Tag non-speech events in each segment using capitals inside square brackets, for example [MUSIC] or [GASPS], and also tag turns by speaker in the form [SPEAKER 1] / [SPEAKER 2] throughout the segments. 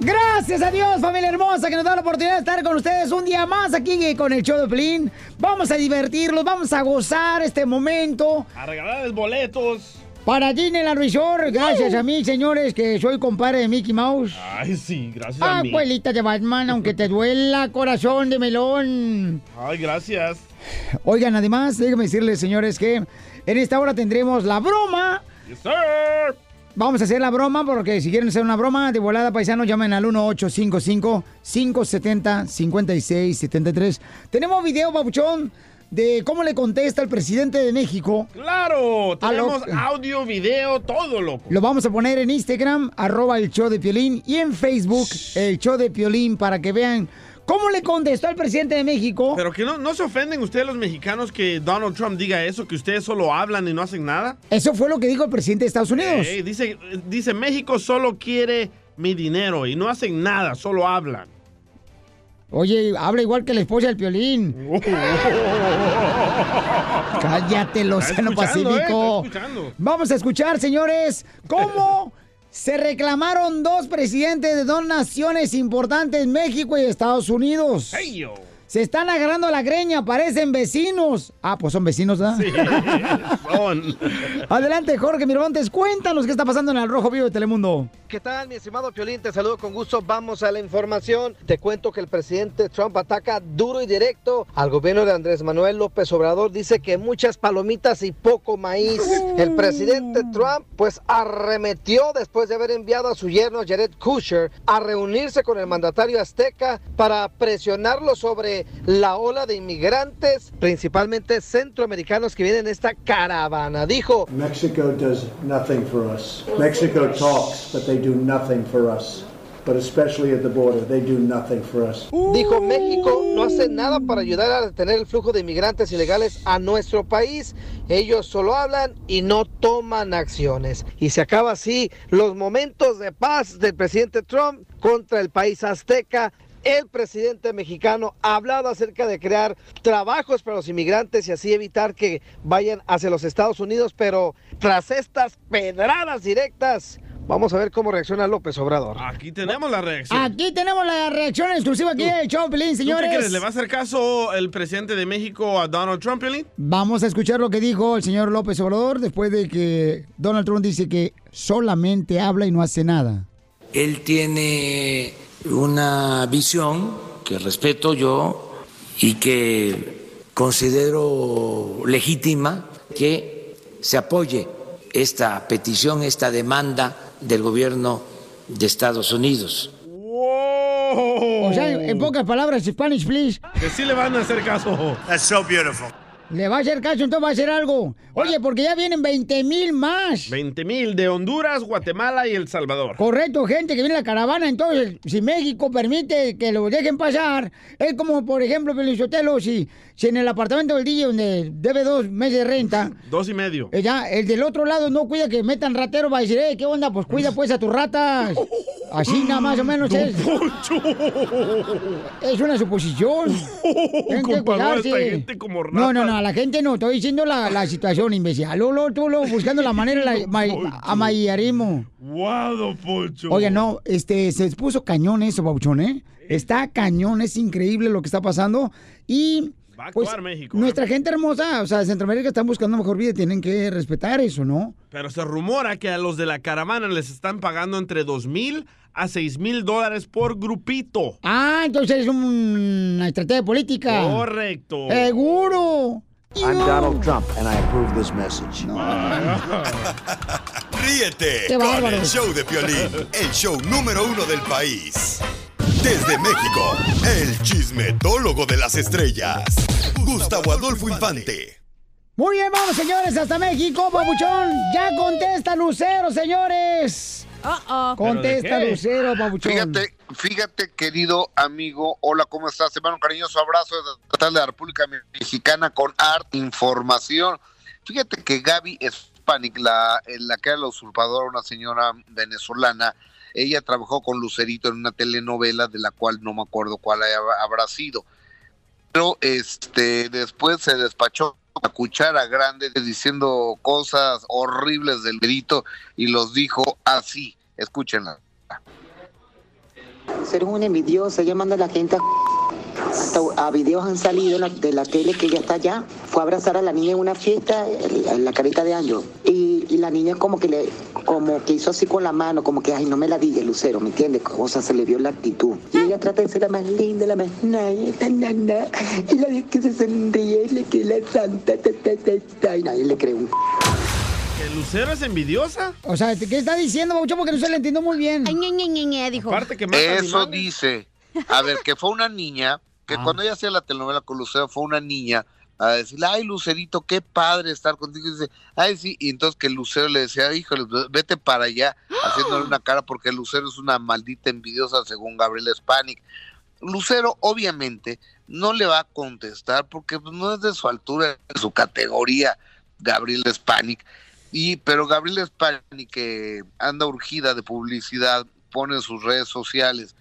[SPEAKER 1] Gracias a Dios, familia hermosa, que nos da la oportunidad de estar con ustedes un día más aquí con el show de Pelín. Vamos a divertirlos, vamos a gozar este momento.
[SPEAKER 2] A regalarles boletos.
[SPEAKER 1] Para Disneyland Resort, gracias a mí, señores, que soy compadre de Mickey Mouse. Ah,
[SPEAKER 2] Ay, sí, gracias a mí.
[SPEAKER 1] Abuelita de Batman, aunque te duela, corazón de melón.
[SPEAKER 2] Ay, gracias.
[SPEAKER 1] Oigan, además, déjenme decirles, señores, que en esta hora tendremos la broma.
[SPEAKER 2] Yes, sir.
[SPEAKER 1] Vamos a hacer la broma porque si quieren hacer una broma de volada paisano, llamen al 1-855-570-5673. Tenemos video, papuchón, de cómo le contesta el presidente de México.
[SPEAKER 2] Claro,
[SPEAKER 1] A lo-
[SPEAKER 2] tenemos audio, video, todo, loco.
[SPEAKER 1] Lo vamos a poner en Instagram, arroba el show de Piolín, y en Facebook, el show de Piolín, para que vean cómo le contestó el presidente de México.
[SPEAKER 2] Pero que no, no se ofenden ustedes los mexicanos que Donald Trump diga eso, que ustedes solo hablan y no hacen nada.
[SPEAKER 1] Eso fue lo que dijo el presidente de Estados Unidos.
[SPEAKER 2] Ey, dice, dice, México solo quiere mi dinero y no hacen nada, solo hablan.
[SPEAKER 1] Oye, habla igual que la esposa del
[SPEAKER 2] [LAUGHS]
[SPEAKER 1] Piolín. Cállate, el Océano
[SPEAKER 2] escuchando,
[SPEAKER 1] Pacífico.
[SPEAKER 2] eh, está escuchando.
[SPEAKER 1] Vamos a escuchar, señores, cómo [LAUGHS] se reclamaron dos presidentes de dos naciones importantes, México y Estados Unidos.
[SPEAKER 2] Ey, yo.
[SPEAKER 1] Se están agarrando la greña, parecen vecinos. Ah, pues son vecinos, ¿verdad?
[SPEAKER 2] Son.
[SPEAKER 1] [LAUGHS] Adelante, Jorge Miramontes, cuéntanos qué está pasando en el Rojo Vivo de Telemundo.
[SPEAKER 3] ¿Qué tal, mi estimado Piolín? Te saludo con gusto. Vamos a la información. Te cuento que el presidente Trump ataca duro y directo al gobierno de Andrés Manuel López Obrador. Dice que muchas palomitas y poco maíz. El presidente Trump, pues, arremetió después de haber enviado a su yerno Jared Kushner a reunirse con el mandatario azteca para presionarlo sobre la ola de inmigrantes, principalmente centroamericanos que vienen en esta caravana. Dijo,
[SPEAKER 4] Mexico does nothing for us. Mexico talks, but they do nothing for us. But especially at the border, they do nothing for us.
[SPEAKER 3] Dijo México no hace nada para ayudar a detener el flujo de inmigrantes ilegales a nuestro país. Ellos solo hablan y no toman acciones. Y se acaba así los momentos de paz del presidente Trump contra el país azteca. El presidente mexicano ha hablado acerca de crear trabajos para los inmigrantes y así evitar que vayan hacia los Estados Unidos, pero tras estas pedradas directas, vamos a ver cómo reacciona López Obrador.
[SPEAKER 2] Aquí tenemos la reacción.
[SPEAKER 1] Aquí tenemos la reacción exclusiva aquí del show, Pelín,
[SPEAKER 2] ¿Tú
[SPEAKER 1] Ah, señores.
[SPEAKER 2] qué crees? ¿Le va a hacer caso el presidente de México a Donald Trump, Piolín?
[SPEAKER 1] Vamos a escuchar lo que dijo el señor López Obrador después de que Donald Trump dice que solamente habla y no hace nada.
[SPEAKER 5] Él tiene una visión que respeto yo y que considero legítima que se apoye esta petición, esta demanda del gobierno de Estados Unidos.
[SPEAKER 2] Oh.
[SPEAKER 1] O sea, en pocas palabras, Spanish, please.
[SPEAKER 2] Que sí le van a hacer caso.
[SPEAKER 1] Le va a hacer caso, entonces va a hacer algo. Oye, porque ya vienen 20 mil más.
[SPEAKER 2] 20 mil de Honduras, Guatemala y El Salvador.
[SPEAKER 1] Correcto, gente que viene en la caravana. Entonces, si México permite que lo dejen pasar, es como, por ejemplo, Pelizotelo, si, si en el apartamento del DJ donde debe dos meses de renta,
[SPEAKER 2] Dos y medio.
[SPEAKER 1] eh, ya, el del otro lado no cuida que metan ratero, va a decir, "Eh, ¿qué onda? Pues cuida pues a tus
[SPEAKER 2] [LAUGHS]
[SPEAKER 1] ratas. Así nada más o menos es. Es una
[SPEAKER 2] [LAUGHS]
[SPEAKER 1] suposición. Tienen que
[SPEAKER 2] Comparó a esta
[SPEAKER 1] cuidarse.
[SPEAKER 2] gente como
[SPEAKER 1] No, no,
[SPEAKER 2] ratas.
[SPEAKER 1] no, a la gente no. Estoy diciendo la, la situación, imbécil. Lolo, tú lo buscando la manera la, ma- amarillismo.
[SPEAKER 2] Guado, Poncho.
[SPEAKER 1] Oiga, no, este, se puso cañón eso, Bauchón, ¿eh? Está cañón, es increíble lo que está pasando. Y.
[SPEAKER 2] Va a
[SPEAKER 1] pues,
[SPEAKER 2] actuar México, ¿eh?
[SPEAKER 1] Nuestra gente hermosa, o sea, de Centroamérica están buscando mejor vida, tienen que respetar eso, ¿no?
[SPEAKER 2] Pero se rumora que a los de la caravana les están pagando entre 2 mil a 6 mil dólares por grupito.
[SPEAKER 1] Ah, entonces es un- una estrategia política.
[SPEAKER 2] Correcto.
[SPEAKER 1] Eh. ¡Seguro!
[SPEAKER 4] I'm Donald Trump, and I approve this message.
[SPEAKER 6] Ríete
[SPEAKER 1] Qué
[SPEAKER 6] con
[SPEAKER 1] bárbaro.
[SPEAKER 6] el show de Piolín, el show número uno del país. Desde México, el chismetólogo de las estrellas, Gustavo Adolfo Infante.
[SPEAKER 1] Muy bien, vamos, señores, hasta México, papuchón. Ya contesta Lucero, señores. Contesta
[SPEAKER 2] ¿Pero de qué?
[SPEAKER 1] Lucero, papuchón.
[SPEAKER 7] Fíjate, fíjate, querido amigo, hola, ¿cómo estás? Te mando un cariñoso abrazo de la República Mexicana con Art Información. Fíjate que Gaby Spanik, la, en la que era la usurpadora, una señora venezolana, ella trabajó con Lucerito en una telenovela de la cual no me acuerdo cuál haya- habrá sido. Pero este después se despachó a cuchara grande diciendo cosas horribles del grito y los dijo así. Escúchenla.
[SPEAKER 8] Ser un envidioso, ella manda a la gente a... hasta a videos han salido la- de la tele que ella está allá. Fue a abrazar a la niña en una fiesta, el- en la carita de Anjo. Y, y la niña como que le, como que hizo así con la mano, como que, ay, no me la diga, Lucero, ¿me entiendes? O sea, se le vio la actitud. Y ella trata de ser la más linda, la más naya, tan nana. Y la que se sonríe, y le que la santa, ta, ta, ta, ta. Y nadie le cree
[SPEAKER 9] [LAUGHS]
[SPEAKER 8] un...
[SPEAKER 2] ¿Que Lucero es envidiosa?
[SPEAKER 1] O sea, ¿qué está diciendo, Pabuchón? Porque no se le entiendo muy bien. Ay, ñe, ñe, dijo.
[SPEAKER 7] Eso dice. A ver, que fue una niña, que cuando ella hacía la telenovela con Lucero, fue una niña a decirle, ay, Lucerito, qué padre estar contigo. Y dice, ay, sí. Y entonces que Lucero le decía, híjole, vete para allá, haciéndole una cara, porque Lucero es una maldita envidiosa, según Gabriel Spanik. Lucero, obviamente, no le va a contestar porque pues, no es de su altura, de su categoría, Gabriel Spanik. Y, pero Gabriel Spanik, que anda urgida de publicidad, pone en sus redes sociales.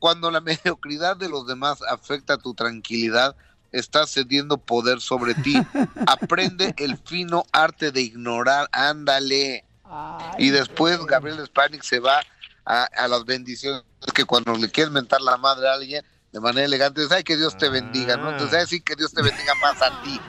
[SPEAKER 7] Cuando la [LAUGHS] mediocridad de los demás afecta tu tranquilidad, estás cediendo poder sobre ti. Aprende el fino arte de ignorar. Ándale. Y después Gabriel Spanik se va a, a las bendiciones que cuando le quieres mentar la madre a alguien de manera elegante, dices, ay, que Dios te bendiga, ¿no? Entonces, ay, sí, que Dios te bendiga más a ti.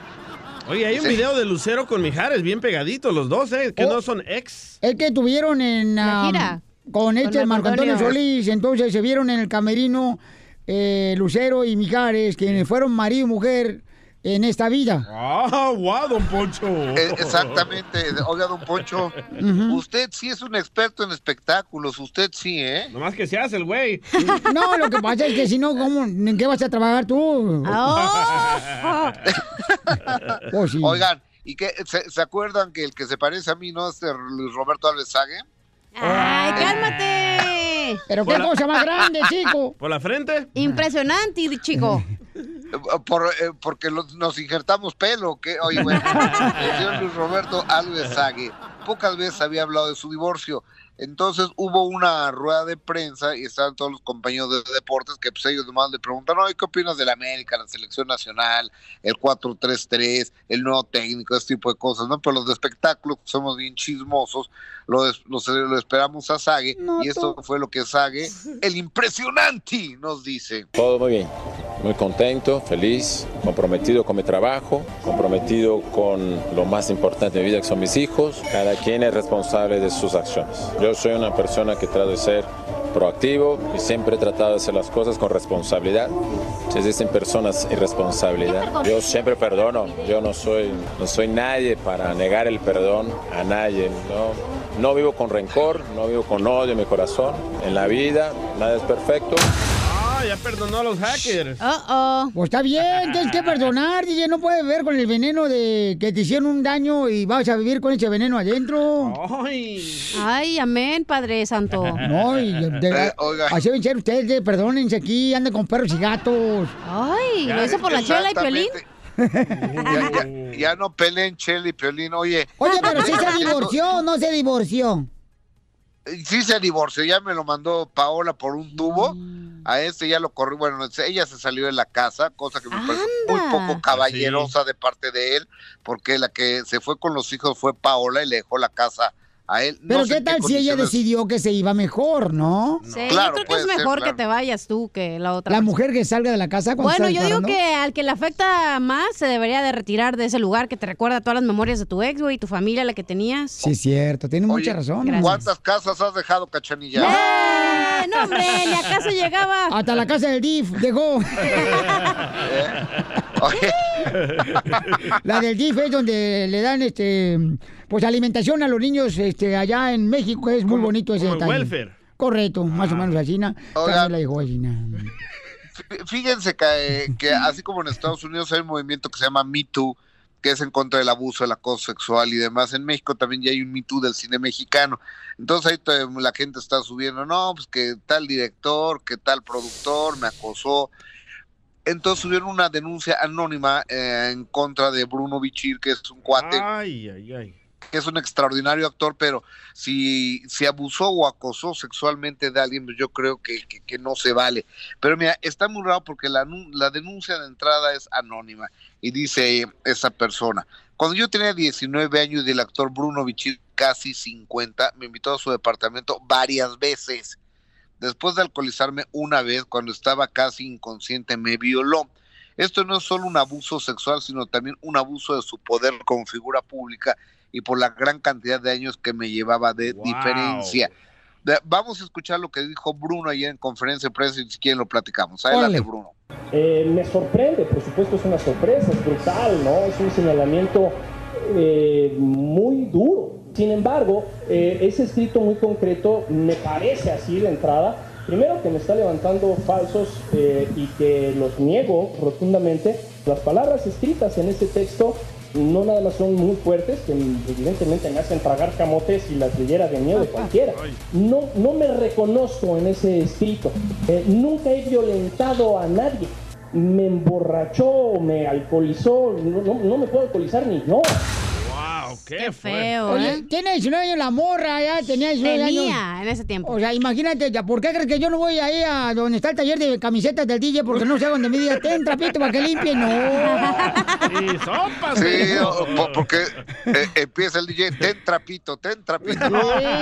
[SPEAKER 2] Oye, hay un
[SPEAKER 7] Sí.
[SPEAKER 2] video de Lucero con Mijares, bien pegaditos los dos, ¿eh?
[SPEAKER 1] Oh.
[SPEAKER 2] Que no son ex.
[SPEAKER 1] Es que tuvieron en...
[SPEAKER 2] La
[SPEAKER 1] ah,
[SPEAKER 2] gira.
[SPEAKER 1] Con este
[SPEAKER 2] Marco
[SPEAKER 1] Marco Antonio
[SPEAKER 2] Antonio.
[SPEAKER 1] Solís, entonces se vieron en el camerino eh, Lucero y Mijares, quienes fueron marido y mujer en esta vida.
[SPEAKER 2] ¡Ah, wow, don Poncho!
[SPEAKER 7] Eh, Exactamente. Oiga, don Poncho,
[SPEAKER 1] Ujú.
[SPEAKER 7] usted sí es un experto en espectáculos, usted sí, ¿eh?
[SPEAKER 2] Nomás que se hace el güey.
[SPEAKER 1] No, lo que pasa es que si no, ¿cómo, ¿en qué vas a trabajar tú?
[SPEAKER 10] Oh,
[SPEAKER 7] [LAUGHS]
[SPEAKER 1] Oh, sí.
[SPEAKER 7] Oigan, ¿y qué? ¿Se, se acuerdan que el que se parece a mí, no? Este Luis Roberto Alves Sague.
[SPEAKER 10] ¡Ay, cálmate!
[SPEAKER 1] Pero
[SPEAKER 7] qué cosa más
[SPEAKER 1] [LAUGHS]
[SPEAKER 7] grande, chico.
[SPEAKER 2] [LAUGHS] ¿Por la frente?
[SPEAKER 10] Impresionante, chico.
[SPEAKER 7] Por, eh, porque los- nos injertamos pelo, que oye, bueno, el señor Luis Roberto Alves Sague pocas veces había hablado de su divorcio. Entonces hubo una rueda de prensa y estaban todos los compañeros de deportes que pues ellos nomás le preguntan, oye, ¿qué opinas del América, la
[SPEAKER 11] [LAUGHS]
[SPEAKER 7] selección nacional, el 4-3-3, el nuevo técnico, este tipo de cosas, ¿no? Pero los de espectáculos somos bien chismosos, lo, es- lo se- lo esperamos a Sague
[SPEAKER 11] No,
[SPEAKER 7] y esto fue lo que Sague, el impresionante, nos dice.
[SPEAKER 11] Todo muy bien, muy contento, feliz, comprometido con mi trabajo, comprometido con lo más importante de mi vida que son mis hijos. Cada quien es responsable de sus acciones. Yo soy una persona que trato de ser proactivo y siempre he tratado de hacer las cosas con responsabilidad. Se dicen personas irresponsabilidad. Yo siempre perdono. Yo no soy, no soy nadie para negar el perdón a nadie. No, no vivo con rencor, no vivo con odio en mi corazón. En la vida nada es perfecto.
[SPEAKER 2] Ah, ya perdonó a los hackers.
[SPEAKER 10] oh,
[SPEAKER 1] Pues está bien, tienes que perdonar, DJ. No puedes ver con el veneno de que te hicieron un daño y vas a vivir con ese veneno adentro.
[SPEAKER 10] Oh. Ay, amén, Padre Santo.
[SPEAKER 1] [LAUGHS] No, y de, de-
[SPEAKER 10] Eh, oiga.
[SPEAKER 1] así deben ser ustedes, de- perdónense aquí, andan con perros y gatos.
[SPEAKER 10] Ay, ¿lo hizo por la chela y piolín?
[SPEAKER 7] Ya, ya- ya no peleen Chela y Piolín, oye.
[SPEAKER 1] Oye, pero si se divorció
[SPEAKER 7] [LAUGHS]
[SPEAKER 1] o no se divorció.
[SPEAKER 7] eh, Sí se divorció, ya me lo mandó Paola por un tubo.
[SPEAKER 1] Mm.
[SPEAKER 7] A este ya lo corrió, bueno, ella se salió de la casa, cosa que me parece muy poco caballerosa de parte de él, porque la que se fue con los hijos fue Paola y le dejó la casa a él.
[SPEAKER 1] Pero
[SPEAKER 7] No sé
[SPEAKER 1] qué
[SPEAKER 7] en
[SPEAKER 1] tal si ella
[SPEAKER 7] condiciones-
[SPEAKER 1] decidió que se iba mejor, ¿no?
[SPEAKER 10] Sí,
[SPEAKER 7] Claro,
[SPEAKER 10] yo creo que
[SPEAKER 7] puede
[SPEAKER 10] es
[SPEAKER 7] ser,
[SPEAKER 10] mejor
[SPEAKER 7] claro.
[SPEAKER 10] que te vayas tú que la otra.
[SPEAKER 1] La
[SPEAKER 10] persona.
[SPEAKER 1] mujer que salga de la casa cuando
[SPEAKER 10] Bueno,
[SPEAKER 1] está
[SPEAKER 10] yo digo
[SPEAKER 1] disparando.
[SPEAKER 10] que al que le afecta más se debería de retirar de ese lugar que te recuerda todas las memorias de tu ex, güey, y tu familia, la que tenías.
[SPEAKER 1] Sí, es cierto, tiene mucha razón.
[SPEAKER 7] ¿Cuántas casas has dejado, Cachanilla?
[SPEAKER 10] Eh, no, hombre, ni acaso llegaba.
[SPEAKER 1] Hasta la casa del
[SPEAKER 7] [LAUGHS]
[SPEAKER 1] DIF llegó. La del DIF es donde le dan este pues alimentación a los niños este allá en México, es muy bonito ese
[SPEAKER 7] como el
[SPEAKER 1] detalle.
[SPEAKER 7] welfare.
[SPEAKER 1] Correcto,
[SPEAKER 7] Ah.
[SPEAKER 1] más o menos así. na.
[SPEAKER 7] Oiga.
[SPEAKER 1] Carmen la dijo así, na.
[SPEAKER 7] Fí- Fíjense que, eh, que así como en Estados Unidos hay un movimiento que se llama Me Too, que es en contra del abuso, el acoso sexual y demás. En México también ya hay un Me Too del cine mexicano. Entonces ahí te- la gente está subiendo, no, pues que tal director, que tal productor me acosó. Entonces subieron una denuncia anónima eh, en contra de Bruno Bichir, que es un cuate
[SPEAKER 2] Ay, ay, ay.
[SPEAKER 7] que es un extraordinario actor, pero si, si abusó o acosó sexualmente de alguien, pues yo creo que, que- que no se vale. Pero mira, está muy raro porque la, nu- la denuncia de entrada es anónima y dice eh, esa persona. Cuando yo tenía 19 años y el actor Bruno Bichir casi 50, me invitó a su departamento varias veces. Después de alcoholizarme una vez, cuando estaba casi inconsciente, me violó. Esto no es solo un abuso sexual, sino también un abuso de su poder como figura pública y por la gran cantidad de años que me llevaba de diferencia. Ve- Vamos a escuchar lo que dijo Bruno ayer en conferencia de prensa y si quieren lo platicamos. Adelante,
[SPEAKER 12] Órale.
[SPEAKER 7] Bruno.
[SPEAKER 12] Eh, me sorprende, por supuesto es una sorpresa, es brutal, ¿no? Es un señalamiento eh, muy duro. Sin embargo, eh, ese escrito muy concreto me parece así la entrada. Primero que me está levantando falsos eh, y que los niego rotundamente. Las palabras escritas en ese texto no nada más son muy fuertes, que evidentemente me hacen tragar camotes y las leyera de miedo cualquiera. No, no me reconozco en ese escrito. Eh, nunca he violentado a nadie. Me emborrachó, me alcoholizó. No, no- no me puedo alcoholizar ni yo.
[SPEAKER 2] Wow, qué,
[SPEAKER 10] feo,
[SPEAKER 6] [LAUGHS]
[SPEAKER 1] Oye,
[SPEAKER 10] ¿eh?
[SPEAKER 1] tiene 19 años la morra, ya tenía 19 años.
[SPEAKER 10] Tenía en ese tiempo.
[SPEAKER 1] O sea, imagínate, ya, ¿por qué crees que yo no voy ahí a donde está el taller de camisetas del DJ? Porque no sé dónde me diga, ten trapito para que limpie. No.
[SPEAKER 2] Y sopas.
[SPEAKER 7] Sí, o- po- porque eh, empieza el DJ, ten trapito, ten trapito.
[SPEAKER 1] Sí,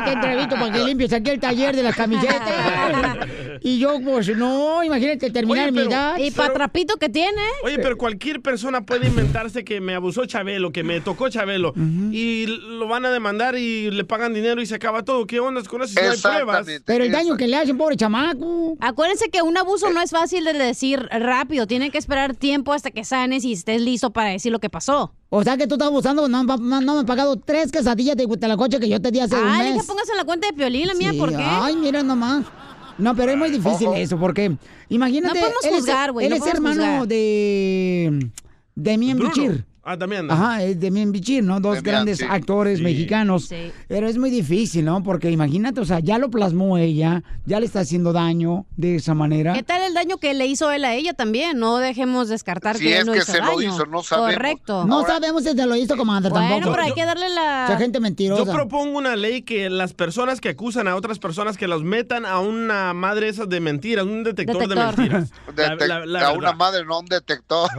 [SPEAKER 1] ten trapito eh, para
[SPEAKER 10] [LAUGHS]
[SPEAKER 1] que limpies aquí el taller de las camisetas. Y yo, pues, no, imagínate terminar
[SPEAKER 2] Oye,
[SPEAKER 1] mi
[SPEAKER 2] pero-
[SPEAKER 1] edad.
[SPEAKER 2] Y pa' pero-
[SPEAKER 10] trapito que tiene.
[SPEAKER 2] Oye, pero cualquier persona puede inventarse que me abusó Chabelo, que me tocó Chabelo, y lo van a demandar y le pagan dinero y se acaba todo. ¿Qué onda con eso si no hay pruebas?
[SPEAKER 1] Pero el daño que le hacen, pobre chamaco.
[SPEAKER 10] Acuérdense que un
[SPEAKER 1] Eh.
[SPEAKER 10] abuso no es fácil de decir rápido. Tienen que esperar tiempo hasta que sanes y estés listo para decir lo que pasó.
[SPEAKER 1] O sea que tú estás abusando, no, han- no me han pagado tres quesadillas de Huitlacoche que yo te di hace un
[SPEAKER 10] Ay,
[SPEAKER 1] mes.
[SPEAKER 10] deja pongas en la cuenta de Piolín la mía,
[SPEAKER 1] Sí,
[SPEAKER 10] ¿por qué? Oh,
[SPEAKER 1] Ay, mira nomás. No, pero es muy difícil eso, porque imagínate.
[SPEAKER 10] No podemos
[SPEAKER 1] él es-
[SPEAKER 10] juzgar, güey,
[SPEAKER 1] Él
[SPEAKER 10] no
[SPEAKER 1] es
[SPEAKER 10] podemos
[SPEAKER 1] hermano
[SPEAKER 10] juzgar.
[SPEAKER 1] de. de Mien
[SPEAKER 2] Bruno.
[SPEAKER 1] Bichir.
[SPEAKER 2] Ah, también.
[SPEAKER 1] Ajá, es de Mien Bichir, ¿no? Dos
[SPEAKER 2] Demian,
[SPEAKER 1] grandes
[SPEAKER 2] sí.
[SPEAKER 1] actores
[SPEAKER 2] Sí.
[SPEAKER 1] mexicanos.
[SPEAKER 2] Sí.
[SPEAKER 1] Pero es muy difícil, ¿no? Porque imagínate, o sea, ya lo plasmó ella, ya le está haciendo daño de esa manera.
[SPEAKER 10] ¿Qué tal el daño que le hizo él a ella también? No dejemos descartar
[SPEAKER 1] Si
[SPEAKER 10] que él
[SPEAKER 1] es
[SPEAKER 10] no
[SPEAKER 1] que
[SPEAKER 10] hizo
[SPEAKER 1] se lo
[SPEAKER 10] daño.
[SPEAKER 1] hizo, no sabemos.
[SPEAKER 10] Correcto.
[SPEAKER 1] No sabemos si te lo hizo, comandante,
[SPEAKER 10] Bueno,
[SPEAKER 1] tampoco.
[SPEAKER 10] pero hay que darle la...
[SPEAKER 1] Esa gente mentirosa.
[SPEAKER 2] Yo propongo una ley que las personas que acusan a otras personas que los metan a una madre esas de mentiras, un detector, de
[SPEAKER 7] Detector.
[SPEAKER 2] mentiras. La-
[SPEAKER 7] Detec-
[SPEAKER 2] la- la
[SPEAKER 7] a una
[SPEAKER 2] verdad.
[SPEAKER 7] madre, no a un
[SPEAKER 2] [LAUGHS]
[SPEAKER 7] detector.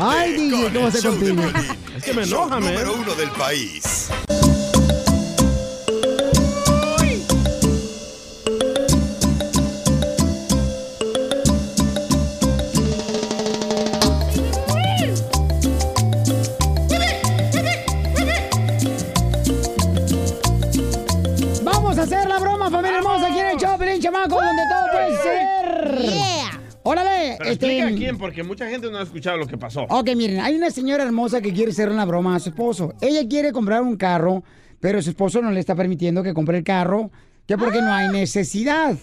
[SPEAKER 1] Ay, DJ,
[SPEAKER 6] con
[SPEAKER 1] ¿cómo
[SPEAKER 6] el
[SPEAKER 1] se
[SPEAKER 6] show de
[SPEAKER 1] contigo?
[SPEAKER 6] Es que me Número uno del país.
[SPEAKER 1] Vamos a hacer la broma, familia hermosa, aquí en el show, Pelín Chamaco, donde todo puede ser. Órale,
[SPEAKER 2] Pero
[SPEAKER 1] este,
[SPEAKER 2] explica quién, porque mucha gente no ha escuchado lo que pasó.
[SPEAKER 1] Ok, miren, hay una señora hermosa que quiere hacer una broma a su esposo. Ella quiere comprar un carro, pero su esposo no le está permitiendo que compre el carro, que porque no hay necesidad.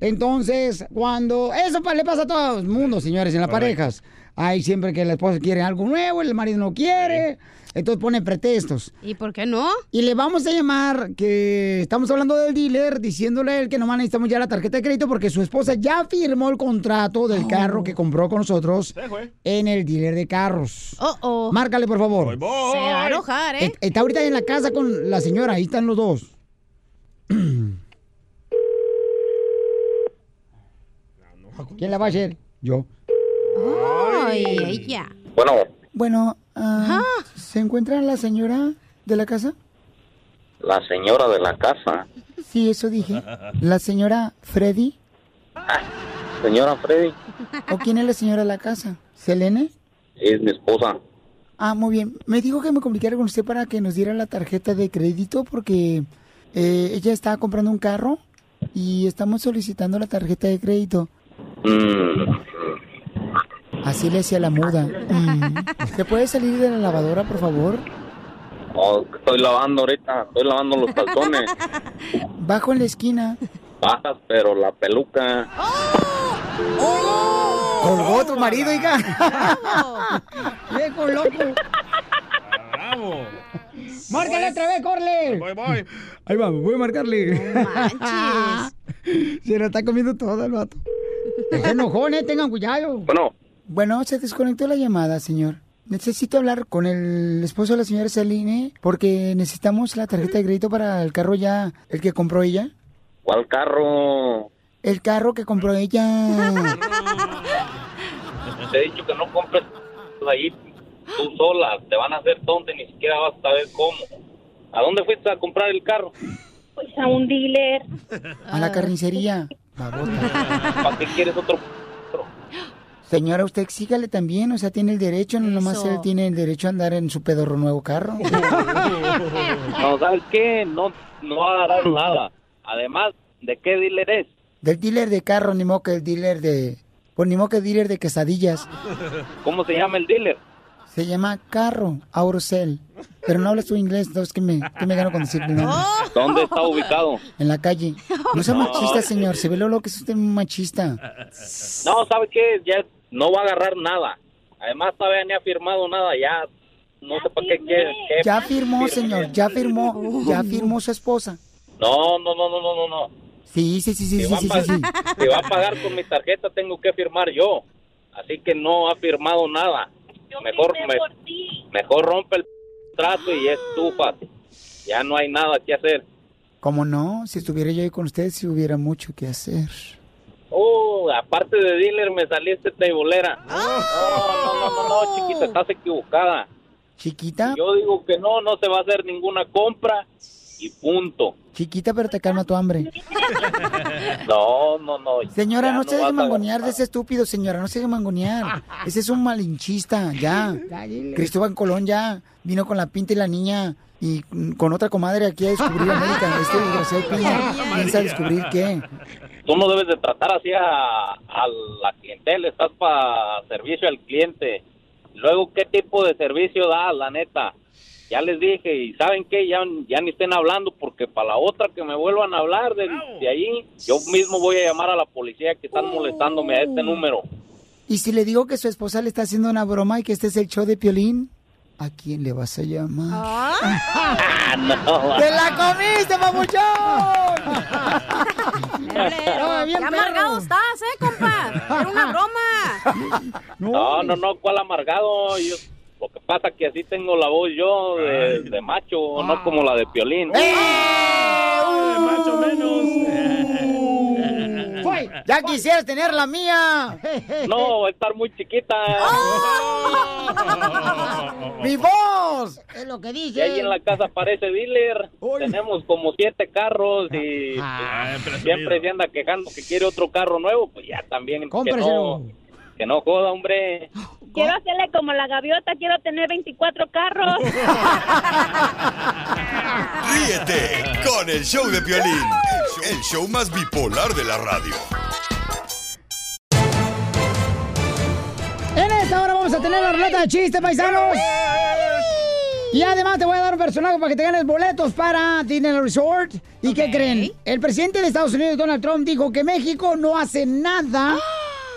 [SPEAKER 1] Entonces, cuando eso pa- le pasa a todo el mundo, señores, en las parejas. Hay siempre que la esposa quiere algo nuevo, el marido no quiere, entonces pone pretextos.
[SPEAKER 10] ¿Y por qué no?
[SPEAKER 1] Y le vamos a llamar que estamos hablando del dealer, diciéndole a él que nomás necesitamos ya la tarjeta de crédito porque su esposa ya firmó el contrato del carro que compró con nosotros en el dealer de carros.
[SPEAKER 10] Oh, oh.
[SPEAKER 1] Márcale, por favor.
[SPEAKER 10] voy. Se va a enojar, ¿eh?
[SPEAKER 1] Et- Está ahorita en la casa con la señora, ahí están los
[SPEAKER 10] [CLEARS THROAT]
[SPEAKER 1] dos. ¿Quién la va a hacer? Yo.
[SPEAKER 10] Ay, ella.
[SPEAKER 9] Bueno,
[SPEAKER 1] Bueno, ah, ¿se encuentra la señora de la casa?
[SPEAKER 9] la señora de la casa,
[SPEAKER 1] Sí, eso dije. ¿La señora Freddy?
[SPEAKER 9] señora Freddy,
[SPEAKER 1] ¿O quién es la señora de la casa? ¿Selene?
[SPEAKER 9] es mi esposa.
[SPEAKER 1] Ah, muy bien. Me dijo que me comunicara con usted para que nos diera la tarjeta de crédito porque eh, ella está comprando un carro y estamos solicitando la tarjeta de crédito. Así le hacía la muda. Mm. ¿Se puede salir de la lavadora, por favor?
[SPEAKER 9] Oh, estoy lavando ahorita, estoy lavando los calzones.
[SPEAKER 1] Bajo en la esquina.
[SPEAKER 9] Bajas, pero la peluca.
[SPEAKER 1] Colgó tu marido, hija. Viejo loco.
[SPEAKER 2] Bravo.
[SPEAKER 1] Márcale otra vez, Corle.
[SPEAKER 2] Voy, voy.
[SPEAKER 1] Ahí va, voy a marcarle. Se lo está comiendo todo el vato. Es enojón, eh, tengan cuidado.
[SPEAKER 9] Bueno.
[SPEAKER 1] Bueno, se desconectó la llamada, señor. Necesito hablar con el esposo de la señora Celine porque necesitamos la tarjeta de crédito para el carro ya, el que compró ella.
[SPEAKER 9] ¿Cuál carro?
[SPEAKER 1] El carro que compró ella.
[SPEAKER 9] Te he dicho que no compres ahí tú sola. Te van a hacer tonta y ni siquiera vas a saber cómo. ¿A dónde fuiste a comprar el carro?
[SPEAKER 13] Pues a un dealer.
[SPEAKER 1] A
[SPEAKER 2] Ah.
[SPEAKER 1] la carnicería.
[SPEAKER 9] ¿Para qué quieres otro?
[SPEAKER 1] Señora, usted exígale también, o sea, tiene el derecho, no nomás
[SPEAKER 9] Eso.
[SPEAKER 1] él tiene el derecho a andar en su pedorro nuevo carro.
[SPEAKER 9] No, ¿sabes qué? No, no va a dar nada. Además, ¿de qué dealer es?
[SPEAKER 1] Del dealer de carro, ni modo que el dealer de... Pues ni modo que el dealer de quesadillas.
[SPEAKER 9] ¿Cómo se llama el dealer?
[SPEAKER 1] Se llama Carro Aurosel. Pero no hablas tu inglés, entonces que me, qué me gano con decir el nombre?
[SPEAKER 9] ¿Dónde está ubicado?
[SPEAKER 1] En la calle. No sea
[SPEAKER 9] No.
[SPEAKER 1] machista, señor. Se ve lo que es usted un machista.
[SPEAKER 9] No, ¿sabes qué? Ya no va a agarrar nada. Además, todavía ni ha firmado nada. Ya no sé para qué quiere. qué-
[SPEAKER 1] Ya firmó, señor. Ya firmó. Ya firmó su esposa.
[SPEAKER 9] No, no, no, no, no, no, no.
[SPEAKER 1] Sí, sí, sí, sí,
[SPEAKER 9] Si
[SPEAKER 1] sí,
[SPEAKER 9] va,
[SPEAKER 1] sí,
[SPEAKER 9] a,
[SPEAKER 1] sí.
[SPEAKER 9] pa- si va a pagar con mi tarjeta, tengo que firmar yo. Así que no ha firmado nada. Mejor, me- mejor rompe el trato y estúfate. Ya no hay nada que hacer.
[SPEAKER 1] ¿Cómo no? Si estuviera yo ahí con usted, si hubiera mucho que hacer.
[SPEAKER 9] Oh, aparte de dealer me saliste teibolera. No, no, no, no, no, chiquita, estás equivocada.
[SPEAKER 1] Chiquita,
[SPEAKER 9] Yo digo que no, no se va a hacer ninguna compra y punto.
[SPEAKER 1] chiquita, pero te calma tu hambre.
[SPEAKER 9] No, no, no.
[SPEAKER 1] Señora,
[SPEAKER 9] ya
[SPEAKER 1] no se deje
[SPEAKER 9] vas a-
[SPEAKER 1] mangonear de ese estúpido, señora. No se deje mangonear. Ese es un malinchista, ya. Cristóbal Colón ya vino con la pinta y la niña y mm, con otra comadre aquí a descubrir América. Este desgraciado Piña piensa descubrir qué.
[SPEAKER 9] Tú no debes de tratar así a, a la clientela, estás para servicio al cliente. Luego, ¿qué tipo de servicio das, la neta? Ya les dije, y ¿saben qué? Ya, ya ni estén hablando, porque para la otra que me vuelvan a hablar de, de ahí, yo mismo voy a llamar a la policía que están molestándome a este número.
[SPEAKER 1] Y si le digo que su esposa le está haciendo una broma y que este es el show de Piolín, ¿a quién le vas a llamar?
[SPEAKER 14] Ah.
[SPEAKER 9] Ah, no.
[SPEAKER 1] ¡Te la comiste,
[SPEAKER 9] [LAUGHS]
[SPEAKER 1] papuchón!
[SPEAKER 10] Pero,
[SPEAKER 1] bien
[SPEAKER 10] qué
[SPEAKER 1] perro.
[SPEAKER 10] amargado estás, ¿eh, compa? Era una broma.
[SPEAKER 9] No, no, no, cuál amargado. Yo- lo que pasa que así tengo la voz yo de, de macho, no como la de Piolín.
[SPEAKER 1] ¡Eh! [LAUGHS] ¡Fue! ¡Ya quisieras tener la mía! [LAUGHS]
[SPEAKER 9] No, va a estar muy chiquita.
[SPEAKER 1] ¡Mi voz! Es lo que
[SPEAKER 9] Y ahí
[SPEAKER 1] dice.
[SPEAKER 9] en la casa parece dealer. Tenemos como siete carros y
[SPEAKER 1] Ah,
[SPEAKER 9] pues, siempre se anda quejando que quiere otro carro nuevo. Pues ya también que
[SPEAKER 1] Cómpreselo.
[SPEAKER 9] no, que no joda, hombre.
[SPEAKER 13] Quiero hacerle como la gaviota, quiero tener 24
[SPEAKER 10] [LAUGHS]
[SPEAKER 13] carros.
[SPEAKER 6] Ríete con el show de Piolín, el show más bipolar de la radio.
[SPEAKER 1] En esta hora vamos a tener la ruleta de chistes, paisanos. Y además te voy a dar un personaje para que te ganes boletos para Disney Resort. ¿Y qué creen? El presidente de Estados Unidos, Donald Trump, dijo que México no hace nada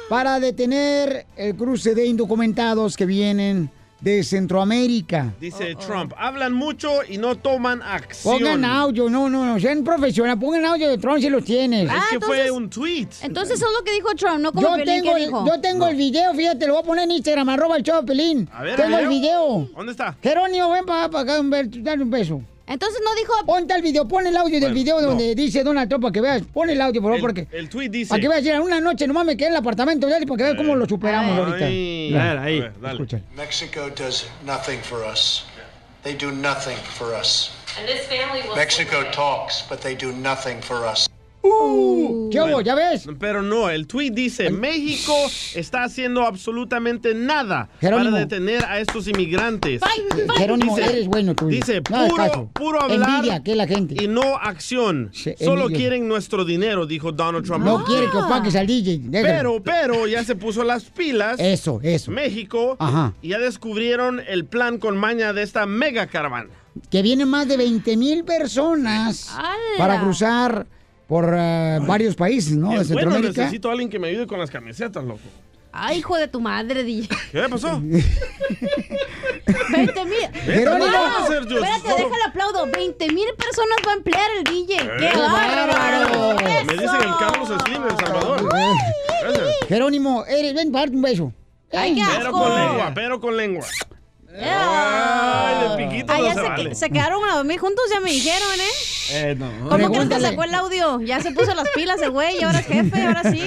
[SPEAKER 1] para detener el cruce de indocumentados que vienen de Centroamérica.
[SPEAKER 2] Dice Trump, hablan mucho y no toman acción.
[SPEAKER 1] Pongan audio, no, no, no, sean profesionales, pongan audio de Trump si los tienes. Ah,
[SPEAKER 2] Es que fue un tweet.
[SPEAKER 10] Entonces eso es lo que dijo Trump, no como
[SPEAKER 1] Yo
[SPEAKER 10] Piolín
[SPEAKER 1] tengo,
[SPEAKER 10] que
[SPEAKER 1] el,
[SPEAKER 10] dijo.
[SPEAKER 1] yo tengo el video, fíjate, lo voy a poner en Instagram, arroba el show de Pelín.
[SPEAKER 2] A ver,
[SPEAKER 1] tengo el
[SPEAKER 2] ¿video?
[SPEAKER 1] video.
[SPEAKER 2] ¿Dónde está?
[SPEAKER 1] Jerónimo, ven para acá, Humberto, dale un beso.
[SPEAKER 10] Entonces no dijo...
[SPEAKER 1] Ponte el video, pon el audio del video donde dice Donald Trump para que veas. Pon el audio, por favor, porque...
[SPEAKER 2] El tweet dice... Eh,
[SPEAKER 1] Para que veas, mira, una noche nomás me quedé en el apartamento de él para que veas cómo lo superamos ahorita.
[SPEAKER 2] Ay,
[SPEAKER 1] Mira.
[SPEAKER 2] a ver, ahí,
[SPEAKER 1] escucha.
[SPEAKER 4] Mexico does nothing for us. They do nothing for us.
[SPEAKER 15] And this family will.
[SPEAKER 4] Mexico talks, but they do nothing for us.
[SPEAKER 1] Uh, ¿Qué hubo? ¿Ya ves?
[SPEAKER 2] Oh. Pero no, el tweet dice, México está haciendo absolutamente nada
[SPEAKER 1] Jerónimo.
[SPEAKER 2] para detener a estos inmigrantes.
[SPEAKER 1] Jerónimo,
[SPEAKER 2] Dice-
[SPEAKER 1] eres bueno tú.
[SPEAKER 2] Dice,
[SPEAKER 1] Nada de
[SPEAKER 2] puro,
[SPEAKER 1] caso.
[SPEAKER 2] puro hablar
[SPEAKER 1] Envidia, que la gente.
[SPEAKER 2] y no acción. Solo
[SPEAKER 1] envidia.
[SPEAKER 2] quieren nuestro dinero, dijo Donald Trump. Ah.
[SPEAKER 1] No quiere que
[SPEAKER 10] Ah.
[SPEAKER 1] opaques al DJ. déjalo.
[SPEAKER 2] Pero, pero, ya se puso las pilas.
[SPEAKER 1] Eso, eso.
[SPEAKER 2] México.
[SPEAKER 1] Ajá.
[SPEAKER 2] Y ya descubrieron el plan con maña de esta mega caravana.
[SPEAKER 1] Que vienen más de 20 mil personas para cruzar por eh, varios países, ¿no? De
[SPEAKER 2] bueno,
[SPEAKER 1] Centroamérica.
[SPEAKER 2] necesito a alguien que me ayude con las camisetas, loco.
[SPEAKER 10] Ay, hijo de tu madre,
[SPEAKER 2] [LAUGHS]
[SPEAKER 10] DJ.
[SPEAKER 2] ¿Qué pasó?
[SPEAKER 10] 20 mil.
[SPEAKER 2] Verónica.
[SPEAKER 10] Wow,
[SPEAKER 2] Sergio.
[SPEAKER 10] Espérate, déjalo aplaudo. 20 mil personas va a emplear el DJ. ¡Qué
[SPEAKER 2] Eh, ¡Qué
[SPEAKER 10] bárbaro!
[SPEAKER 2] Me dicen el Carlos Slim en El Salvador. Gracias.
[SPEAKER 1] Jerónimo, eres, ven, darte un beso.
[SPEAKER 10] Ay, qué
[SPEAKER 2] Pero con
[SPEAKER 10] asco.
[SPEAKER 2] lengua, pero con lengua.
[SPEAKER 10] Ay,
[SPEAKER 2] de piquito
[SPEAKER 10] Ay,
[SPEAKER 2] no
[SPEAKER 10] ya
[SPEAKER 2] se
[SPEAKER 10] se,
[SPEAKER 2] vale.
[SPEAKER 10] se quedaron a dormir juntos, ya me dijeron, ¿eh?
[SPEAKER 2] Eh, no.
[SPEAKER 10] ¿Cómo que te sacó el audio? Ya se puso las pilas el güey, y ahora es jefe, ahora sí.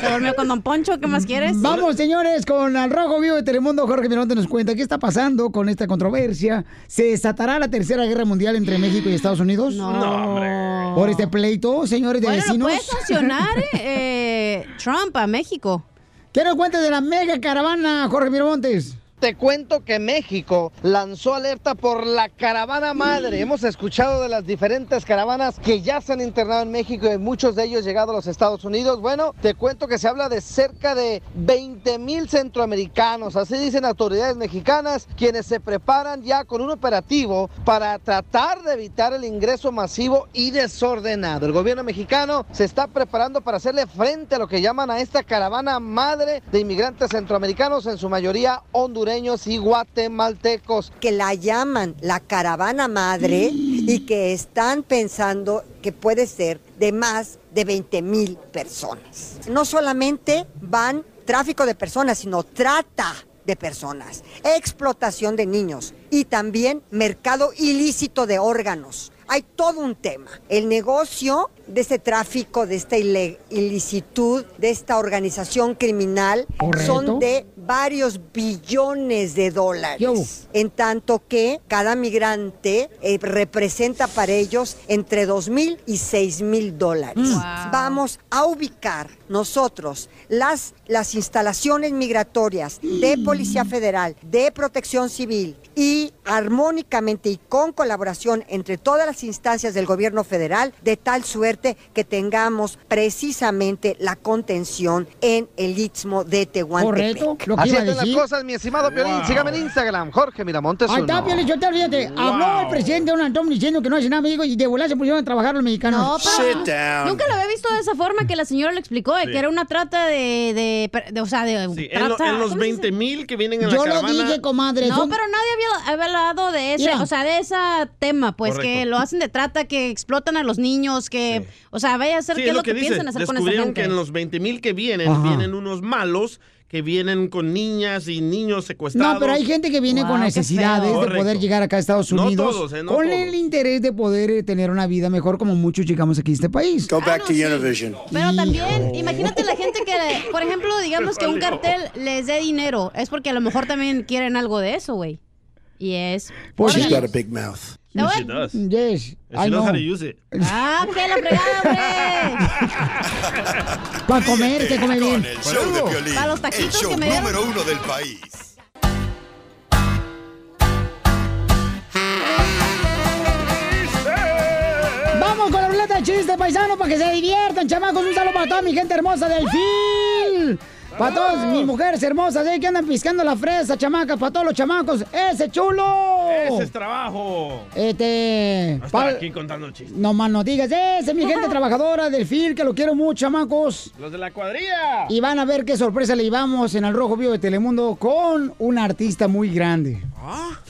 [SPEAKER 10] Se durmió con Don Poncho, ¿qué más quieres?
[SPEAKER 1] Vamos, señores, con Al Rojo Vivo de Telemundo, Jorge Miramonte nos cuenta qué está pasando con esta controversia. ¿Se desatará la Tercera Guerra Mundial entre México y Estados Unidos?
[SPEAKER 10] No,
[SPEAKER 2] hombre.
[SPEAKER 1] Por este pleito, señores de
[SPEAKER 10] Bueno, lo
[SPEAKER 1] vecinos.
[SPEAKER 10] puede
[SPEAKER 1] [LAUGHS]
[SPEAKER 10] sancionar eh, eh, Trump a México.
[SPEAKER 1] ¿Qué nos cuenta de la mega caravana, Jorge Miramontes?
[SPEAKER 3] Te cuento que México lanzó alerta por la caravana madre.
[SPEAKER 1] Mm.
[SPEAKER 3] Hemos escuchado de las diferentes caravanas que ya se han internado en México y muchos de ellos llegado a los Estados Unidos. Bueno, te cuento que se habla de cerca de 20 mil centroamericanos, así dicen autoridades mexicanas, quienes se preparan ya con un operativo para tratar de evitar el ingreso masivo y desordenado. El gobierno mexicano se está preparando para hacerle frente a lo que llaman a esta caravana madre de inmigrantes centroamericanos, en su mayoría hondureños y guatemaltecos.
[SPEAKER 15] Que la llaman la caravana madre y que están pensando que puede ser de más de 20 mil personas. No solamente van tráfico de personas, sino trata de personas, explotación de niños y también mercado ilícito de órganos. Hay todo un tema. El negocio de este tráfico, de esta ile- ilicitud, de esta organización criminal, son de varios billones de dólares. En tanto que cada migrante eh, representa para ellos entre 2 mil y 6 mil dólares.
[SPEAKER 16] Mm. Wow.
[SPEAKER 15] Vamos a ubicar nosotros las, las instalaciones migratorias de Policía Federal, de Protección Civil y armónicamente y con colaboración entre todas las instancias del gobierno federal, de tal suerte que tengamos precisamente la contención en el istmo de Tehuantepec.
[SPEAKER 3] Así están las cosas, mi estimado Piolín. Sígame en Instagram, Jorge Miramontes.
[SPEAKER 1] Ahí
[SPEAKER 3] uno.
[SPEAKER 1] está, Piolín, yo te olvídate. Habló el presidente Donald Trump diciendo que no hace nada, amigo, y de volar se pusieron a trabajar los mexicanos.
[SPEAKER 10] No, pero Nunca lo había visto de esa forma que la señora lo explicó, de
[SPEAKER 2] Sí.
[SPEAKER 10] que era una trata de, de, per- de- o sea, de
[SPEAKER 2] Sí, en, lo-
[SPEAKER 10] trata-
[SPEAKER 2] en los
[SPEAKER 10] ¿cómo se dice?
[SPEAKER 2] 20 mil que vienen en la caravana.
[SPEAKER 10] No, pero nadie había había hablado de ese,
[SPEAKER 2] Mira.
[SPEAKER 10] o sea, de ese tema, pues que
[SPEAKER 2] Correcto.
[SPEAKER 10] lo hacen de trata, que explotan a los niños, que, o sea, vaya a ser
[SPEAKER 2] Sí,
[SPEAKER 10] qué es lo que,
[SPEAKER 2] dice.
[SPEAKER 10] piensan hacer con esa
[SPEAKER 2] Descubrieron
[SPEAKER 10] gente.
[SPEAKER 2] que en los 20 mil que vienen,
[SPEAKER 1] Ajá.
[SPEAKER 2] vienen unos malos que vienen con niñas y niños secuestrados.
[SPEAKER 1] No, pero hay gente que viene
[SPEAKER 2] Wow,
[SPEAKER 1] con
[SPEAKER 2] qué
[SPEAKER 1] necesidades de
[SPEAKER 2] feo.
[SPEAKER 1] poder
[SPEAKER 2] Correcto.
[SPEAKER 1] llegar acá a Estados
[SPEAKER 2] No
[SPEAKER 1] Unidos
[SPEAKER 2] todos, eh, no
[SPEAKER 1] con
[SPEAKER 2] todos.
[SPEAKER 1] el interés de poder eh, tener una vida mejor como muchos llegamos aquí a este país. Go
[SPEAKER 10] back to
[SPEAKER 1] Univision.
[SPEAKER 10] Pero también, imagínate la gente que, por ejemplo, digamos que un cartel les dé dinero, es porque a lo mejor también quieren algo de eso, güey. Y es...
[SPEAKER 2] Pues
[SPEAKER 1] She's
[SPEAKER 16] got
[SPEAKER 1] a
[SPEAKER 16] big mouth.
[SPEAKER 10] No,
[SPEAKER 16] she does.
[SPEAKER 1] Yes, I know.
[SPEAKER 10] ¡Ah, qué la fregada, hombre!
[SPEAKER 1] Para comer, que come bien.
[SPEAKER 6] El show de Piolín,
[SPEAKER 10] Para los
[SPEAKER 6] el
[SPEAKER 10] taquitos
[SPEAKER 6] show
[SPEAKER 10] que me dieron.
[SPEAKER 6] número uno del país.
[SPEAKER 1] Vamos con la ruleta de chiste, paisano, para que se diviertan, chamacos. Un saludo para toda mi gente hermosa del FIL. Para todas mis mujeres hermosas eh, que andan piscando la fresa, chamacas. Para todos los chamacos. ¡Ese chulo!
[SPEAKER 10] Oh.
[SPEAKER 2] Ese es trabajo.
[SPEAKER 1] Este.
[SPEAKER 2] No estar
[SPEAKER 1] pa-
[SPEAKER 2] aquí contando chistes.
[SPEAKER 1] No más no digas. Ese es mi gente trabajadora del FIL, que lo quiero mucho, chamacos.
[SPEAKER 2] Los de la cuadrilla.
[SPEAKER 1] Y van a ver qué sorpresa le llevamos en Al Rojo Vivo de Telemundo con un artista muy grande.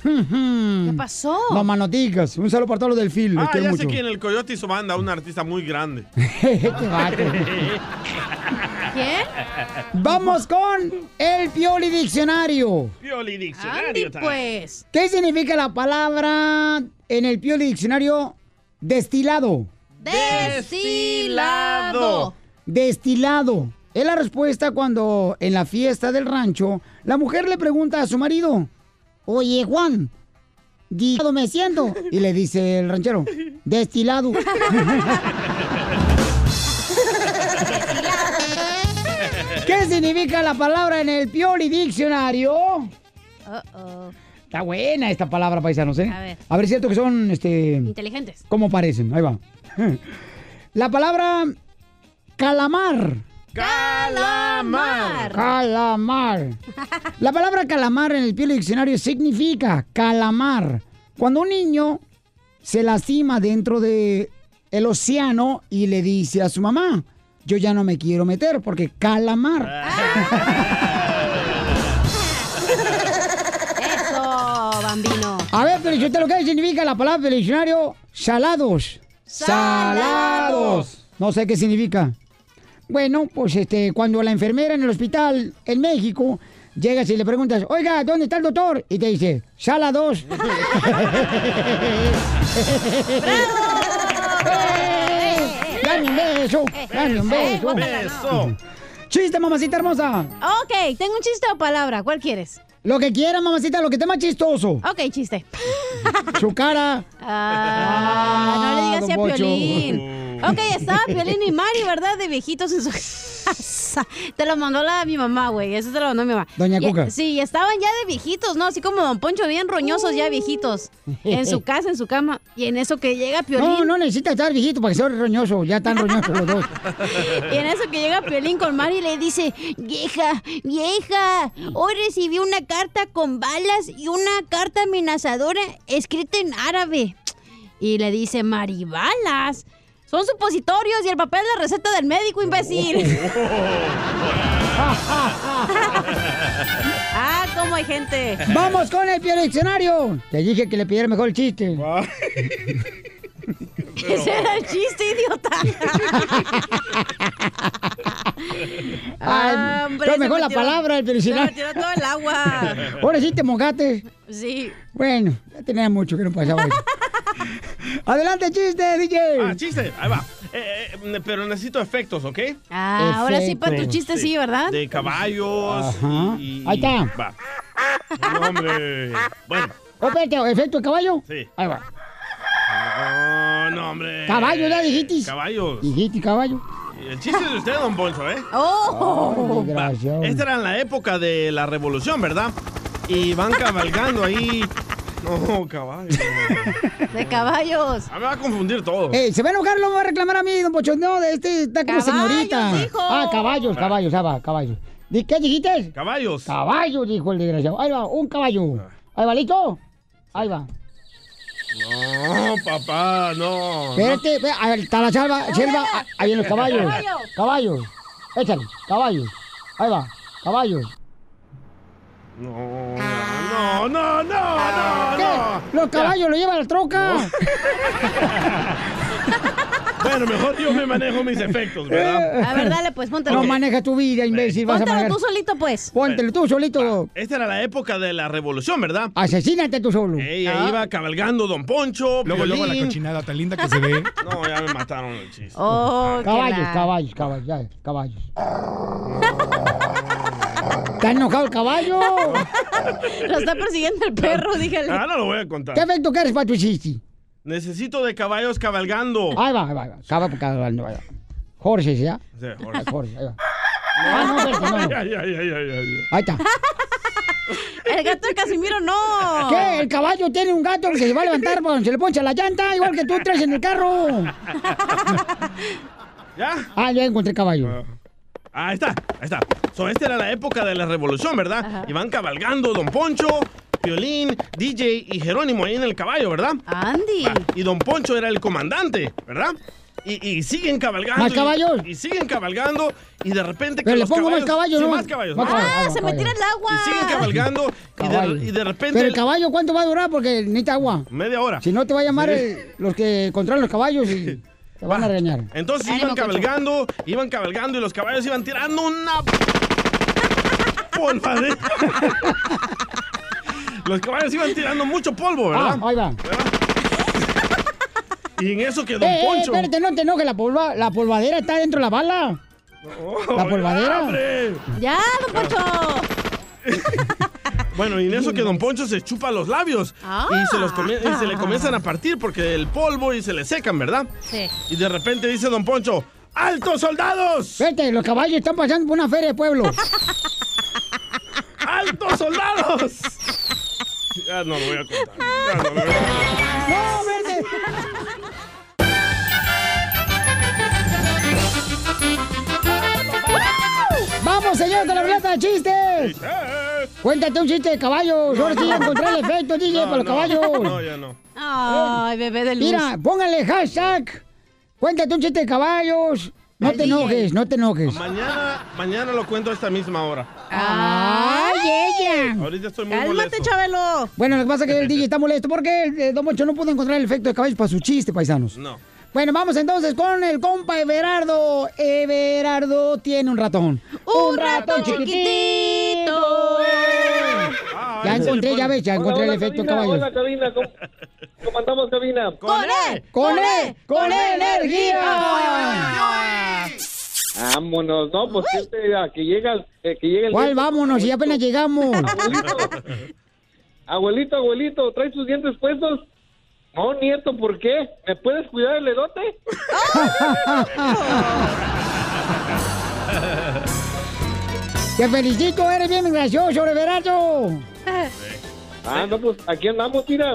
[SPEAKER 1] ¿Qué
[SPEAKER 10] pasó?
[SPEAKER 1] No más no digas. Un saludo para todos los del FIL. los
[SPEAKER 2] Ah,
[SPEAKER 1] quiero
[SPEAKER 2] ya
[SPEAKER 1] mucho.
[SPEAKER 2] sé quién, el Coyote y su banda, un artista muy
[SPEAKER 1] [LAUGHS]
[SPEAKER 2] grande.
[SPEAKER 1] Qué vato.
[SPEAKER 10] [LAUGHS] ¿Quién?
[SPEAKER 1] Vamos con el Pioli Diccionario.
[SPEAKER 2] Pioli Diccionario.
[SPEAKER 10] Andy,
[SPEAKER 2] time.
[SPEAKER 10] pues.
[SPEAKER 1] ¿Qué significa la palabra en el Pioli Diccionario? Destilado.
[SPEAKER 10] Destilado.
[SPEAKER 1] Destilado. Es la respuesta cuando en la fiesta del rancho la mujer le pregunta a su marido, oye Juan, ¿destilado me siento? Y le dice el ranchero,
[SPEAKER 10] [LAUGHS]
[SPEAKER 1] destilado. ¿Qué significa la palabra en el Pioli Diccionario?
[SPEAKER 10] Uh-oh.
[SPEAKER 1] Está buena esta palabra, paisanos, ¿eh?
[SPEAKER 10] A ver.
[SPEAKER 1] A ver, es cierto que son, este...
[SPEAKER 10] Inteligentes.
[SPEAKER 1] ¿Cómo parecen? Ahí va. [LAUGHS] La palabra calamar.
[SPEAKER 10] Calamar.
[SPEAKER 1] Calamar. La palabra calamar en el Pioli Diccionario significa calamar. Cuando un niño se lastima dentro de el océano y le dice a su mamá, yo ya no me quiero meter porque calamar.
[SPEAKER 10] Eso, bambino.
[SPEAKER 1] A ver, pero yo te lo que significa la palabra del diccionario, salados.
[SPEAKER 10] Salados.
[SPEAKER 1] No sé qué significa. Bueno, pues este, cuando la enfermera en el hospital en México llegas y le preguntas, oiga, ¿dónde está el doctor? Y te dice, sala
[SPEAKER 10] [LAUGHS]
[SPEAKER 1] 2.
[SPEAKER 10] [LAUGHS]
[SPEAKER 1] Dame un beso, dame un beso.
[SPEAKER 10] Beso.
[SPEAKER 1] Chiste, mamacita hermosa.
[SPEAKER 10] Ok, tengo un chiste o palabra. ¿Cuál quieres?
[SPEAKER 1] Lo que quiera, mamacita, lo que esté más chistoso.
[SPEAKER 10] Ok, chiste.
[SPEAKER 1] Su cara.
[SPEAKER 10] Ah, no le digas
[SPEAKER 1] don
[SPEAKER 10] así a
[SPEAKER 1] Pocho. [LAUGHS]
[SPEAKER 10] Piolín. Ok, estaba Piolín y Mari, ¿verdad? De viejitos en su casa. Te lo mandó la mi mamá, güey. Eso te lo mandó mi mamá.
[SPEAKER 1] Doña
[SPEAKER 10] Y-
[SPEAKER 1] Cuca.
[SPEAKER 10] sí, estaban ya de viejitos, ¿no? Así como Don Poncho, bien roñosos ya viejitos.
[SPEAKER 1] [LAUGHS]
[SPEAKER 10] En su casa, en su cama. Y en eso que llega Piolín.
[SPEAKER 1] No, no necesita estar viejito para que sea roñoso. Ya están roñosos los dos.
[SPEAKER 10] Y en eso que llega Piolín con Mari y le dice, vieja, vieja, hoy recibí una carta con balas y una carta amenazadora escrita en árabe. Y le dice, Mari, balas. Son supositorios y el papel es la receta del médico, imbécil. ah, cómo hay gente.
[SPEAKER 1] [LAUGHS] ¡Vamos con el Piolín diccionario! Te dije que le pidiera mejor el
[SPEAKER 2] [LAUGHS]
[SPEAKER 1] chiste.
[SPEAKER 10] [LAUGHS] Ese era el chiste, idiota.
[SPEAKER 1] Ay,
[SPEAKER 10] hombre,
[SPEAKER 1] pero
[SPEAKER 10] se
[SPEAKER 1] mejor
[SPEAKER 10] me
[SPEAKER 1] la
[SPEAKER 10] tiró-
[SPEAKER 1] palabra del
[SPEAKER 10] Se
[SPEAKER 1] diccionario.
[SPEAKER 10] me tiró todo el agua.
[SPEAKER 1] [LAUGHS] Ahora sí te mojaste.
[SPEAKER 10] Sí.
[SPEAKER 1] Bueno, ya tenía mucho que no pasaba
[SPEAKER 10] [LAUGHS]
[SPEAKER 1] eso. Adelante, chiste, DJ.
[SPEAKER 2] Ah, chiste, ahí va. Eh, eh, ne- pero necesito efectos, ¿ok?
[SPEAKER 10] Ah, ahora sí para tu
[SPEAKER 2] Efectos.
[SPEAKER 10] chiste sí, ¿Ah? ¿verdad?
[SPEAKER 2] De caballos.
[SPEAKER 1] Ajá.
[SPEAKER 2] y-
[SPEAKER 1] Ahí está.
[SPEAKER 2] Va. No, hombre. Bueno.
[SPEAKER 1] Oh, espérate, efecto de caballo.
[SPEAKER 2] Sí.
[SPEAKER 1] Ahí va.
[SPEAKER 2] No, no, hombre.
[SPEAKER 1] Caballo, ya dijiste.
[SPEAKER 2] Caballos.
[SPEAKER 1] Dijiste caballo.
[SPEAKER 2] El chiste es de usted, don Poncho, ¿eh?
[SPEAKER 10] ¡Oh!
[SPEAKER 2] Va. Esta era en la época de la revolución, ¿verdad? Y van cabalgando ahí. No, caballo.
[SPEAKER 10] De caballos.
[SPEAKER 2] Ah, me va a confundir todo.
[SPEAKER 1] Eh, se va a enojar, lo va a reclamar a mí, don Pocho. No, de este está como
[SPEAKER 2] Caballos,
[SPEAKER 1] señorita.
[SPEAKER 2] dijo.
[SPEAKER 1] Ah, caballos,
[SPEAKER 2] Va.
[SPEAKER 1] caballos, ahí va, caballos. ¿Di- ¿Qué dijiste?
[SPEAKER 2] Caballos.
[SPEAKER 1] Caballos, dijo el desgraciado. Ahí va, un caballo. Ahí va, ¿listo? Ahí va.
[SPEAKER 2] No, papá, no.
[SPEAKER 1] Espérate, ve, ahí está la selva, selva, ah, ahí vienen los caballos.
[SPEAKER 2] Caballo.
[SPEAKER 1] Caballos. Échale, caballos. Ahí va, caballos.
[SPEAKER 2] No, no, no, no, no. no.
[SPEAKER 1] Los caballos lo lleva la troca.
[SPEAKER 2] Bueno, mejor yo me manejo mis efectos, ¿verdad?
[SPEAKER 10] A ver, dale, pues póntelo.
[SPEAKER 1] Eh. No maneja tu vida, imbécil. Vas a
[SPEAKER 10] Póntelo
[SPEAKER 1] manejar.
[SPEAKER 10] tú solito, pues.
[SPEAKER 1] Póntelo tú solito.
[SPEAKER 2] Esta era la época de la revolución, ¿verdad?
[SPEAKER 1] Asesínate tú solo. Ah.
[SPEAKER 2] Ey, ahí iba cabalgando Don Poncho.
[SPEAKER 16] Luego, luego la
[SPEAKER 2] cochinada tan linda
[SPEAKER 16] que se ve.
[SPEAKER 2] [LAUGHS] No, ya me mataron el chiste.
[SPEAKER 10] Oh,
[SPEAKER 1] Oh, caballos, caballos, caballos, ya, caballos. ¿Está enojado el caballo?
[SPEAKER 10] Lo está persiguiendo el perro, dígale.
[SPEAKER 2] Ah, no lo voy a contar.
[SPEAKER 1] ¿Qué efecto quieres para tu chiste?
[SPEAKER 2] Necesito de caballos cabalgando.
[SPEAKER 1] Ahí va, ahí va, ahí va. Caballo, caballo, ahí va. Jorge, ¿ya?
[SPEAKER 2] Sí,
[SPEAKER 1] Ah, Jorge, ahí va.
[SPEAKER 2] Ah,
[SPEAKER 1] no, espérate,
[SPEAKER 2] [LAUGHS]
[SPEAKER 1] no, no.
[SPEAKER 2] Ay, ay, ay, ay, ay.
[SPEAKER 1] Ahí está.
[SPEAKER 10] El gato de Casimiro, no.
[SPEAKER 1] ¿Qué? El caballo tiene un gato que se va a levantar cuando se le poncha la llanta, igual que tú traes en el carro.
[SPEAKER 2] ¿Ya?
[SPEAKER 1] Ah, ya encontré el caballo.
[SPEAKER 2] Ah, Ahí está, ahí está. So, esta era la época de la revolución, ¿verdad? Y van cabalgando Don Poncho, Violín, DJ y Jerónimo ahí en el caballo, ¿verdad? Ah,
[SPEAKER 10] Andy.
[SPEAKER 2] Y Don Poncho era el comandante, ¿verdad? Y, y siguen cabalgando.
[SPEAKER 1] ¿Más
[SPEAKER 2] y-
[SPEAKER 1] caballos?
[SPEAKER 2] Y, siguen cabalgando y de repente...
[SPEAKER 1] Pero le pongo más caballos,
[SPEAKER 2] Sí,
[SPEAKER 1] ¿no?
[SPEAKER 2] más caballos.
[SPEAKER 1] Más caballos, Ah, ahí va, se me
[SPEAKER 2] me
[SPEAKER 1] caballos. tira el agua.
[SPEAKER 2] Y siguen cabalgando y de,
[SPEAKER 1] Caballo.
[SPEAKER 2] y de repente...
[SPEAKER 1] Pero el caballo, ¿cuánto va a durar? Porque necesita agua.
[SPEAKER 2] Media hora.
[SPEAKER 1] Si no, te va a llamar
[SPEAKER 2] Sí.
[SPEAKER 1] el- los que controlan los caballos
[SPEAKER 2] [LAUGHS]
[SPEAKER 1] y te van a regañar.
[SPEAKER 2] Entonces iban cabalgando, iban cabalgando y los caballos iban tirando una polva de... [LAUGHS] Los caballos iban tirando mucho polvo, ¿verdad?
[SPEAKER 1] Ah, ahí va.
[SPEAKER 2] Y en eso que Don
[SPEAKER 1] Eh, eh,
[SPEAKER 2] Poncho.
[SPEAKER 1] espérate, no te enojes, la, polva- la polvadera está dentro de la bala.
[SPEAKER 2] Oh,
[SPEAKER 1] la polvadera.
[SPEAKER 10] Ya, don Poncho.
[SPEAKER 2] Bueno, y en eso que Don Poncho se chupa los labios
[SPEAKER 10] Ah.
[SPEAKER 2] y, se los come- y se
[SPEAKER 1] Ah.
[SPEAKER 2] le comienzan a partir porque el polvo y se le secan, ¿verdad?
[SPEAKER 10] Sí.
[SPEAKER 2] Y de repente dice Don Poncho, ¡Altos soldados!
[SPEAKER 1] Vete, los caballos están pasando por una feria de
[SPEAKER 2] [LAUGHS]
[SPEAKER 1] pueblo.
[SPEAKER 2] ¡Altos soldados! [LAUGHS] Ya no lo voy a contar. ya no lo voy a contar.
[SPEAKER 1] ¡No, vete! ¡Vamos, señor, de la ruleta de chistes! Cuéntate un chiste de caballos. Ahora sí encontré el efecto, DJ, para los
[SPEAKER 2] eh. no,
[SPEAKER 1] caballos.
[SPEAKER 2] No, ya no.
[SPEAKER 10] Ay, bebé de luz.
[SPEAKER 1] Mira, póngale hashtag. Cuéntate un chiste de caballos. No te enojes, no te enojes.
[SPEAKER 2] Mañana, mañana lo cuento a esta misma hora.
[SPEAKER 1] ¡Ay, ella!
[SPEAKER 2] Ahorita estoy muy molesto.
[SPEAKER 1] Chabelo! Bueno, lo que pasa es que el DJ está molesto porque el, eh, Don Moncho no pudo encontrar el efecto de caballo para su chiste, paisanos.
[SPEAKER 2] No.
[SPEAKER 1] Bueno, vamos entonces con el compa Everardo. Everardo tiene un ratón. ¡Un, ratón, chiquitito! eh. Ya encontré, ya ves, ya
[SPEAKER 9] Hola,
[SPEAKER 1] encontré
[SPEAKER 9] hola,
[SPEAKER 1] el efecto
[SPEAKER 9] cabina,
[SPEAKER 1] caballo.
[SPEAKER 9] Hola, cabina, ¿cómo, cómo andamos, cabina?
[SPEAKER 1] ¡Con E! ¡Con E! ¡Con E energía!
[SPEAKER 9] Vámonos, no, pues este, a que llega, el- eh, que llega el...
[SPEAKER 1] ¿Cuál vámonos? Si apenas
[SPEAKER 9] [LAUGHS]
[SPEAKER 1] llegamos.
[SPEAKER 9] Abuelito, abuelito, ¿traes tus dientes puestos? No, nieto, ¿por qué? ¿Me puedes cuidar
[SPEAKER 1] [LAUGHS]
[SPEAKER 9] el elote?
[SPEAKER 1] ¡Te felicito! ¡Eres bien gracioso, Everardo!
[SPEAKER 9] Ah, no, pues aquí andamos, mira.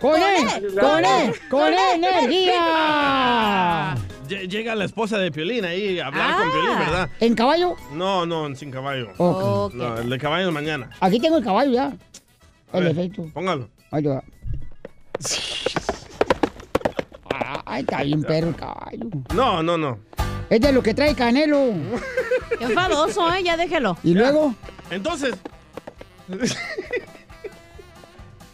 [SPEAKER 1] ¡Con E! ¡Con E! ¡Con E energía! Ah.
[SPEAKER 2] Lle- Llega la esposa de Piolín ahí a hablar con Piolín, ¿verdad?
[SPEAKER 1] ¿En caballo?
[SPEAKER 2] No, no, sin caballo.
[SPEAKER 1] Ok.
[SPEAKER 2] No, el de caballo es mañana.
[SPEAKER 1] Aquí tengo el caballo ya.
[SPEAKER 2] A
[SPEAKER 1] El
[SPEAKER 2] ver,
[SPEAKER 1] efecto.
[SPEAKER 2] Póngalo.
[SPEAKER 1] Ahí te va. [LAUGHS] Ay, está bien perro el caballo.
[SPEAKER 2] No, no, no.
[SPEAKER 1] Es de lo que trae Canelo.
[SPEAKER 10] Qué enfadoso, ¿eh? Ya déjelo.
[SPEAKER 1] Y luego,
[SPEAKER 2] Entonces.
[SPEAKER 1] [LAUGHS]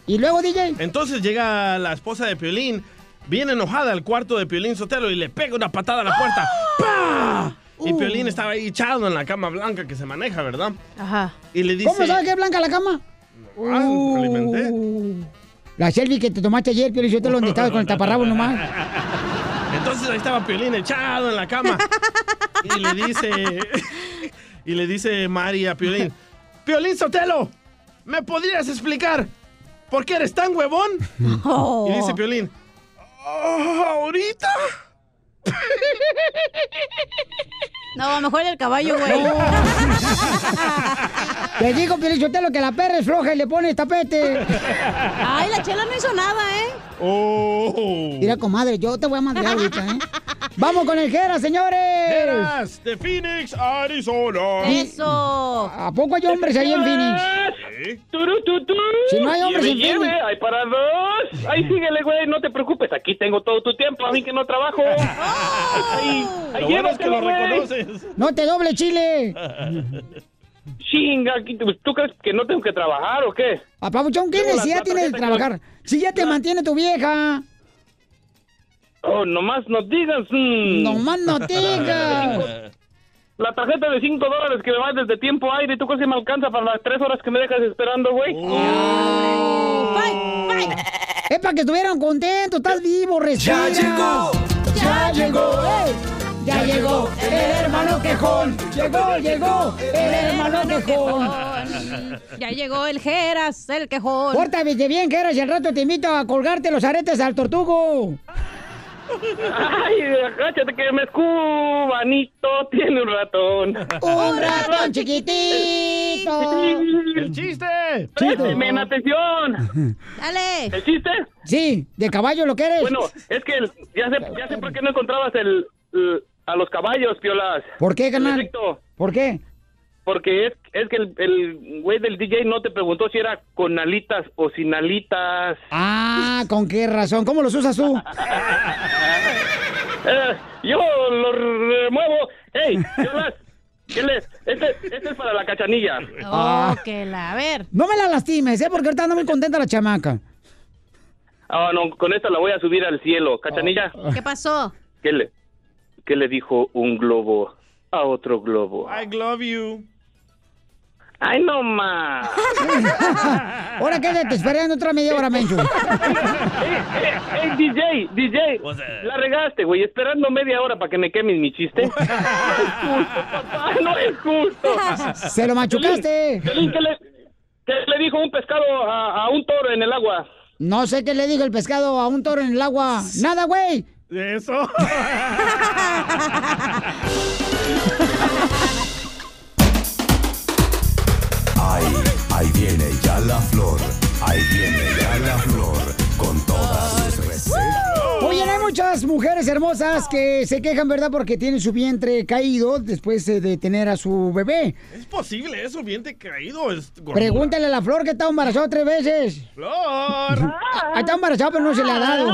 [SPEAKER 1] ¿Y luego, DJ?
[SPEAKER 2] Entonces llega la esposa de Piolín, bien enojada al cuarto de Piolín Sotelo y le pega una patada a la puerta. ¡Pah! Y
[SPEAKER 1] ¡Ah! Uh.
[SPEAKER 2] Piolín estaba ahí echado en la cama blanca que se maneja, ¿verdad?
[SPEAKER 10] Ajá.
[SPEAKER 2] Y le dice...
[SPEAKER 1] ¿cómo sabes que es blanca la cama?
[SPEAKER 2] Ah, me alimenté.
[SPEAKER 1] La selfie que te tomaste ayer, pero
[SPEAKER 2] [LAUGHS]
[SPEAKER 1] yo te lo donde estabas con el taparrabo nomás.
[SPEAKER 2] Entonces ahí estaba Piolín echado en
[SPEAKER 1] [LAUGHS]
[SPEAKER 2] la cama. Y le dice. Y le dice Mari a Piolín: Piolín Sotelo, ¿me podrías explicar por qué eres tan huevón? Y dice Piolín: "Oh, ¿Ahorita?
[SPEAKER 10] No, mejor el caballo, güey.
[SPEAKER 1] Te digo, Pelichotelo, que la perra es floja y le pone tapete.
[SPEAKER 10] Ay, la chela no hizo nada, ¿eh?
[SPEAKER 2] Oh.
[SPEAKER 1] Mira, comadre, yo te voy a mandar ahorita, ¿eh? ¡Vamos con el Jera, señores!
[SPEAKER 2] Eras de Phoenix, Arizona.
[SPEAKER 1] Y-
[SPEAKER 10] ¡Eso!
[SPEAKER 1] ¿A poco hay hombres ahí en Phoenix? Si
[SPEAKER 9] [LAUGHS]
[SPEAKER 1] no hay hombres en
[SPEAKER 9] Lleve, lleve,
[SPEAKER 1] Phoenix.
[SPEAKER 9] hay para dos. Ahí síguele, güey, no te preocupes. Aquí tengo todo tu tiempo, a mí que
[SPEAKER 1] [LAUGHS]
[SPEAKER 9] no trabajo. Ahí, ahí
[SPEAKER 2] Lo bueno es que lo
[SPEAKER 9] llévatelo, güey.
[SPEAKER 2] reconoces.
[SPEAKER 1] ¡No te doble, Chile!
[SPEAKER 9] [LAUGHS] Chinga, aquí te- pues, ¿tú crees que no tengo que trabajar o qué?
[SPEAKER 1] A Pabuchón, ¿qué
[SPEAKER 9] Tengo la-
[SPEAKER 1] necesidad
[SPEAKER 9] la
[SPEAKER 1] tienes de
[SPEAKER 9] tarjeta que-
[SPEAKER 1] trabajar? Si ya te mantiene tu vieja.
[SPEAKER 9] Oh, nomás nos digas. mm.
[SPEAKER 1] Nomás
[SPEAKER 9] [LAUGHS]
[SPEAKER 1] no digas.
[SPEAKER 9] La tarjeta de 5 dólares que me va desde tiempo aire, ¿tú crees que me alcanza para las 3 horas que me dejas esperando, güey?
[SPEAKER 1] Oh. Es para que estuvieran contentos, estás vivo, respira.
[SPEAKER 9] llegó,
[SPEAKER 1] ya llegó, ey. Ya llegó el hermano quejón. Llegó, llegó el hermano quejón.
[SPEAKER 10] [LAUGHS] Ya llegó el Geras, el quejón.
[SPEAKER 1] Pórtate bien, que eres, y al rato te invito a colgarte los aretes al tortugo.
[SPEAKER 9] [LAUGHS] Ay, agáchate que me escubanito, tiene un ratón.
[SPEAKER 1] Un ratón chiquitito.
[SPEAKER 2] ¡El chiste!
[SPEAKER 9] Présteme atención.
[SPEAKER 10] Dale.
[SPEAKER 9] ¿El chiste?
[SPEAKER 1] Sí, de caballo lo que eres.
[SPEAKER 9] Bueno, es que el- ya sé, ya sé por qué no encontrabas el, el- a los caballos, piolas.
[SPEAKER 1] ¿Por qué, carnal?
[SPEAKER 9] Perfecto.
[SPEAKER 1] ¿Por qué?
[SPEAKER 9] Porque es, es que el, el güey del DJ no te preguntó si era con alitas o sin alitas.
[SPEAKER 1] Ah, ¿con qué razón? ¿Cómo los usas
[SPEAKER 10] [LAUGHS]
[SPEAKER 1] tú?
[SPEAKER 9] Eh, yo lo remuevo. ¡Ey, piolas! ¿Qué les- Este, este es para la cachanilla.
[SPEAKER 10] Oh, que la, a ver.
[SPEAKER 1] Ah. No me la lastimes, ¿eh? Porque ahorita anda muy contenta la chamaca.
[SPEAKER 9] Ah, no, con esta la voy a subir al cielo. Cachanilla,
[SPEAKER 1] Ah.
[SPEAKER 10] ¿Qué pasó?
[SPEAKER 9] ¿qué le, qué le dijo un globo a otro globo?
[SPEAKER 2] I love you.
[SPEAKER 9] ¡Ay, no más!
[SPEAKER 1] [LAUGHS] Ahora quédate esperando otra media hora, mencho.
[SPEAKER 9] ¡Ey, DJ! DJ, la regaste, güey, esperando media hora para que me quemes mi chiste. No es justo, papá, no es justo.
[SPEAKER 1] Se lo machucaste.
[SPEAKER 9] Piolín, ¿qué le, qué le dijo un pescado a, a un toro en el agua?
[SPEAKER 1] No sé qué le dijo el pescado a un toro en el agua. Nada, güey.
[SPEAKER 2] Eso.
[SPEAKER 6] Ahí, ahí viene ya la flor. Ahí viene ya la flor. Con todas sus recetas.
[SPEAKER 1] Oye, hay muchas mujeres hermosas que se quejan, ¿verdad? Porque tienen su vientre caído después eh, de tener a su bebé.
[SPEAKER 2] ¿Es posible eso? ¿Bien te caído? Es gordura.
[SPEAKER 1] Pregúntale a la flor que está embarazada tres veces.
[SPEAKER 2] Flor. [LAUGHS]
[SPEAKER 1] Ah, Está embarazada, pero no se le ha dado.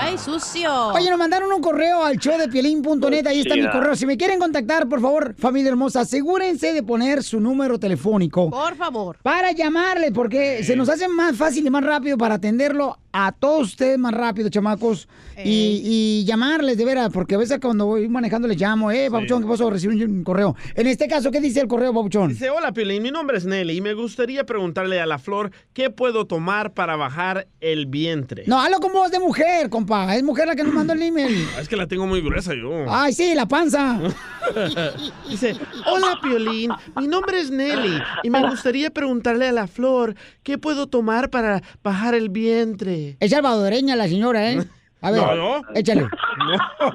[SPEAKER 10] Ay, sucio.
[SPEAKER 2] Oh.
[SPEAKER 1] Oye, nos mandaron un correo al show de pielín.net. Ahí está mi
[SPEAKER 10] Chida.
[SPEAKER 1] correo. Si me quieren contactar, por favor, familia hermosa, asegúrense de poner su número telefónico.
[SPEAKER 10] Por favor.
[SPEAKER 1] Para llamarle, porque se nos hace más fácil y más rápido para atenderlo a todos ustedes más rápido, chamacos.
[SPEAKER 2] Eh.
[SPEAKER 1] Y, y llamarles, de veras, porque a veces cuando voy manejando les llamo, eh, Pabuchón, ¿qué pasó? Recibí un, un correo. En este caso, ¿qué dice el correo, Pabuchón?
[SPEAKER 2] Dice, hola Piolín, mi nombre es Nelly y me gustaría preguntarle a la flor qué puedo tomar para bajar el vientre.
[SPEAKER 1] No, hazlo con voz de mujer, compa. Es mujer la que nos mandó el
[SPEAKER 2] [LAUGHS]
[SPEAKER 1] email.
[SPEAKER 2] Ah, Es que la tengo muy gruesa yo.
[SPEAKER 1] Ay, sí, la panza.
[SPEAKER 2] [LAUGHS] Dice, hola Piolín, mi nombre es Nelly y me gustaría preguntarle a la flor qué puedo tomar para bajar el vientre.
[SPEAKER 1] Es salvadoreña la señora, ¿eh? A ver,
[SPEAKER 2] No, no.
[SPEAKER 1] échale.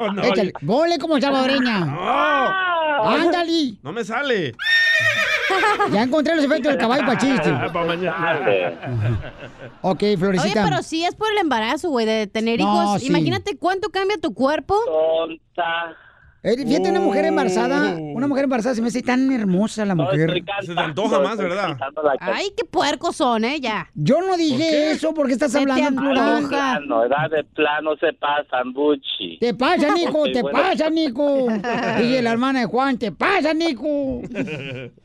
[SPEAKER 2] No, no.
[SPEAKER 1] Échale. Vole como
[SPEAKER 10] Ah.
[SPEAKER 1] salvadoreña. Ah,
[SPEAKER 2] No.
[SPEAKER 1] Ándale.
[SPEAKER 2] No me sale.
[SPEAKER 1] Ya encontré los efectos del caballo para
[SPEAKER 10] [LAUGHS]
[SPEAKER 1] chiste.
[SPEAKER 2] Ah, pa' mañana.
[SPEAKER 1] Ok,
[SPEAKER 10] Oye,
[SPEAKER 1] Florecita.
[SPEAKER 10] pero si es por el embarazo, güey, de tener
[SPEAKER 1] No,
[SPEAKER 10] hijos.
[SPEAKER 1] sí.
[SPEAKER 10] Imagínate cuánto cambia tu cuerpo.
[SPEAKER 1] Eh, Fíjate, una mujer embarazada,
[SPEAKER 10] Oh.
[SPEAKER 1] una mujer embarazada se me hace tan hermosa la mujer.
[SPEAKER 2] Se te antoja más, ¿verdad?
[SPEAKER 10] Ay, qué puercos son, ¿eh? Ya.
[SPEAKER 1] Yo no dije
[SPEAKER 10] ¿Por qué?
[SPEAKER 1] eso porque estás
[SPEAKER 10] Se te
[SPEAKER 1] hablando en plural.
[SPEAKER 10] antoja.
[SPEAKER 16] No, edad de plano se pasan, Buchi.
[SPEAKER 1] Te
[SPEAKER 10] [LAUGHS]
[SPEAKER 1] pasa, Nico,
[SPEAKER 16] Sí,
[SPEAKER 1] te
[SPEAKER 16] bueno.
[SPEAKER 1] pasa, Nico. Dije la hermana de Juan, te pasa, Nico.
[SPEAKER 16] [LAUGHS]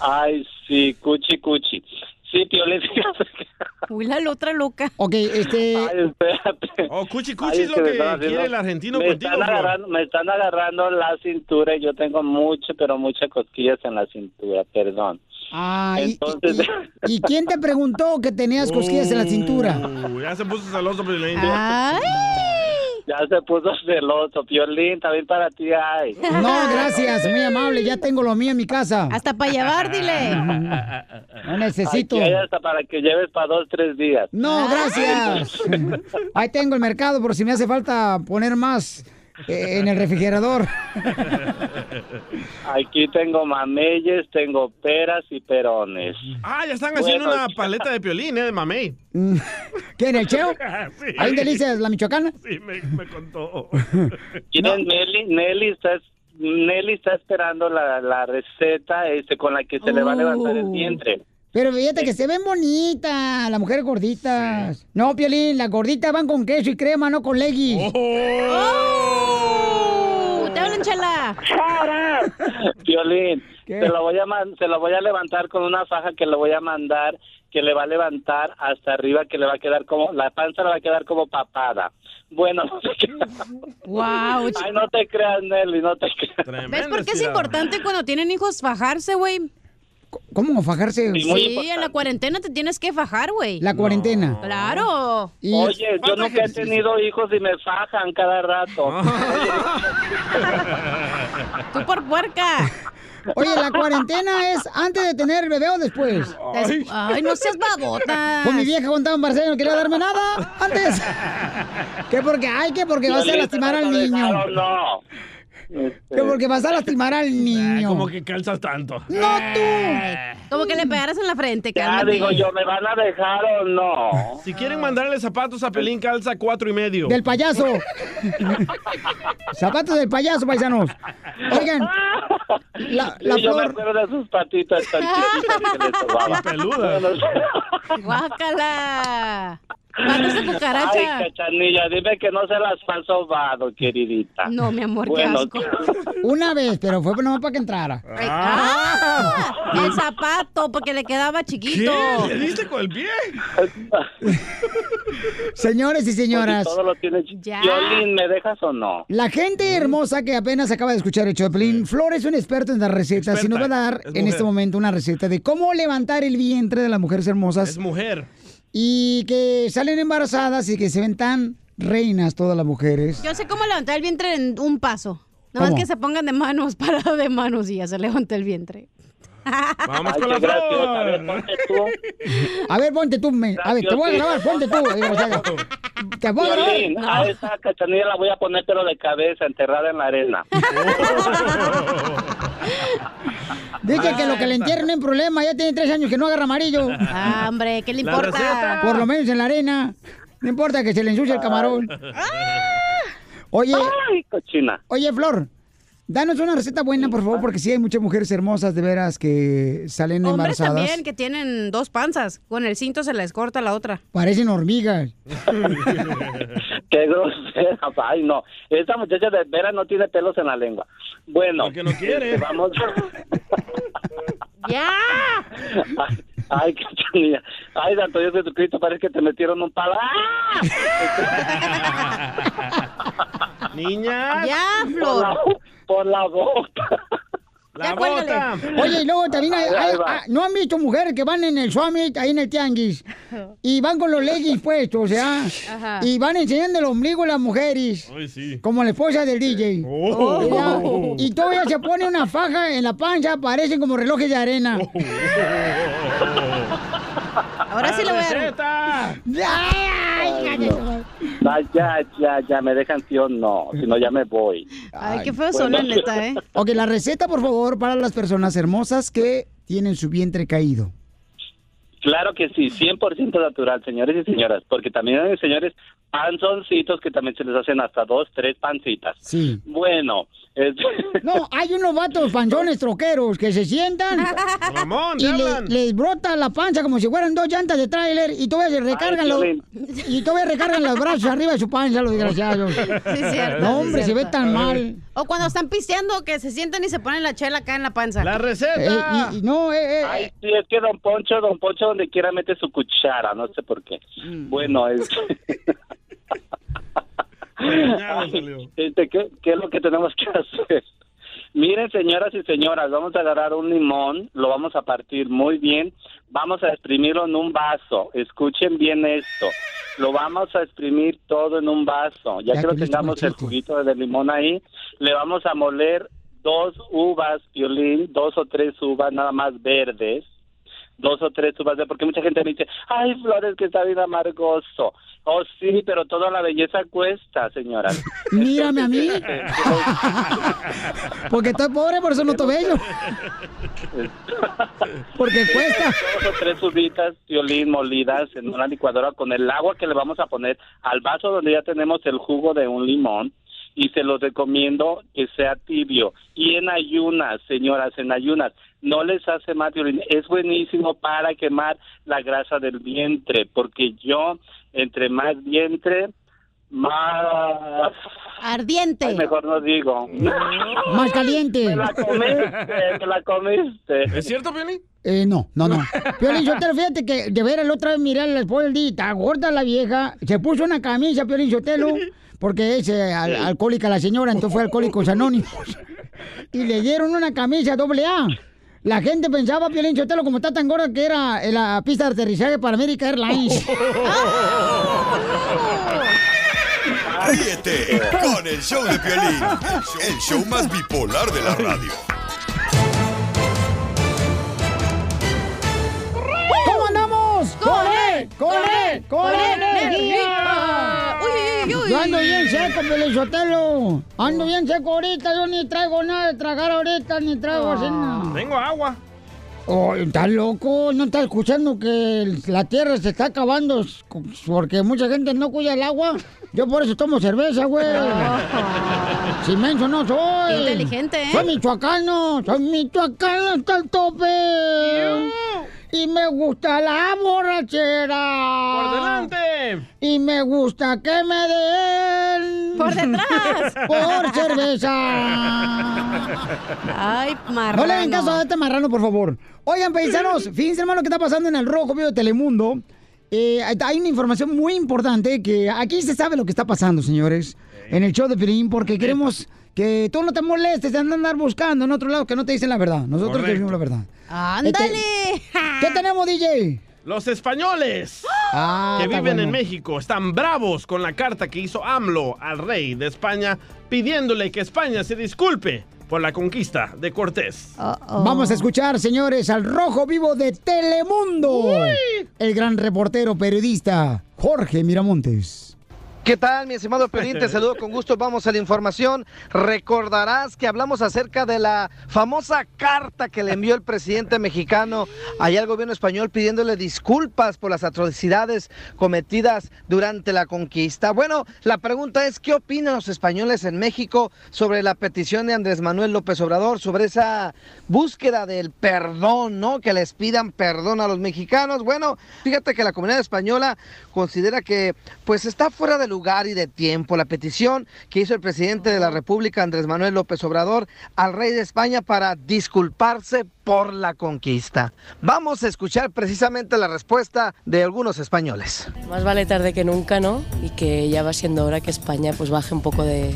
[SPEAKER 16] Ay, sí, cuchi, cuchi. Sí, Piolín.
[SPEAKER 10] Uy, la otra loca.
[SPEAKER 1] Ok, este.
[SPEAKER 16] Ay, espérate.
[SPEAKER 2] Oh, cuchi,
[SPEAKER 10] cuchi es lo que quiere el argentino
[SPEAKER 16] me
[SPEAKER 10] contigo,
[SPEAKER 16] Están
[SPEAKER 10] Flor.
[SPEAKER 16] agarrando, me están agarrando la cintura y yo tengo mucho, pero muchas cosquillas en la cintura, perdón.
[SPEAKER 1] Ah, y,
[SPEAKER 16] Entonces-
[SPEAKER 1] y- y- ¿y quién te preguntó que tenías cosquillas en la cintura?
[SPEAKER 2] Uh, ya se puso celoso, Piolín.
[SPEAKER 16] Ya se puso celoso, Piolín, también para ti hay.
[SPEAKER 1] No, gracias, muy amable, ya tengo lo mío en mi casa.
[SPEAKER 10] Hasta para llevar, dile.
[SPEAKER 1] [LAUGHS] No necesito.
[SPEAKER 16] Aquí hay hasta para que lleves para dos, tres días.
[SPEAKER 1] No, gracias. Ahí tengo el mercado por si me hace falta poner más eh, en el refrigerador.
[SPEAKER 16] [LAUGHS] Aquí tengo mameyes, tengo peras y perones.
[SPEAKER 2] Ah, ya están haciendo
[SPEAKER 16] Bueno,
[SPEAKER 2] una paleta de Piolín, ¿eh? De mamey.
[SPEAKER 1] ¿Qué, en el cheo?
[SPEAKER 2] [LAUGHS] Sí.
[SPEAKER 1] ¿Ahí en Delicias, la michoacana?
[SPEAKER 2] Sí, me, me contó.
[SPEAKER 16] [LAUGHS] ¿Quién es Nelly? Nelly está, Nelly está esperando la, la receta este, con la que se le va a levantar el vientre.
[SPEAKER 1] Pero fíjate que se ven bonitas las mujeres gorditas. No, Piolín, las gorditas van con queso y crema, no con leggings.
[SPEAKER 10] Uh, te hablan, chala.
[SPEAKER 16] [LAUGHS] Violín, se la, voy a man- se la voy a levantar con una faja que le voy a mandar, que le va a levantar hasta arriba, que le va a quedar como, la panza le va a quedar como papada. Bueno, no te creas.
[SPEAKER 10] Wow.
[SPEAKER 16] [LAUGHS] Ay, no te creas, Nelly, no te creas.
[SPEAKER 10] ¿Ves por qué es importante cuando tienen hijos fajarse, güey?
[SPEAKER 1] ¿Cómo fajarse?
[SPEAKER 10] Sí, en la cuarentena te tienes que fajar, güey.
[SPEAKER 1] La cuarentena.
[SPEAKER 10] Claro.
[SPEAKER 16] Oye, yo nunca he tenido hijos y me fajan cada rato.
[SPEAKER 10] Tú por puerca.
[SPEAKER 1] [LAUGHS] Oye, ¿la cuarentena es antes de tener el bebé o después?
[SPEAKER 10] Ay. Ay, no seas babota.
[SPEAKER 1] Con mi vieja contaba en Barcelona, no quería darme nada antes. ¿Qué porque? Ay, que porque vas a
[SPEAKER 16] Violín,
[SPEAKER 1] lastimar
[SPEAKER 16] ¿te vas
[SPEAKER 1] al
[SPEAKER 16] a dejar
[SPEAKER 1] niño.
[SPEAKER 16] o No. Este,
[SPEAKER 1] Que porque vas a lastimar al niño.
[SPEAKER 2] Como Ah, que calzas tanto. Eh.
[SPEAKER 1] ¡No
[SPEAKER 10] tú! Como que le pegaras en la frente,
[SPEAKER 16] ya
[SPEAKER 10] cálmate.
[SPEAKER 16] Ah, digo yo, ¿me van a dejar o no?
[SPEAKER 2] Si quieren mandarle zapatos a Pelín, calza cuatro y medio.
[SPEAKER 1] Del
[SPEAKER 16] [LAUGHS]
[SPEAKER 1] payaso. Zapatos del payaso, paisanos. Oigan, la, la [LAUGHS]
[SPEAKER 16] Sí, yo me
[SPEAKER 1] flor.
[SPEAKER 16] acuerdo de
[SPEAKER 10] [LAUGHS]
[SPEAKER 16] sus patitas tan chiquitas que le sobaban.
[SPEAKER 2] peludas.
[SPEAKER 10] Guácala. Patas de cucaracha.
[SPEAKER 16] Ay, cachanilla, dime que no se las has sobado, queridita.
[SPEAKER 10] No, mi amor, qué asco.
[SPEAKER 1] Una vez, pero fue nomás para que entrara.
[SPEAKER 10] Ah, el zapato, porque le quedaba chiquito.
[SPEAKER 2] ¿Le diste con el pie?
[SPEAKER 1] Señores y señoras.
[SPEAKER 16] Todo lo tienes. Violín, ¿me dejas o no?
[SPEAKER 1] La gente hermosa que apenas acaba de escuchar el Choplin, Flor es un experto en dar recetas y nos va a dar
[SPEAKER 2] es
[SPEAKER 1] en
[SPEAKER 2] mujer.
[SPEAKER 1] este momento una receta de cómo levantar el vientre de las mujeres hermosas.
[SPEAKER 2] Es mujer.
[SPEAKER 1] Y que salen embarazadas y que se ven tan reinas todas las mujeres.
[SPEAKER 10] Yo sé cómo levantar el vientre en un paso. Nada
[SPEAKER 1] ¿Cómo?
[SPEAKER 10] más que se pongan de manos, [LAUGHS] parada de manos y ya se levanta el vientre.
[SPEAKER 2] [LAUGHS] Vamos con
[SPEAKER 16] Ay, qué
[SPEAKER 2] la
[SPEAKER 16] graciosa, a ver,
[SPEAKER 2] flor.
[SPEAKER 16] ponte tú.
[SPEAKER 1] A ver, ponte tú, me- a ver, te voy a grabar, ponte
[SPEAKER 16] [LAUGHS]
[SPEAKER 1] tú. desgraciada. Te voy a grabar.
[SPEAKER 16] Violín, a esa cachanilla la voy a poner pero de cabeza, enterrada en
[SPEAKER 10] [LAUGHS]
[SPEAKER 16] la arena.
[SPEAKER 1] Dije que lo que le entierren no es problema, ya tiene tres años que no agarra amarillo.
[SPEAKER 10] Ah, hombre, ¿qué le La importa? receta.
[SPEAKER 1] Por lo menos en la arena. No importa que se le ensucie el camarón. Oye,
[SPEAKER 16] Ay, cochina.
[SPEAKER 1] oye, Flor, Danos una receta buena, por favor, porque sí hay muchas mujeres hermosas de veras que salen
[SPEAKER 17] Hombres
[SPEAKER 1] embarazadas.
[SPEAKER 17] también que tienen dos panzas. Con el cinto se les corta la otra.
[SPEAKER 1] Parecen
[SPEAKER 10] [LAUGHS]
[SPEAKER 1] hormigas.
[SPEAKER 16] Qué grosera. Ay, no. Esta muchacha de veras no tiene pelos en la lengua. Bueno. Porque no
[SPEAKER 1] [LAUGHS]
[SPEAKER 16] quiere. Vamos.
[SPEAKER 17] ¡Ya!
[SPEAKER 16] Ay, qué cachanilla. Ay, Santo Dios Jesucristo, parece que te metieron un palo. ¡Ah! [LAUGHS]
[SPEAKER 2] Niña.
[SPEAKER 17] Ya,
[SPEAKER 16] Flor. Por la, boca.
[SPEAKER 2] La
[SPEAKER 1] cuélgale. Oye, y luego también hay-
[SPEAKER 16] Ahí
[SPEAKER 1] hay-
[SPEAKER 16] va.
[SPEAKER 1] ah, ¿no han visto mujeres que van en el Summit, ahí en el Tianguis? Y van con los leggings puestos, o sea,
[SPEAKER 2] Ajá.
[SPEAKER 1] y van enseñando el ombligo a las mujeres.
[SPEAKER 2] Ay, sí.
[SPEAKER 1] Como la esposa del
[SPEAKER 16] Eh.
[SPEAKER 1] DJ.
[SPEAKER 2] Oh.
[SPEAKER 1] ¿Verdad?
[SPEAKER 2] Oh.
[SPEAKER 1] Y todavía se pone una faja en la pancha, parecen como relojes de arena.
[SPEAKER 16] Oh.
[SPEAKER 17] Ahora sí le voy a dar.
[SPEAKER 1] ¡Ay,
[SPEAKER 16] no. Ay, ya, ya, ya, me dejan sí o no, si no ya me voy.
[SPEAKER 17] Ay, qué feo suena,
[SPEAKER 16] [LAUGHS]
[SPEAKER 17] neta, ¿eh?
[SPEAKER 1] Ok, la receta, por favor, para las personas hermosas que tienen su vientre caído.
[SPEAKER 16] Claro que sí, 100% natural, señores y señoras, porque también hay señores panzoncitos que también se les hacen hasta dos, tres pancitas.
[SPEAKER 1] Sí.
[SPEAKER 16] Bueno, es- [LAUGHS]
[SPEAKER 1] No, hay unos vatos panzones troqueros que se sientan
[SPEAKER 16] Ramón,
[SPEAKER 1] y
[SPEAKER 16] ¿te
[SPEAKER 1] le-
[SPEAKER 16] hablan?
[SPEAKER 1] les brota la panza como si fueran dos llantas de tráiler y todavía se recargan los
[SPEAKER 16] Piolín.
[SPEAKER 1] y todavía recargan los brazos arriba de su [LAUGHS] panza los desgraciados.
[SPEAKER 17] Sí, es cierto,
[SPEAKER 1] no,
[SPEAKER 17] sí,
[SPEAKER 1] hombre,
[SPEAKER 17] es
[SPEAKER 1] se ve
[SPEAKER 17] cierto.
[SPEAKER 1] tan mal.
[SPEAKER 17] O cuando están pisteando, que se sientan y se ponen la chela acá en la panza.
[SPEAKER 2] ¡La
[SPEAKER 1] receta! no, eh, eh.
[SPEAKER 16] Ay, sí, es que Don Poncho, Don Poncho donde quiera mete su cuchara, no sé por qué.
[SPEAKER 14] Mm.
[SPEAKER 1] Mm.
[SPEAKER 16] Bueno, es... Ay, este, ¿qué, ¿Qué es lo que tenemos que [LAUGHS] hacer? Miren, señoras y señoras, vamos a agarrar un limón, lo vamos a partir muy bien, vamos a exprimirlo en un vaso. Escuchen bien esto. Lo vamos a exprimir todo en un vaso. Ya,
[SPEAKER 18] Ya
[SPEAKER 16] que lo
[SPEAKER 18] que listo,
[SPEAKER 16] tengamos el
[SPEAKER 18] machete.
[SPEAKER 16] juguito de limón ahí, le vamos a moler dos uvas, violín, dos o tres uvas nada más verdes dos o tres uvas de- porque mucha gente me dice, ay, Flores, que está bien amargoso. Oh, sí, pero toda la belleza cuesta, señora. [LAUGHS]
[SPEAKER 1] Mírame a mí. Porque estoy pobre, por eso no estoy bello. Porque cuesta.
[SPEAKER 16] Dos o tres uvitas, violín, molidas en una licuadora con el agua que le vamos a poner al vaso donde ya tenemos el jugo de un limón. Y se los recomiendo que sea tibio. Y en ayunas, señoras, en ayunas. No les hace mal, violín. Es buenísimo para quemar la grasa del vientre. Porque yo, entre más vientre, más...
[SPEAKER 17] Ardiente.
[SPEAKER 16] Ay, mejor
[SPEAKER 1] [LAUGHS]
[SPEAKER 16] no digo.
[SPEAKER 1] Más caliente.
[SPEAKER 16] comiste, te la comiste.
[SPEAKER 2] ¿Es cierto, Piolín?
[SPEAKER 1] Eh, no, no, no. Piolín Sotelo, fíjate que de ver la otra vez miré a la esposa del día, está gorda la vieja, se puso una camisa, Piolín Sotelo, porque es eh, al- alcohólica la señora, entonces fue alcohólicos anónimos. Y le dieron una camisa doble A. La gente pensaba, Piolín Sotelo, como está tan gorda que era en la pista de aterrizaje para América Airlines.
[SPEAKER 6] Ríete con el show de Piolín, el show más bipolar de la radio.
[SPEAKER 1] ¿Cómo andamos?
[SPEAKER 17] ¡Con él!
[SPEAKER 1] ¡Con él! ¡Con E, energía!
[SPEAKER 17] ¡Uy, uy, uy!
[SPEAKER 1] Yo ando bien seco, Piolín Sotelo. Ando bien seco ahorita, yo ni traigo nada de tragar ahorita, ni traigo
[SPEAKER 14] Ah.
[SPEAKER 1] así nada.
[SPEAKER 2] Tengo agua.
[SPEAKER 1] Oh, ¿Estás loco? ¿No estás escuchando que el- la tierra se está acabando s- porque mucha gente no cuida el agua? Yo por eso tomo cerveza, güey. Si menso no soy.
[SPEAKER 17] Qué inteligente, ¿eh?
[SPEAKER 1] Soy michoacano, soy michoacano hasta el tope. Y me gusta la borrachera.
[SPEAKER 2] Por delante.
[SPEAKER 1] Y me gusta que me den.
[SPEAKER 17] Por detrás.
[SPEAKER 1] Por cerveza.
[SPEAKER 17] Ay, marrano.
[SPEAKER 1] No le hagan caso a este marrano, por favor.
[SPEAKER 17] [LAUGHS]
[SPEAKER 1] Oigan, paisanos, fíjense, hermano, qué está pasando en el Rojo Vivo de Telemundo. Eh, hay una información muy importante que aquí se sabe lo que está pasando, señores, en el show de Pirín, porque queremos que tú no te molestes de andar buscando en otro lado que no te dicen la verdad. Nosotros te decimos la verdad. Este,
[SPEAKER 17] ¡Ándale!
[SPEAKER 1] ¿Qué tenemos, DJ?
[SPEAKER 2] Este, Los españoles
[SPEAKER 1] Ah,
[SPEAKER 2] que
[SPEAKER 1] está
[SPEAKER 2] viven en
[SPEAKER 1] bueno.
[SPEAKER 2] México están bravos con la carta que hizo AMLO al rey de España pidiéndole que España se disculpe por la conquista de Cortés.
[SPEAKER 17] Oh.
[SPEAKER 1] Vamos a escuchar, señores, al Rojo Vivo de Telemundo.
[SPEAKER 2] Uy.
[SPEAKER 1] El gran reportero periodista Jorge Miramontes.
[SPEAKER 3] ¿Qué tal, mi estimado Piolín? Te saludo con gusto. Vamos a la información. Recordarás que hablamos acerca de la famosa carta que le envió el presidente mexicano allá al gobierno español pidiéndole disculpas por las atrocidades cometidas durante la conquista. Bueno, la pregunta es, ¿qué opinan los españoles en México sobre la petición de Andrés Manuel López Obrador, sobre esa búsqueda del perdón, ¿no? Que les pidan perdón a los mexicanos. Bueno, fíjate que la comunidad española considera que pues está fuera de lugar y de tiempo la petición que hizo el presidente de la República, Andrés Manuel López Obrador, al rey de España para disculparse por la conquista. Vamos a escuchar precisamente la respuesta de algunos españoles.
[SPEAKER 18] Más vale tarde que nunca, ¿no? Y que ya va siendo hora que España pues baje un poco de,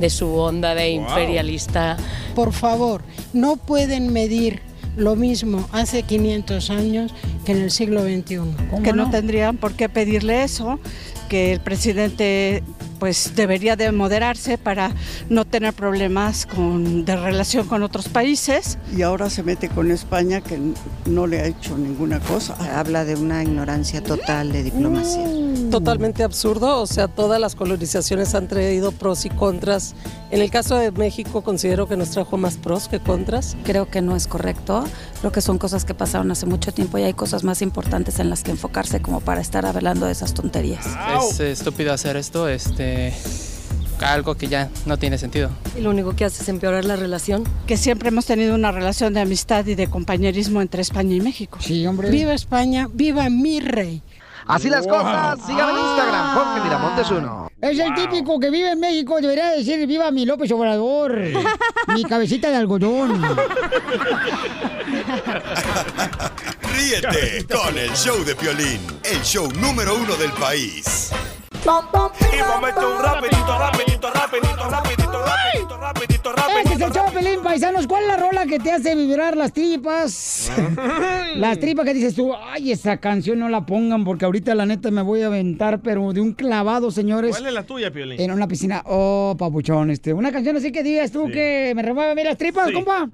[SPEAKER 18] de su onda de imperialista.
[SPEAKER 19] Por favor, no pueden medir lo mismo hace 500 años que en el siglo XXI.
[SPEAKER 20] que no? tendrían por qué pedirle eso, que el presidente pues debería de moderarse para no tener problemas con, de relación con otros países.
[SPEAKER 21] Y ahora se mete con España que no le ha hecho ninguna cosa.
[SPEAKER 22] Habla de una ignorancia total de diplomacia.
[SPEAKER 20] Mm.
[SPEAKER 23] Totalmente absurdo, o sea, todas las colonizaciones han traído pros y contras. En el caso de México considero que nos trajo más pros que contras.
[SPEAKER 24] [LAUGHS] Creo que no es correcto, creo que son cosas que pasaron hace mucho tiempo y hay cosas más importantes en las que enfocarse como para estar hablando de esas tonterías.
[SPEAKER 25] Es eh, estúpido hacer esto, este algo que ya no tiene sentido.
[SPEAKER 20] Y lo único que hace es empeorar la relación. Que siempre hemos tenido una relación de amistad y de compañerismo entre España y México.
[SPEAKER 1] Sí, hombre.
[SPEAKER 19] Viva España, viva mi rey.
[SPEAKER 3] Así las cosas, síganme en Instagram, Jorge Miramontes uno.
[SPEAKER 1] Ah. Es el típico que vive en México, debería decir viva mi López
[SPEAKER 2] [LAUGHS]
[SPEAKER 1] Obrador, mi cabecita de algodón.
[SPEAKER 6] Ríete con el show de Piolín, el show número uno del país.
[SPEAKER 14] Y momento un rapidito, rapidito, rapidito, rapidito, rapidito, rapidito,
[SPEAKER 1] Este es el show, Pelín, paisanos. ¿Cuál es la rola que te hace vibrar las
[SPEAKER 2] [LAUGHS]
[SPEAKER 1] tripas? las tripas que dices tú, ay, esa canción no la pongan porque ahorita la neta me voy a aventar, pero de un clavado, señores.
[SPEAKER 2] ¿Cuál es la tuya, Piolín?
[SPEAKER 1] En una piscina. Oh, papuchón, este. Una canción así que digas tú que me remueve a mí las tripas,
[SPEAKER 2] Sí.
[SPEAKER 1] compa.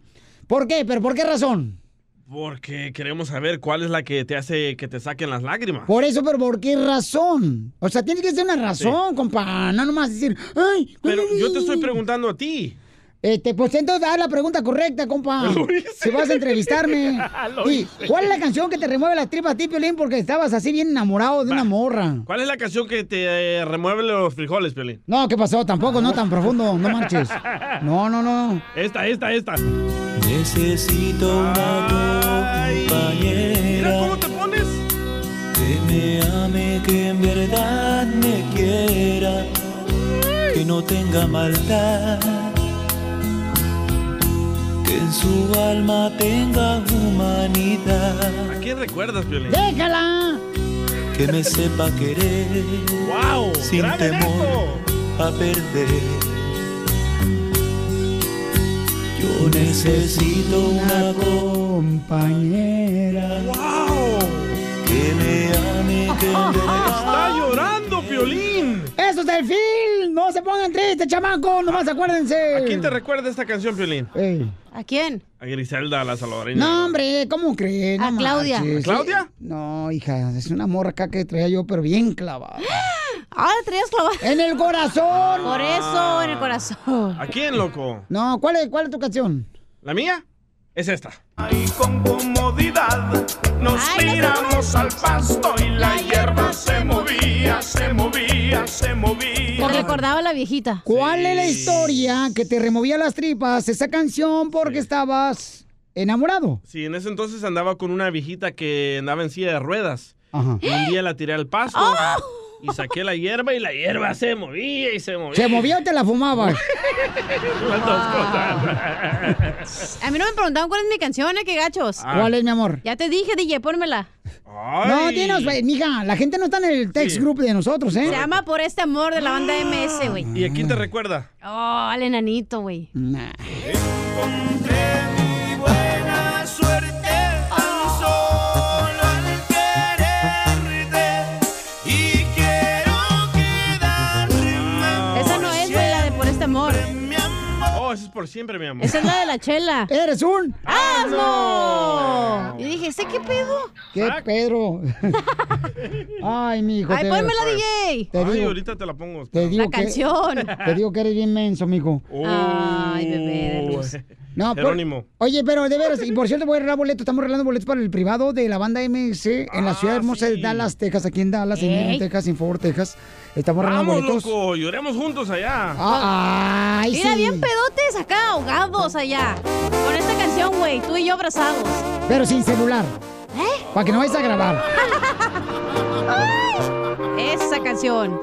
[SPEAKER 1] ¿Por qué? ¿Pero por qué razón?
[SPEAKER 2] Porque queremos saber cuál es la que te hace que te saquen las lágrimas.
[SPEAKER 1] Por eso, pero ¿por qué razón? O sea, tiene que ser una razón, compa. No nomás decir, ay.
[SPEAKER 2] Pero yo te estoy
[SPEAKER 1] ay".
[SPEAKER 2] preguntando a ti.
[SPEAKER 1] Este, pues entonces haz la pregunta correcta, compa.
[SPEAKER 2] [LAUGHS] Lo hice.
[SPEAKER 1] Si vas a entrevistarme.
[SPEAKER 2] [LAUGHS] Lo
[SPEAKER 1] ¿Y
[SPEAKER 2] hice.
[SPEAKER 1] cuál es la canción que te remueve las tripas a ti, Piolín? Porque estabas así bien enamorado de una morra.
[SPEAKER 2] ¿Cuál es la canción que te eh, remueve los frijoles, Piolín?
[SPEAKER 1] No, ¿qué pasó? Tampoco, no tan profundo, no
[SPEAKER 2] [LAUGHS]
[SPEAKER 1] marches. No, no, no.
[SPEAKER 2] Esta, esta, esta.
[SPEAKER 25] Necesito una compañera.
[SPEAKER 2] Mira cómo te pones.
[SPEAKER 25] Que me ame, que en verdad me quiera. Que no tenga maldad. Que en su alma tenga humanidad.
[SPEAKER 2] ¿A quién recuerdas, Piolín?
[SPEAKER 1] ¡Déjala!
[SPEAKER 25] Que me sepa querer.
[SPEAKER 2] ¡Wow!
[SPEAKER 25] Sin
[SPEAKER 2] ¡Graben
[SPEAKER 25] temor
[SPEAKER 2] esto!
[SPEAKER 25] a perder. Yo necesito una
[SPEAKER 1] compañera.
[SPEAKER 2] ¡Wow!
[SPEAKER 25] Que me ame, que en verdad
[SPEAKER 2] ¡Está llorando, Piolín!
[SPEAKER 1] ¡Eso es del film! ¡No se pongan tristes, chamaco! ¡Nomás acuérdense!
[SPEAKER 2] ¿A quién te recuerda esta canción, Piolín?
[SPEAKER 1] ¿A quién?
[SPEAKER 2] A Griselda, la salvadoreña.
[SPEAKER 1] No, hombre, ¿cómo crees? No
[SPEAKER 2] A Claudia.
[SPEAKER 1] marches.
[SPEAKER 2] ¿A Claudia?
[SPEAKER 1] No, hija, es una morra acá que traía yo, pero
[SPEAKER 17] [GASPS]
[SPEAKER 1] bien clavada. Ah, traías clavada. En el corazón.
[SPEAKER 17] Por eso, en el corazón.
[SPEAKER 2] Ah. ¿A quién, loco?
[SPEAKER 1] No, ¿cuál es, cuál es tu canción?
[SPEAKER 2] ¿La mía? Es esta.
[SPEAKER 14] Con comodidad nos tiramos al pasto y la hierba se movía, se movía, se
[SPEAKER 17] Te
[SPEAKER 14] movía.
[SPEAKER 17] recordaba la viejita.
[SPEAKER 1] ¿Cuál es la historia que te removía las tripas esa canción porque estabas enamorado?
[SPEAKER 2] Sí, en ese entonces andaba con una viejita que andaba en silla de ruedas.
[SPEAKER 1] Ajá.
[SPEAKER 2] Y un día la tiré al pasto. Y saqué la hierba y la hierba se movía y se movía.
[SPEAKER 1] ¿Se movía o te la
[SPEAKER 2] [LAUGHS]
[SPEAKER 1] fumabas?
[SPEAKER 2] Las dos cosas.
[SPEAKER 17] A mí no me preguntaban cuál es mi canción, ¿eh? Qué gachos.
[SPEAKER 1] Ah. ¿Cuál es, mi amor?
[SPEAKER 17] Ya te dije, DJ, pónmela.
[SPEAKER 1] No, dinos, güey, mija, la gente no está en el text group de nosotros, ¿eh?
[SPEAKER 17] Se llama Por este amor de la banda MS, güey.
[SPEAKER 2] ¿Y a quién te recuerda?
[SPEAKER 17] Oh, al enanito, güey.
[SPEAKER 1] Nah.
[SPEAKER 14] Buena suerte tan solo al quererte y quiero quedarme.
[SPEAKER 17] Esa no es, güey, la de Por este amor.
[SPEAKER 2] Oh, esa es por siempre, mi amor.
[SPEAKER 10] Esa es la de la chela.
[SPEAKER 1] ¡Eres un
[SPEAKER 10] ¡Ah,
[SPEAKER 1] Ah,
[SPEAKER 10] asno! Y dije, ¿sé qué pedo?
[SPEAKER 1] ¿Qué, Pedro? [LAUGHS] Ay, mi hijo. pues,
[SPEAKER 10] Ay, pónmela, DJ.
[SPEAKER 1] Te
[SPEAKER 2] Ay,
[SPEAKER 1] digo,
[SPEAKER 2] ahorita te la pongo.
[SPEAKER 1] te digo
[SPEAKER 10] La
[SPEAKER 1] que-
[SPEAKER 10] canción.
[SPEAKER 1] Te digo que eres bien menso, mijo.
[SPEAKER 10] Ay, bebé de luz.
[SPEAKER 1] No, por-
[SPEAKER 2] Jerónimo.
[SPEAKER 1] oye, pero de veras, y por cierto, voy a regalar boletos. Estamos regalando boletos para el privado de la banda MS en
[SPEAKER 2] Ah,
[SPEAKER 1] la ciudad hermosa de Dallas, Texas, aquí en Dallas, en
[SPEAKER 2] Ey.
[SPEAKER 1] Union, Texas, en Fort Texas. Estamos regalando
[SPEAKER 2] Vamos,
[SPEAKER 1] boletos.
[SPEAKER 2] loco, lloremos juntos allá.
[SPEAKER 1] Ah, ay,
[SPEAKER 10] Mira,
[SPEAKER 1] sí.
[SPEAKER 10] bien pedotes acá ahogados allá. Con esta canción, güey, tú y yo abrazados.
[SPEAKER 1] ah,
[SPEAKER 10] ¿Eh?
[SPEAKER 1] Pero sin celular. Para que no vayas a grabar.
[SPEAKER 10] Ay, esa canción.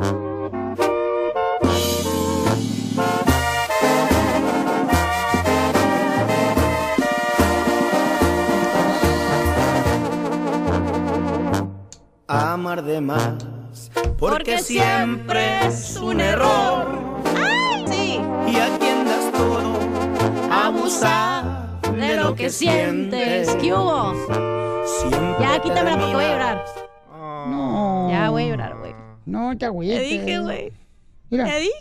[SPEAKER 26] Amar de más, porque,
[SPEAKER 14] Porque
[SPEAKER 26] siempre es un error. Y a quien das todo, abusar
[SPEAKER 10] De lo que sientes. ¿Qué hubo? Ya, quítamela porque voy a llorar.
[SPEAKER 1] No.
[SPEAKER 10] Ya voy a llorar, güey.
[SPEAKER 1] No, te agüites.
[SPEAKER 10] Te dije, güey.
[SPEAKER 1] Mira.
[SPEAKER 10] Te dije.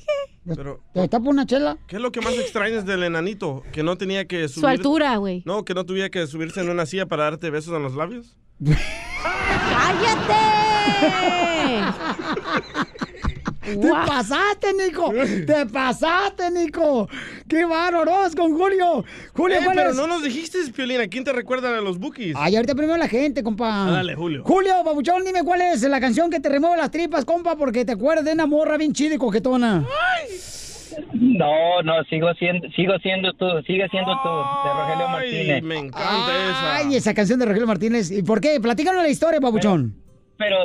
[SPEAKER 1] pues,
[SPEAKER 2] Pero,
[SPEAKER 1] ¿Te tapo una chela?
[SPEAKER 2] ¿qué es lo que más extrañas del enanito? ¿Que no tenía que subir...
[SPEAKER 10] Su altura, güey.
[SPEAKER 2] No, que no tuviera que subirse en una silla para darte besos en los labios.
[SPEAKER 10] ¡Cállate!
[SPEAKER 1] ¡Te pasaste, Nico! ¡Te pasaste, Nico! ¡Qué bárbaros con Julio! Julio,
[SPEAKER 2] Eh,
[SPEAKER 1] ¿cuál
[SPEAKER 2] pero
[SPEAKER 1] es?
[SPEAKER 2] no nos dijiste, Piolín, ¿a quién te recuerdan a los bookies?
[SPEAKER 1] Ay, ahorita primero la gente, compa.
[SPEAKER 2] Ah, dale, Julio.
[SPEAKER 1] Julio, babuchón, dime cuál es la canción que te remueve las tripas, compa, porque te acuerdas de una morra bien chida y coquetona.
[SPEAKER 16] No, no, sigo siendo, sigo siendo tú, sigue siendo tú, de Rogelio Martínez.
[SPEAKER 2] Me encanta esa.
[SPEAKER 1] Ay, esa canción de Rogelio Martínez. ¿Y por qué? Platícanos la historia, babuchón.
[SPEAKER 16] Pero,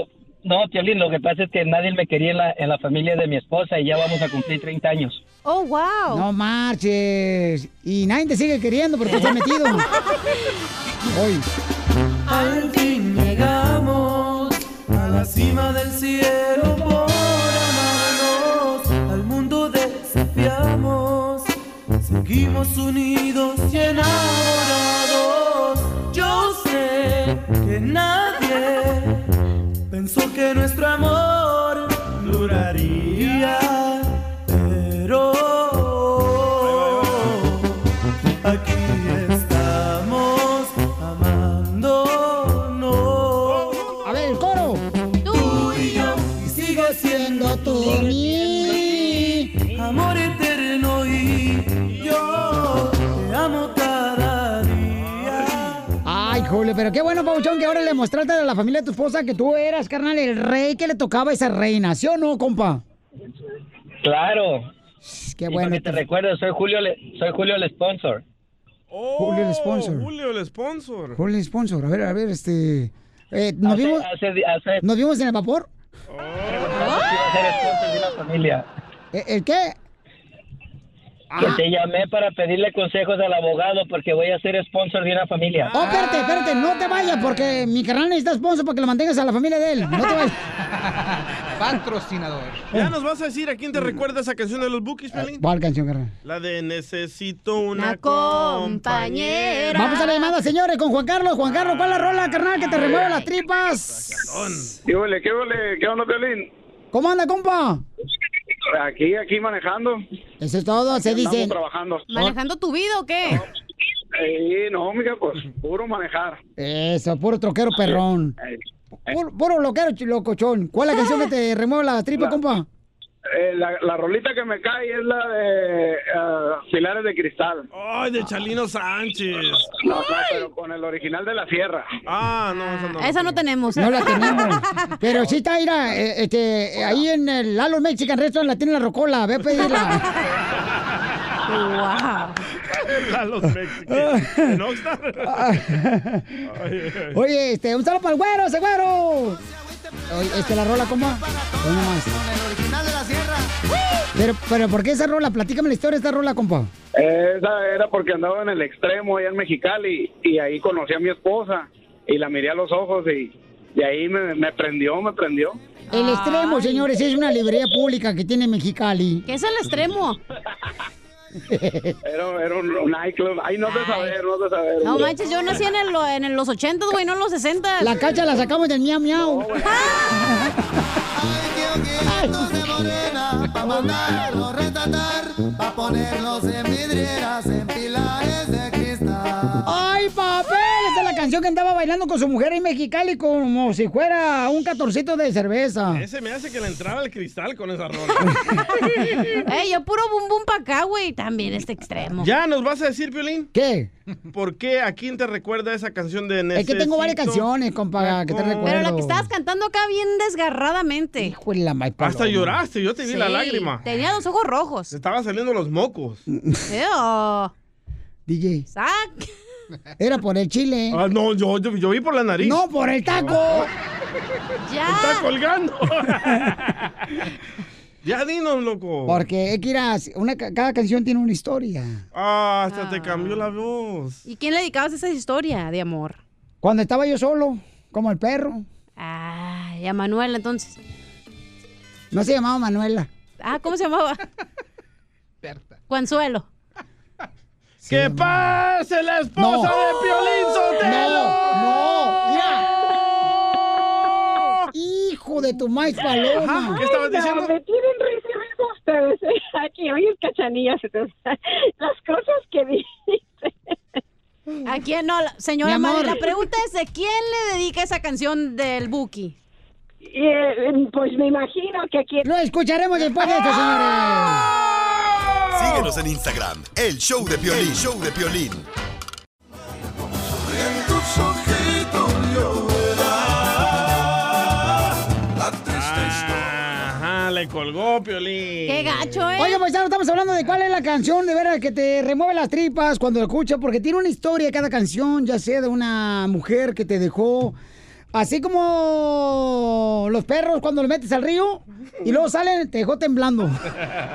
[SPEAKER 16] no, Piolín, lo que pasa es que nadie me quería en la, en la familia de mi esposa y ya vamos a cumplir 30 años.
[SPEAKER 10] Oh, wow.
[SPEAKER 1] No marches. Y nadie te sigue queriendo porque estás
[SPEAKER 10] [LAUGHS]
[SPEAKER 1] metido. Hoy.
[SPEAKER 14] Al fin llegamos a la cima del cielo por amarnos. Al mundo desafiamos, seguimos unidos y enamorados. Yo sé que nadie pensó que nuestro amor duraría, pero aquí estamos amándonos.
[SPEAKER 1] A ver, el coro.
[SPEAKER 14] Tú y yo, y sigue siendo tú mi amor eterno y yo te amo cada día.
[SPEAKER 1] Ay, Julio, pero qué bueno, Pauchón, que ahora le mostraste a la familia de tu esposa que tú eras, carnal, el rey que le tocaba a esa reina, ¿sí o no, compa?
[SPEAKER 16] Claro.
[SPEAKER 1] Qué
[SPEAKER 16] bueno. te recuerdo, soy Julio, Le- soy Julio el sponsor. Oh,
[SPEAKER 1] Julio el sponsor.
[SPEAKER 2] Julio el sponsor.
[SPEAKER 1] Julio el sponsor. A ver, a ver, este. eh, ¿nos,
[SPEAKER 16] Hace-
[SPEAKER 1] vimos,
[SPEAKER 16] hace- hace-
[SPEAKER 1] ¿Nos [LAUGHS] vimos en el vapor?
[SPEAKER 16] Ser sponsor de la familia.
[SPEAKER 1] ¿El, Eh, el qué?
[SPEAKER 16] Que te llamé para pedirle consejos al abogado porque voy a ser sponsor de una familia.
[SPEAKER 1] Oh, espérate, espérate, no te vayas porque mi carnal necesita sponsor para que lo mantengas a la familia de él. No te
[SPEAKER 16] [LAUGHS]
[SPEAKER 1] vayas.
[SPEAKER 2] Patrocinador. ¿Ya nos vas a decir a quién te recuerda esa canción de los bookies, Piolín?
[SPEAKER 1] ¿Cuál canción, carnal?
[SPEAKER 2] La de Necesito una,
[SPEAKER 1] Una
[SPEAKER 2] compañera.
[SPEAKER 1] Vamos a la llamada, señores, con Juan Carlos. Juan Carlos, ¿cuál es la rola, carnal, que te remueve las tripas?
[SPEAKER 9] ¿Qué ole, qué ole, qué onda, Piolín?
[SPEAKER 1] ¿Cómo anda, compa?
[SPEAKER 9] Aquí, aquí manejando.
[SPEAKER 1] Eso es todo, se
[SPEAKER 9] Andamos
[SPEAKER 1] dice.
[SPEAKER 9] trabajando.
[SPEAKER 10] ¿Manejando tu vida o qué?
[SPEAKER 9] Eh, no, mija, pues,
[SPEAKER 1] [LAUGHS]
[SPEAKER 9] puro manejar.
[SPEAKER 1] Eso, puro troquero perrón.
[SPEAKER 9] Eh,
[SPEAKER 1] Puro, puro loquero, ch- locochón. ¿Cuál es la canción que te remueve la tripa,
[SPEAKER 9] La-
[SPEAKER 1] compa?
[SPEAKER 9] eh, la, la rolita que me cae es la de ah, Pilares de Cristal.
[SPEAKER 2] Ay, de Chalino Sánchez.
[SPEAKER 9] No, no, pero con el original de la Sierra.
[SPEAKER 2] Ah, no, esa no.
[SPEAKER 10] Esa no tenemos.
[SPEAKER 1] No la
[SPEAKER 10] [LAUGHS]
[SPEAKER 1] tenemos. Pero sí está, mira, eh, este, eh, ahí en el Lalo Mexican Restaurant la tiene la rocola. Ve a
[SPEAKER 9] [LAUGHS]
[SPEAKER 1] pedirla.
[SPEAKER 2] La los mexicanos.
[SPEAKER 1] [LAUGHS]
[SPEAKER 2] ¿En Oxnard? Ay, ay.
[SPEAKER 1] Oye, este, un saludo para el güero, ese güero. Oye, este, la rola, ¿cómo? Hoy nomás. Pero, pero, ¿por qué esa rola? Platícame la historia de esta rola, compa.
[SPEAKER 9] Esa era porque andaba en el extremo, allá en Mexicali, y ahí conocí a mi esposa, y la miré a los ojos, y, y ahí me, me prendió, me prendió.
[SPEAKER 1] El extremo, señores, es una librería pública que tiene Mexicali.
[SPEAKER 10] ¿Qué es el extremo?
[SPEAKER 9] Era, era un, un nightclub. Ay, no sé saber, no sé saber.
[SPEAKER 10] No
[SPEAKER 9] hombre.
[SPEAKER 10] manches, yo nací en, el- en el- los 80, güey, no en los 60.
[SPEAKER 1] La cacha la sacamos del miau miau.
[SPEAKER 27] mandarlos retratar, pa' ponerlos en vidrieras, en pilares de cristal.
[SPEAKER 1] ¡Ay, papel! Esa es la canción que andaba bailando con su mujer en Mexicali como si fuera un catorcito de cerveza.
[SPEAKER 2] Ese me hace que le entraba el cristal con esa rola.
[SPEAKER 10] [LAUGHS]
[SPEAKER 1] [LAUGHS]
[SPEAKER 2] [LAUGHS]
[SPEAKER 10] Ey, yo puro bum bum pa' acá, güey. También este extremo.
[SPEAKER 2] ¿Ya nos vas a decir, Piolín?
[SPEAKER 1] ¿Qué?
[SPEAKER 2] ¿Por qué a quién te recuerda esa canción de
[SPEAKER 1] Es
[SPEAKER 2] Necesito?
[SPEAKER 1] que tengo varias canciones, compa, que te recuerdo.
[SPEAKER 10] Pero la que estabas cantando acá bien desgarradamente.
[SPEAKER 1] Hijo de la ma-
[SPEAKER 2] Hasta
[SPEAKER 1] paloma.
[SPEAKER 2] lloraste, yo te vi la
[SPEAKER 10] Sí,
[SPEAKER 2] lágrima.
[SPEAKER 10] Tenía los ojos rojos.
[SPEAKER 2] Se estaban saliendo
[SPEAKER 1] [LAUGHS]
[SPEAKER 2] los mocos.
[SPEAKER 10] Eo.
[SPEAKER 1] DJ.
[SPEAKER 10] Sac.
[SPEAKER 1] Era por el chile.
[SPEAKER 2] Ah, no, yo, yo, yo vi por la nariz.
[SPEAKER 1] No, por el taco. [LAUGHS] Ah.
[SPEAKER 10] Ya.
[SPEAKER 2] Está colgando. ya dinos, loco.
[SPEAKER 1] Porque, eh, Kira, una, ca- cada canción tiene una historia.
[SPEAKER 2] Ah, hasta te cambió la voz.
[SPEAKER 10] ¿Y quién le dedicabas esa historia de amor?
[SPEAKER 1] Cuando estaba yo solo, como el perro,
[SPEAKER 10] Ah, y a Manuel entonces.
[SPEAKER 1] no se llamaba Manuela.
[SPEAKER 10] Ah, ¿cómo se llamaba?
[SPEAKER 1] [LAUGHS]
[SPEAKER 10] Consuelo.
[SPEAKER 2] ¡Que pase Ah, la esposa
[SPEAKER 10] No.
[SPEAKER 2] de Piolín Sotelo!
[SPEAKER 1] No, mira. Hijo de tu maíz paloma.
[SPEAKER 4] Ay, no, me tienen recibido ustedes. ¿eh? Aquí, oye, cachanillas. entonces, [LAUGHS] las cosas que dije.
[SPEAKER 10] ¿A quién no? La- Señora
[SPEAKER 4] Mi amor.
[SPEAKER 10] Mari, la pregunta es: ¿de quién le dedica esa canción del Buki?
[SPEAKER 4] pues me imagino que aquí.
[SPEAKER 1] Lo escucharemos después de esto, señores.
[SPEAKER 6] Síguenos en Instagram, el show de Piolín, show de Piolín.
[SPEAKER 2] Ajá, le colgó Piolín. ¿eh?
[SPEAKER 1] Oye, paisano, estamos hablando de cuál es la canción de veras que te remueve las tripas cuando la escuchas, porque tiene una historia cada canción, ya sea de una mujer que te dejó. Así como los perros cuando los metes al río y luego salen, te dejó temblando.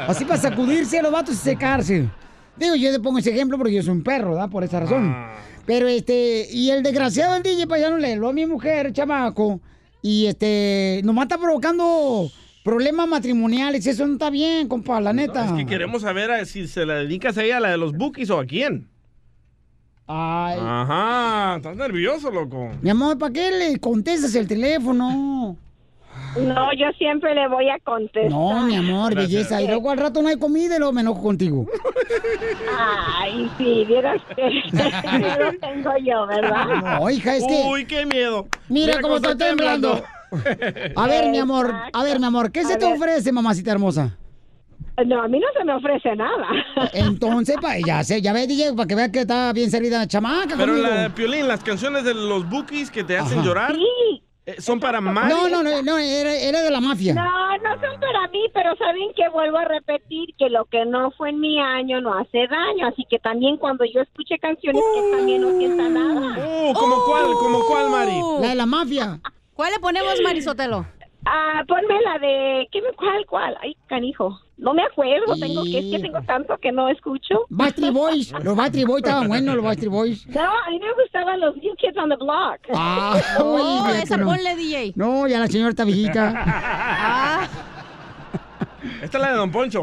[SPEAKER 1] Así para sacudirse a los vatos y secarse. Digo, yo te pongo ese ejemplo porque yo soy un perro, ¿verdad? Por esa razón.
[SPEAKER 2] Ah.
[SPEAKER 1] Pero este, y el desgraciado del DJ Payano le habló a mi mujer, chamaco, y este, nomás está provocando problemas matrimoniales. Eso no está bien, compa, la neta.
[SPEAKER 2] Es que queremos saber a- si se la dedicas a ella, a la de los bookies o a quién.
[SPEAKER 1] Ay.
[SPEAKER 2] Ajá, estás nervioso, loco.
[SPEAKER 1] Mi amor, ¿para qué le contestas el teléfono?
[SPEAKER 4] No, yo siempre le voy a contestar.
[SPEAKER 1] No, mi amor, belleza. Y luego al rato no hay comida y luego me enojo contigo.
[SPEAKER 4] Ay, sí, vieras
[SPEAKER 1] [LAUGHS]
[SPEAKER 4] que miedo tengo yo, ¿verdad?
[SPEAKER 1] No, hija, es que-
[SPEAKER 2] Uy, qué miedo.
[SPEAKER 1] Mira cómo está temblando. A ver, mi amor, a ver, mi amor, ¿qué se te ofrece, mamacita hermosa?
[SPEAKER 4] No, a mí no se me ofrece nada.
[SPEAKER 1] Entonces, pa, ya sé, ya ve, DJ, para que vea que está bien servida la chamaca
[SPEAKER 2] Pero
[SPEAKER 1] conmigo.
[SPEAKER 2] la de Piolín, las canciones de los bookies que te hacen
[SPEAKER 1] Ajá.
[SPEAKER 2] llorar eh, son para más.
[SPEAKER 1] No, no, no, eh. no, era, era de la mafia.
[SPEAKER 4] Ah, No, no son para mí, pero saben que vuelvo a repetir que lo que no fue en mi año no hace daño, así que también cuando yo escuche canciones que también no sienta nada.
[SPEAKER 2] ¿Como Uh. cuál? ¿Como cuál, Mari?
[SPEAKER 1] Uh. La de la mafia.
[SPEAKER 4] ¿Cuál le ponemos, Marisotelo? Ah, ponme la de... ¿qué me, ¿Cuál, cuál? Ay, canijo. No me acuerdo, tengo que, es que tengo tanto que no escucho.
[SPEAKER 1] Battery Boys, los Battery Boys estaban buenos, los Battery Boys.
[SPEAKER 4] No, a mí me gustaban los New Kids on the Block. [LAUGHS]
[SPEAKER 1] Ah,
[SPEAKER 4] Oh,
[SPEAKER 1] oye,
[SPEAKER 4] esa
[SPEAKER 1] no.
[SPEAKER 4] ponle, DJ.
[SPEAKER 1] No, ya la señora está
[SPEAKER 2] [LAUGHS]
[SPEAKER 4] [LAUGHS]
[SPEAKER 1] viejita.
[SPEAKER 2] Esta es la de
[SPEAKER 1] [LAUGHS]
[SPEAKER 2] Don Poncho.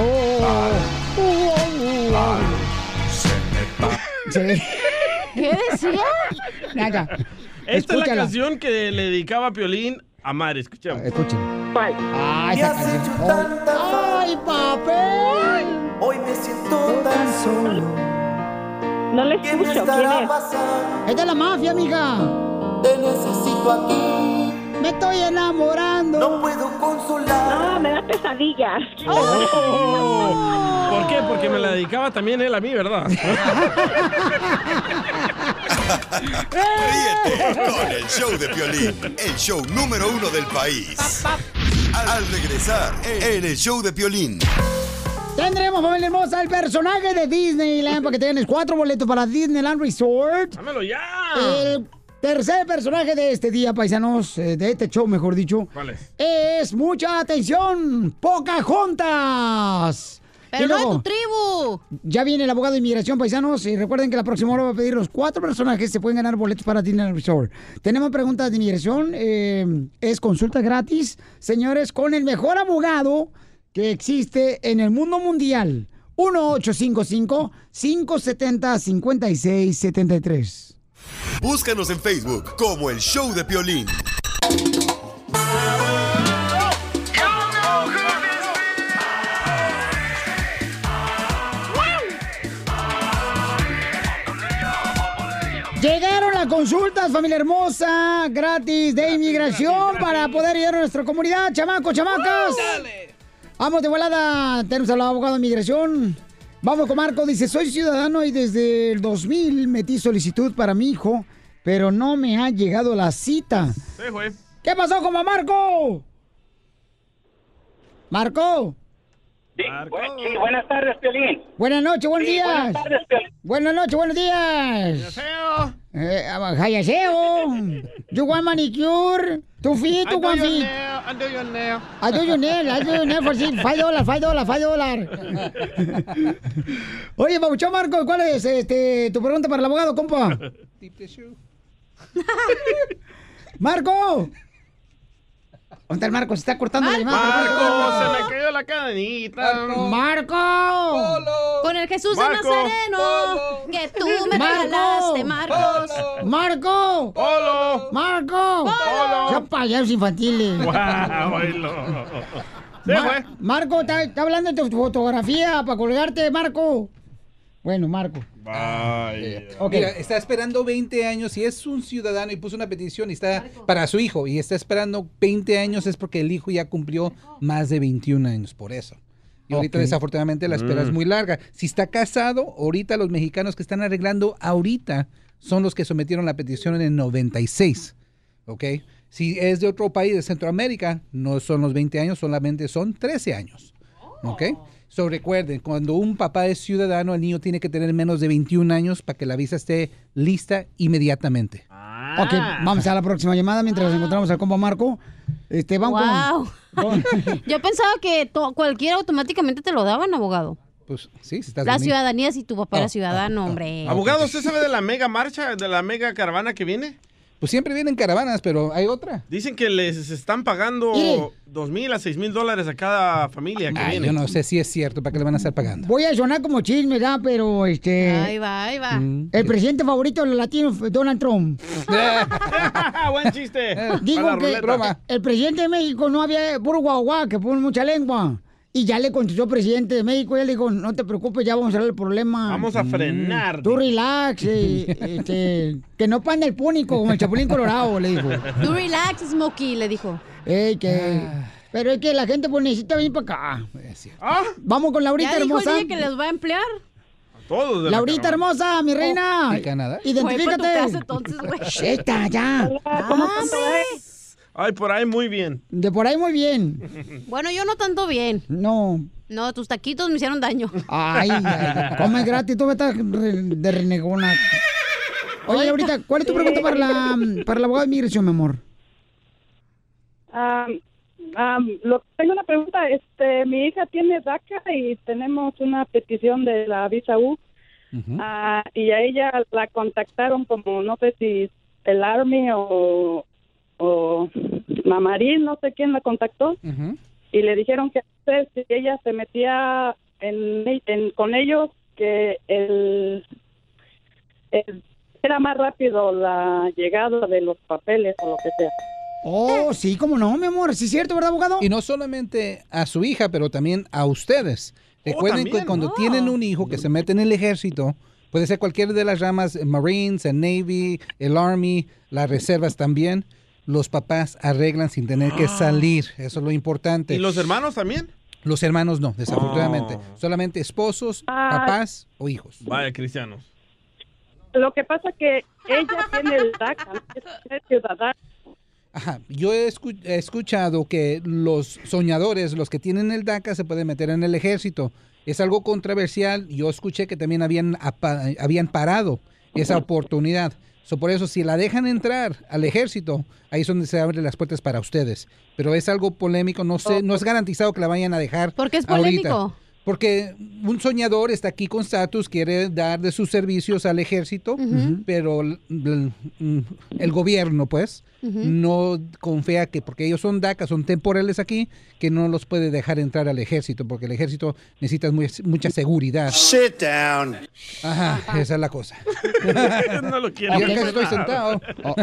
[SPEAKER 1] Oh.
[SPEAKER 2] Uh,
[SPEAKER 10] ¿Qué decía?
[SPEAKER 1] Venga.
[SPEAKER 2] Esta es la
[SPEAKER 1] Escúchala.
[SPEAKER 2] canción que le dedicaba Piolín a Mari. Escuchemos.
[SPEAKER 1] Escuchen.
[SPEAKER 4] ¿Cuál?
[SPEAKER 1] Ah, esa canción. ¡Ay, papel!
[SPEAKER 27] Hoy me siento tan solo.
[SPEAKER 4] No le
[SPEAKER 27] ¿Qué me estará pasando?
[SPEAKER 1] Esta es la mafia, amiga.
[SPEAKER 27] Te necesito aquí.
[SPEAKER 1] Me estoy enamorando.
[SPEAKER 27] No puedo consolar.
[SPEAKER 4] No, me da
[SPEAKER 1] [LAUGHS]
[SPEAKER 4] pesadillas.
[SPEAKER 2] Oh. ¿Por qué? Porque me la dedicaba también él a mí,
[SPEAKER 1] [LAUGHS]
[SPEAKER 2] ¿verdad?
[SPEAKER 6] Con el show de Piolín, el show número uno del país. Al regresar, en el show de Piolín.
[SPEAKER 1] Tendremos, familia hermosa, el personaje de Disneyland para que tengas cuatro boletos para Disneyland Resort.
[SPEAKER 2] ¡Dámelo ya!
[SPEAKER 1] El tercer personaje de este día, paisanos, eh, de este show, mejor dicho,
[SPEAKER 2] ¿Cuál es?
[SPEAKER 1] es mucha atención, Pocahontas.
[SPEAKER 10] Pero
[SPEAKER 1] Y
[SPEAKER 10] no de
[SPEAKER 1] luego,
[SPEAKER 10] tu tribu.
[SPEAKER 1] Ya viene el abogado de inmigración, paisanos, y recuerden que la próxima hora va a pedir los cuatro personajes se pueden ganar boletos para Disneyland Resort. Tenemos preguntas de inmigración, eh, es consulta gratis, señores, con el mejor abogado que existe en el mundo mundial. 1-855-570-5673.
[SPEAKER 6] Búscanos en Facebook como el show de Piolín.
[SPEAKER 1] consultas, familia hermosa, gratis de inmigración para poder ayudar a nuestra comunidad, chamacos, chamacas. Vamos de volada, tenemos al abogado de inmigración. Vamos con Marco, dice, soy ciudadano y desde el 2000 metí solicitud para mi hijo, pero no me ha llegado la cita.
[SPEAKER 2] Sí, güey.
[SPEAKER 1] ¿Qué pasó con Marco? Marco,
[SPEAKER 8] Sí, bu- sí, buenas tardes, Piolín.
[SPEAKER 1] buenas noches, buenos
[SPEAKER 8] Sí,
[SPEAKER 1] días.
[SPEAKER 8] buenas tardes, Piolín.
[SPEAKER 1] Buenas noches, buenos días. Eh, Hayaseo. You want manicure? Two feet, two one feet. I do your nail, I do your nail for
[SPEAKER 2] [LAUGHS]
[SPEAKER 1] six- five dollar, five dollar, five dollar. [LAUGHS] Oye, Pabuchón Marco, ¿cuál es este, tu pregunta para el abogado,
[SPEAKER 10] [LAUGHS]
[SPEAKER 1] compa? ¡Marco! ¿Dónde está el Marco? Se está cortando la
[SPEAKER 2] Marco,
[SPEAKER 1] llamada.
[SPEAKER 2] se me cayó la cadenita.
[SPEAKER 1] ¡Marco!
[SPEAKER 10] Con el Jesús de
[SPEAKER 2] Marco.
[SPEAKER 10] Nazareno que tú me
[SPEAKER 1] Marco.
[SPEAKER 10] regalaste, Marcos.
[SPEAKER 1] ¡Marco!
[SPEAKER 2] ¡Polo!
[SPEAKER 1] ¡Marco!
[SPEAKER 10] ¡Polo!
[SPEAKER 1] Son payasos infantiles.
[SPEAKER 2] Guau, bailo. Sí,
[SPEAKER 1] Ma-
[SPEAKER 2] güey.
[SPEAKER 1] Marco, está, está hablando de tu fotografía para colgarte, Marco. Bueno, Marco. Eh, Ok.
[SPEAKER 11] Mira, está esperando 20 años y es un ciudadano y puso una petición y está para su hijo y está esperando 20 años es porque el hijo ya cumplió más de 21 años, por eso. Y ahorita
[SPEAKER 12] Ok.
[SPEAKER 11] desafortunadamente la espera
[SPEAKER 12] Mm.
[SPEAKER 11] es muy larga. Si está casado, ahorita los mexicanos que están arreglando ahorita son los que sometieron la petición en el 96, ¿ok? Si es de otro país de Centroamérica, no son los 20 años, solamente son 13 años. ¿Ok?
[SPEAKER 1] Oh.
[SPEAKER 11] So recuerden, cuando un papá es ciudadano, el niño tiene que tener menos de 21 años para que la visa esté lista inmediatamente.
[SPEAKER 1] Ok, vamos a la próxima llamada mientras encontramos al compa Marco. Este, vamos con-
[SPEAKER 10] Wow. [LAUGHS] Yo pensaba que to- cualquiera automáticamente te lo daban, abogado.
[SPEAKER 11] Pues sí, si estás
[SPEAKER 10] La
[SPEAKER 11] bonito.
[SPEAKER 10] ciudadanía si tu papá
[SPEAKER 11] Oh,
[SPEAKER 10] era ciudadano, hombre.
[SPEAKER 2] Abogado, ¿usted sabe de la mega marcha, de la mega caravana que viene?
[SPEAKER 11] Pues siempre vienen caravanas, pero hay otra.
[SPEAKER 2] Dicen que les están pagando
[SPEAKER 11] Mire.
[SPEAKER 2] dos mil a seis mil dólares a cada familia que
[SPEAKER 11] Ay,
[SPEAKER 2] viene.
[SPEAKER 11] yo no sé si es cierto, ¿para qué le van a estar pagando?
[SPEAKER 1] Voy a sonar como chisme, ¿verdad? Pero este.
[SPEAKER 11] Ahí
[SPEAKER 10] va, ahí
[SPEAKER 11] va. Mm.
[SPEAKER 1] El presidente favorito de los latinos fue Donald
[SPEAKER 10] [LAUGHS]
[SPEAKER 1] Trump.
[SPEAKER 2] Buen chiste. Para
[SPEAKER 1] Digo
[SPEAKER 2] la
[SPEAKER 1] que
[SPEAKER 2] ruleta.
[SPEAKER 1] el presidente de México no había puro guaguá, que pone mucha lengua. Y ya le contestó el presidente de México y él dijo, no te preocupes, ya vamos a arreglar el problema. Mm.
[SPEAKER 2] Vamos a frenar.
[SPEAKER 1] Tú relax,
[SPEAKER 10] [LAUGHS]
[SPEAKER 1] eh, este, que no panda el púnico como el Chapulín Colorado, le dijo.
[SPEAKER 10] Tú Ah. relax, Smokey, le dijo.
[SPEAKER 1] Ey, que- Pero es que la gente pues, necesita venir para acá. Vamos con Laurita
[SPEAKER 10] Ah. ya dijo el
[SPEAKER 1] hermosa.
[SPEAKER 10] día que les va a emplear.
[SPEAKER 2] Todos de la
[SPEAKER 1] Laurita
[SPEAKER 2] caravana.
[SPEAKER 1] hermosa, mi
[SPEAKER 10] Oh,
[SPEAKER 1] reina.
[SPEAKER 11] ¿de Canadá?
[SPEAKER 1] Identifícate.
[SPEAKER 10] Fue para tu casa, entonces, güey.
[SPEAKER 1] Sheta, ya. Ah,
[SPEAKER 2] Ay, por ahí muy bien.
[SPEAKER 1] De por ahí muy bien.
[SPEAKER 10] Bueno, yo no tanto bien.
[SPEAKER 1] No.
[SPEAKER 10] No, tus taquitos me hicieron daño.
[SPEAKER 1] Ay, ay, come gratis, tú me estás re- de renegona. Oye, Laurita, ¿cuál es tu pregunta para la, para la abogada de migración, mi amor?
[SPEAKER 9] Am, am, lo- tengo una pregunta. Este, mi hija tiene DACA y tenemos una petición de la visa U. Ah, y a ella la contactaron como no sé si el Army o o Mamarín, no sé quién la contactó y le dijeron que pues, si ella se metía en, en- con ellos que el, el- era más rápido la llegada de los papeles o lo que sea.
[SPEAKER 1] Oh, sí, cómo no, mi amor, sí es cierto, ¿verdad, abogado?
[SPEAKER 11] Y no solamente a su hija, pero también a ustedes. Recuerden
[SPEAKER 1] también,
[SPEAKER 11] que cuando
[SPEAKER 1] ah.
[SPEAKER 11] tienen un hijo que se mete en el ejército, puede ser cualquiera de las ramas, eh, Marines, el Navy, el Army, las reservas también, los papás arreglan sin tener que
[SPEAKER 1] Ah.
[SPEAKER 11] salir. Eso es lo importante.
[SPEAKER 2] ¿Y los hermanos también?
[SPEAKER 11] Los hermanos no, desafortunadamente.
[SPEAKER 1] Oh.
[SPEAKER 11] Solamente esposos,
[SPEAKER 1] Ah.
[SPEAKER 11] papás o hijos.
[SPEAKER 2] Vaya, cristianos.
[SPEAKER 9] Lo que pasa que ella tiene el DACA, no es es ciudadana.
[SPEAKER 11] Ajá, yo he escu- he escuchado que los soñadores, los que tienen el DACA, se pueden meter en el ejército. Es algo controversial. Yo escuché que también habían, apa- habían parado esa oportunidad. So, por eso, si la dejan entrar al ejército, ahí es donde se abren las puertas para ustedes. Pero es algo polémico. No, sé, no es garantizado que la vayan a dejar. ¿Por
[SPEAKER 10] qué es polémico?
[SPEAKER 11] Porque un soñador está aquí con status, quiere dar de sus servicios al ejército, pero l- l- mm, el gobierno, pues,
[SPEAKER 10] Ujú.
[SPEAKER 11] no confía que, porque ellos son DACA, son temporales aquí, que no los puede dejar entrar al ejército, porque el ejército necesita muy- mucha seguridad. Sit down. Ajá, esa es la cosa.
[SPEAKER 2] no lo
[SPEAKER 11] quiero. Yo acá estoy sentado.
[SPEAKER 1] Oh,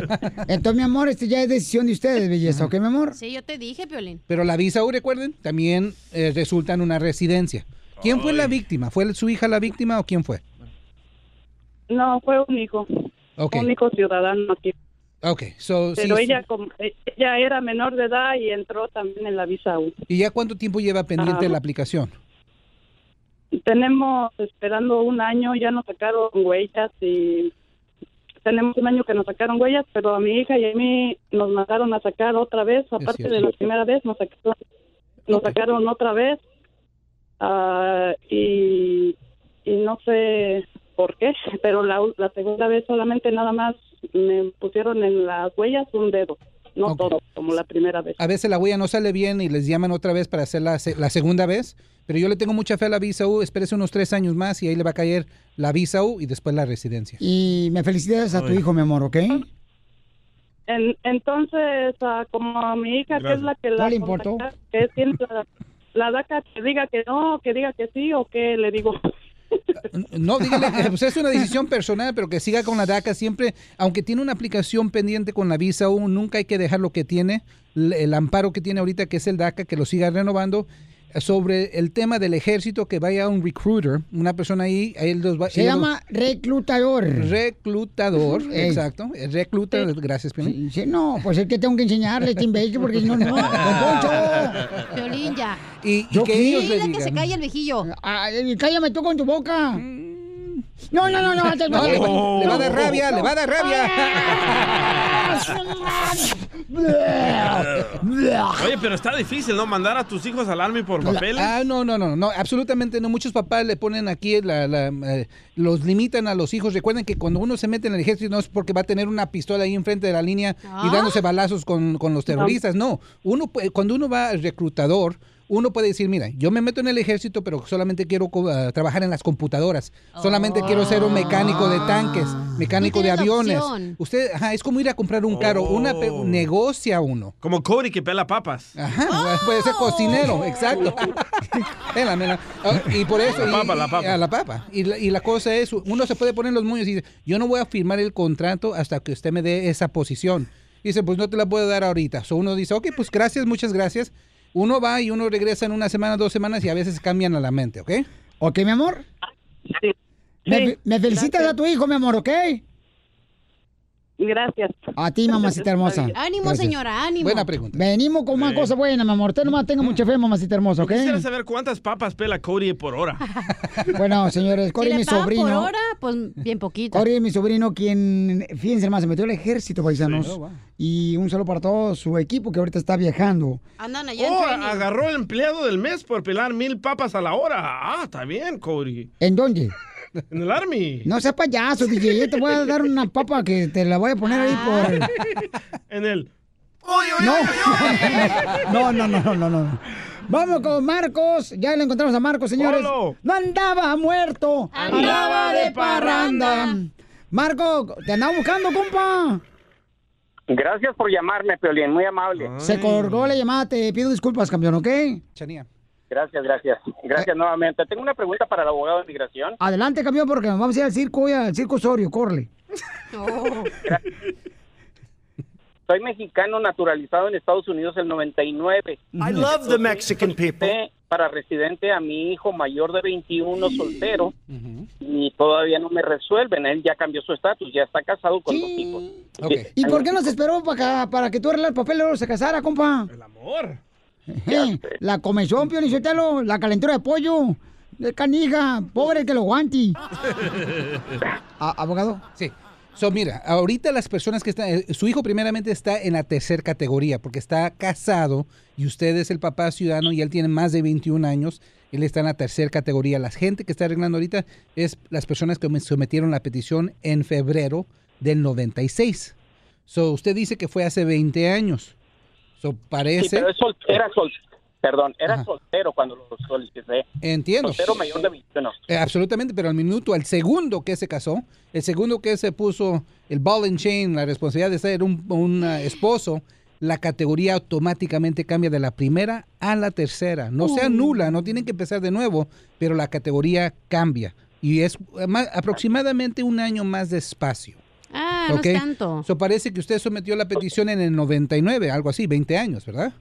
[SPEAKER 1] Entonces, mi amor, esto ya es decisión de ustedes, belleza, ¿ok, mi amor?
[SPEAKER 10] Sí, yo te dije, Piolín.
[SPEAKER 11] Pero la visa U, recuerden, también eh, resulta en una residencia. ¿Quién fue la víctima? ¿Fue su hija la víctima o quién fue?
[SPEAKER 9] No, fue un hijo.
[SPEAKER 11] Ok.
[SPEAKER 28] único ciudadano aquí.
[SPEAKER 11] Ok, so, sí,
[SPEAKER 28] Pero
[SPEAKER 11] sí.
[SPEAKER 28] ella, como- eh, ella era menor de edad y entró también en la visa U.
[SPEAKER 11] ¿Y ya cuánto tiempo lleva pendiente
[SPEAKER 28] Ah.
[SPEAKER 11] la aplicación?
[SPEAKER 28] Tenemos esperando un año, ya nos sacaron huellas y tenemos un año que nos sacaron huellas, pero a mi hija y a mí nos mandaron a sacar otra vez, aparte de
[SPEAKER 11] cierto.
[SPEAKER 28] la primera vez, nos sacaron, nos sacaron otra vez ah, y, y no sé por qué, pero la, u- la segunda vez solamente nada más me pusieron en las huellas un dedo, no todo, como la primera vez.
[SPEAKER 11] A veces la huella no sale bien y les llaman otra vez para hacer la, se- la segunda vez, pero yo le tengo mucha fe a la visa U, espérese unos tres años más y ahí le va a caer la visa U y después la residencia.
[SPEAKER 1] Y me felicitas a tu
[SPEAKER 11] Ay.
[SPEAKER 1] hijo, mi amor, ¿ok?
[SPEAKER 28] En- entonces, ah, como a mi hija, que es la que la
[SPEAKER 1] ¿No le importó?
[SPEAKER 28] contacta, que tiene la, la DACA, que diga que no, que diga que sí o que le digo.
[SPEAKER 11] No, dígale que pues, es una decisión personal, pero que siga con la DACA siempre, aunque tiene una aplicación pendiente con la visa U, nunca hay que dejar lo que tiene, l- el amparo que tiene ahorita, que es el DACA, que lo siga renovando. eh, Sobre el tema del ejército, que vaya un recruiter, una persona ahí, él los va-
[SPEAKER 1] Se
[SPEAKER 11] ellos los-
[SPEAKER 1] llama reclutador.
[SPEAKER 11] Reclutador,
[SPEAKER 1] Ey.
[SPEAKER 11] exacto. Recluta, gracias, Piolín.
[SPEAKER 1] Sí, no, pues es que tengo que enseñarle este imbécil porque si no, no. Don Poncho.
[SPEAKER 10] Piolín ya.
[SPEAKER 11] Y,
[SPEAKER 1] ¿Yo qué?
[SPEAKER 10] Dile que se calle el viejillo.
[SPEAKER 1] cállame tú con tu boca. No, no, no, no. antes
[SPEAKER 11] No, le, va- le va a dar
[SPEAKER 1] No.
[SPEAKER 11] rabia, le va a dar rabia.
[SPEAKER 2] Oye, pero está difícil, ¿no? Mandar a tus hijos al army por papeles.
[SPEAKER 11] Ah, no, no, no, no, absolutamente no. Muchos papás le ponen aquí, la- la, eh, los limitan a los hijos. Recuerden que cuando uno se mete en el ejército no es porque va a tener una pistola ahí enfrente de la línea
[SPEAKER 7] Ah.
[SPEAKER 11] y dándose balazos con, con los terroristas. No, uno puede- cuando uno va al reclutador, uno puede decir, mira, yo me meto en el ejército, pero solamente quiero co- ah, trabajar en las computadoras. Solamente quiero ser un mecánico de tanques, mecánico de
[SPEAKER 7] Ah. tienes la
[SPEAKER 11] aviones.
[SPEAKER 7] opción.
[SPEAKER 11] Usted, ajá, es como ir a comprar un carro, una pe-
[SPEAKER 2] Oh.
[SPEAKER 11] negocia uno.
[SPEAKER 2] Como Cody que pela papas.
[SPEAKER 11] Ajá, puede ser
[SPEAKER 1] Oh.
[SPEAKER 11] cocinero,
[SPEAKER 1] [LAUGHS]
[SPEAKER 11] exacto. Mela, mela. Ah, Y por eso.
[SPEAKER 2] La
[SPEAKER 11] y-
[SPEAKER 2] papa, la papa.
[SPEAKER 11] y- a la papa. Y la, y la cosa es, uno se puede poner los moños y dice, yo no voy a firmar el contrato hasta que usted me dé esa posición. Y dice, pues no te la puedo dar ahorita. So uno dice, ok, pues gracias, muchas gracias. Uno va y uno regresa en una semana, dos semanas y a veces cambian a la mente, ¿ok?
[SPEAKER 1] Ok, mi amor. Me, fe- me felicitas a tu hijo, mi amor, ¿ok?
[SPEAKER 28] Gracias.
[SPEAKER 1] A ti, mamacita hermosa.
[SPEAKER 10] Ánimo,
[SPEAKER 1] Gracias.
[SPEAKER 10] señora, ánimo.
[SPEAKER 1] Venimos con más
[SPEAKER 2] Sí.
[SPEAKER 1] cosas buenas, mi amor. Usted nomás tenga mucha fe, mamacita hermosa,
[SPEAKER 2] Yo
[SPEAKER 1] ¿ok?
[SPEAKER 2] Quisiera saber cuántas papas pela Cody por hora.
[SPEAKER 1] [LAUGHS] Bueno, señores, Cory
[SPEAKER 10] si
[SPEAKER 1] es
[SPEAKER 10] le
[SPEAKER 1] mi
[SPEAKER 10] pagan por
[SPEAKER 1] sobrino.
[SPEAKER 10] hora, pues bien poquito.
[SPEAKER 1] Cory es mi sobrino, quien, fíjense más, se metió al ejército, paisanos.
[SPEAKER 10] Sí. Oh, wow.
[SPEAKER 1] Y un saludo para todo su equipo que ahorita está viajando.
[SPEAKER 10] [LAUGHS] Andan allá en
[SPEAKER 2] Oh,
[SPEAKER 10] training.
[SPEAKER 2] agarró el empleado del mes por pelar mil papas a la hora. Ah, está bien, Cody.
[SPEAKER 1] ¿En dónde?
[SPEAKER 2] En el army.
[SPEAKER 1] No seas payaso, DJ. Yo te voy a dar una papa que te la voy a poner ahí
[SPEAKER 10] Ah.
[SPEAKER 1] por...
[SPEAKER 2] [LAUGHS] En el.
[SPEAKER 1] No.
[SPEAKER 11] [LAUGHS]
[SPEAKER 1] no, no, no, no, no, no. Vamos con Marcos. Ya le encontramos a Marcos, señores.
[SPEAKER 14] Polo.
[SPEAKER 1] No andaba muerto.
[SPEAKER 14] Andaba de parranda.
[SPEAKER 1] Marco, te andaba buscando, compa.
[SPEAKER 16] Gracias por llamarme, Piolín, muy amable.
[SPEAKER 1] Ah. Se colgó la llamada. Te pido disculpas, campeón, ¿ok?
[SPEAKER 16] Gracias, gracias. Gracias nuevamente. Tengo una pregunta para el abogado de migración.
[SPEAKER 1] Adelante, campeón, porque nos vamos a ir al circo y al circo Osorio. Corre.
[SPEAKER 16] Soy mexicano naturalizado en Estados Unidos el 99.
[SPEAKER 15] I love the Mexican people.
[SPEAKER 16] Para residente a mi hijo mayor de 21 soltero y todavía no me resuelven. Él ya cambió su estatus, ya está casado con dos hijos.
[SPEAKER 1] ¿Y por qué nos esperó para, para que tú arreglas el papel y luego se casara, compa? El
[SPEAKER 2] amor.
[SPEAKER 1] la comezón, Pio Lizotelo, la calentura de pollo. De canija, pobre el que lo guanti. ¿Abogado?
[SPEAKER 11] Sí. So, mira, ahorita las personas que están, eh, su hijo primeramente está en la tercera categoría porque está casado y usted es el papá ciudadano y él tiene más de 21 años, él está en la tercera categoría. La gente que está arreglando ahorita es las personas que me sometieron la petición en febrero del 96. So, usted dice que fue hace 20 años. So, parece...
[SPEAKER 16] Sí, pero es sol- era sol- perdón, era
[SPEAKER 11] Ajá.
[SPEAKER 16] soltero cuando lo solicité.
[SPEAKER 11] Entiendo.
[SPEAKER 16] Soltero mayor de 21.
[SPEAKER 11] Eh, absolutamente, pero al minuto, al segundo que se casó, el segundo que se puso el ball and chain, la responsabilidad de ser un, un, eh, esposo, la categoría automáticamente cambia de la primera a la tercera. No se anula, no tienen que empezar de nuevo, pero la categoría cambia. Y es eh, ma- aproximadamente un año más despacio.
[SPEAKER 10] Ah, no
[SPEAKER 11] ¿ok?
[SPEAKER 10] es tanto.
[SPEAKER 11] So, parece que usted sometió la petición en el 99, algo así, 20 años, ¿verdad?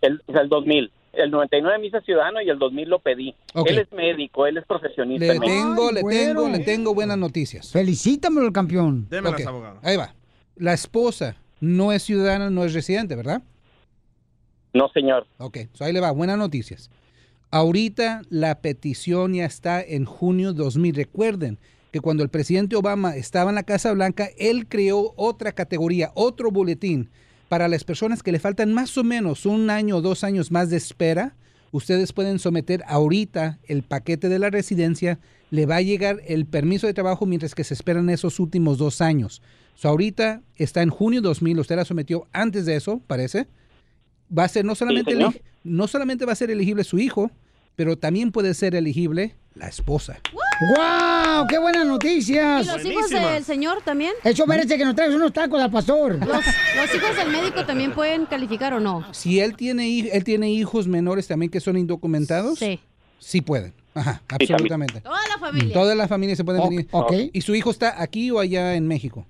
[SPEAKER 16] El, el 2000.
[SPEAKER 12] el 99 me hice ciudadano y el 2000 lo pedí.
[SPEAKER 11] Ok.
[SPEAKER 12] Él es médico, él es profesionista.
[SPEAKER 11] Le
[SPEAKER 12] médico.
[SPEAKER 11] tengo, le tengo, le tengo buenas noticias.
[SPEAKER 1] Felicítamelo, campeón.
[SPEAKER 11] Ok, Ahí va. La esposa no es ciudadana, no es residente, ¿verdad?
[SPEAKER 12] No, señor.
[SPEAKER 11] Ok, so ahí le va. Buenas noticias. Ahorita la petición ya está en junio 2000. Recuerden que cuando el presidente Obama estaba en la Casa Blanca, él creó otra categoría, otro boletín para las personas que le faltan más o menos un año o dos años más de espera. Ustedes pueden someter ahorita el paquete de la residencia, le va a llegar el permiso de trabajo mientras que se esperan esos últimos dos años. So ahorita está en junio 2000, usted la sometió antes de eso, parece va a ser no solamente
[SPEAKER 12] señor.
[SPEAKER 11] elegi- no solamente va a ser elegible su hijo, pero también puede ser elegible la esposa.
[SPEAKER 1] ¡Wow! ¡Qué buenas noticias!
[SPEAKER 10] ¿Y los hijos del señor también?
[SPEAKER 1] Eso merece que nos traigas unos tacos al pastor.
[SPEAKER 10] Los, los hijos del médico también pueden calificar o no.
[SPEAKER 11] Si él tiene hij- él tiene hijos menores también que son indocumentados, sí, pueden. Ajá,
[SPEAKER 1] también.
[SPEAKER 11] absolutamente.
[SPEAKER 10] Toda la familia.
[SPEAKER 11] Todas las familias se pueden
[SPEAKER 12] Ok,
[SPEAKER 11] venir.
[SPEAKER 12] ok.
[SPEAKER 11] ¿Y su hijo está aquí o allá en México?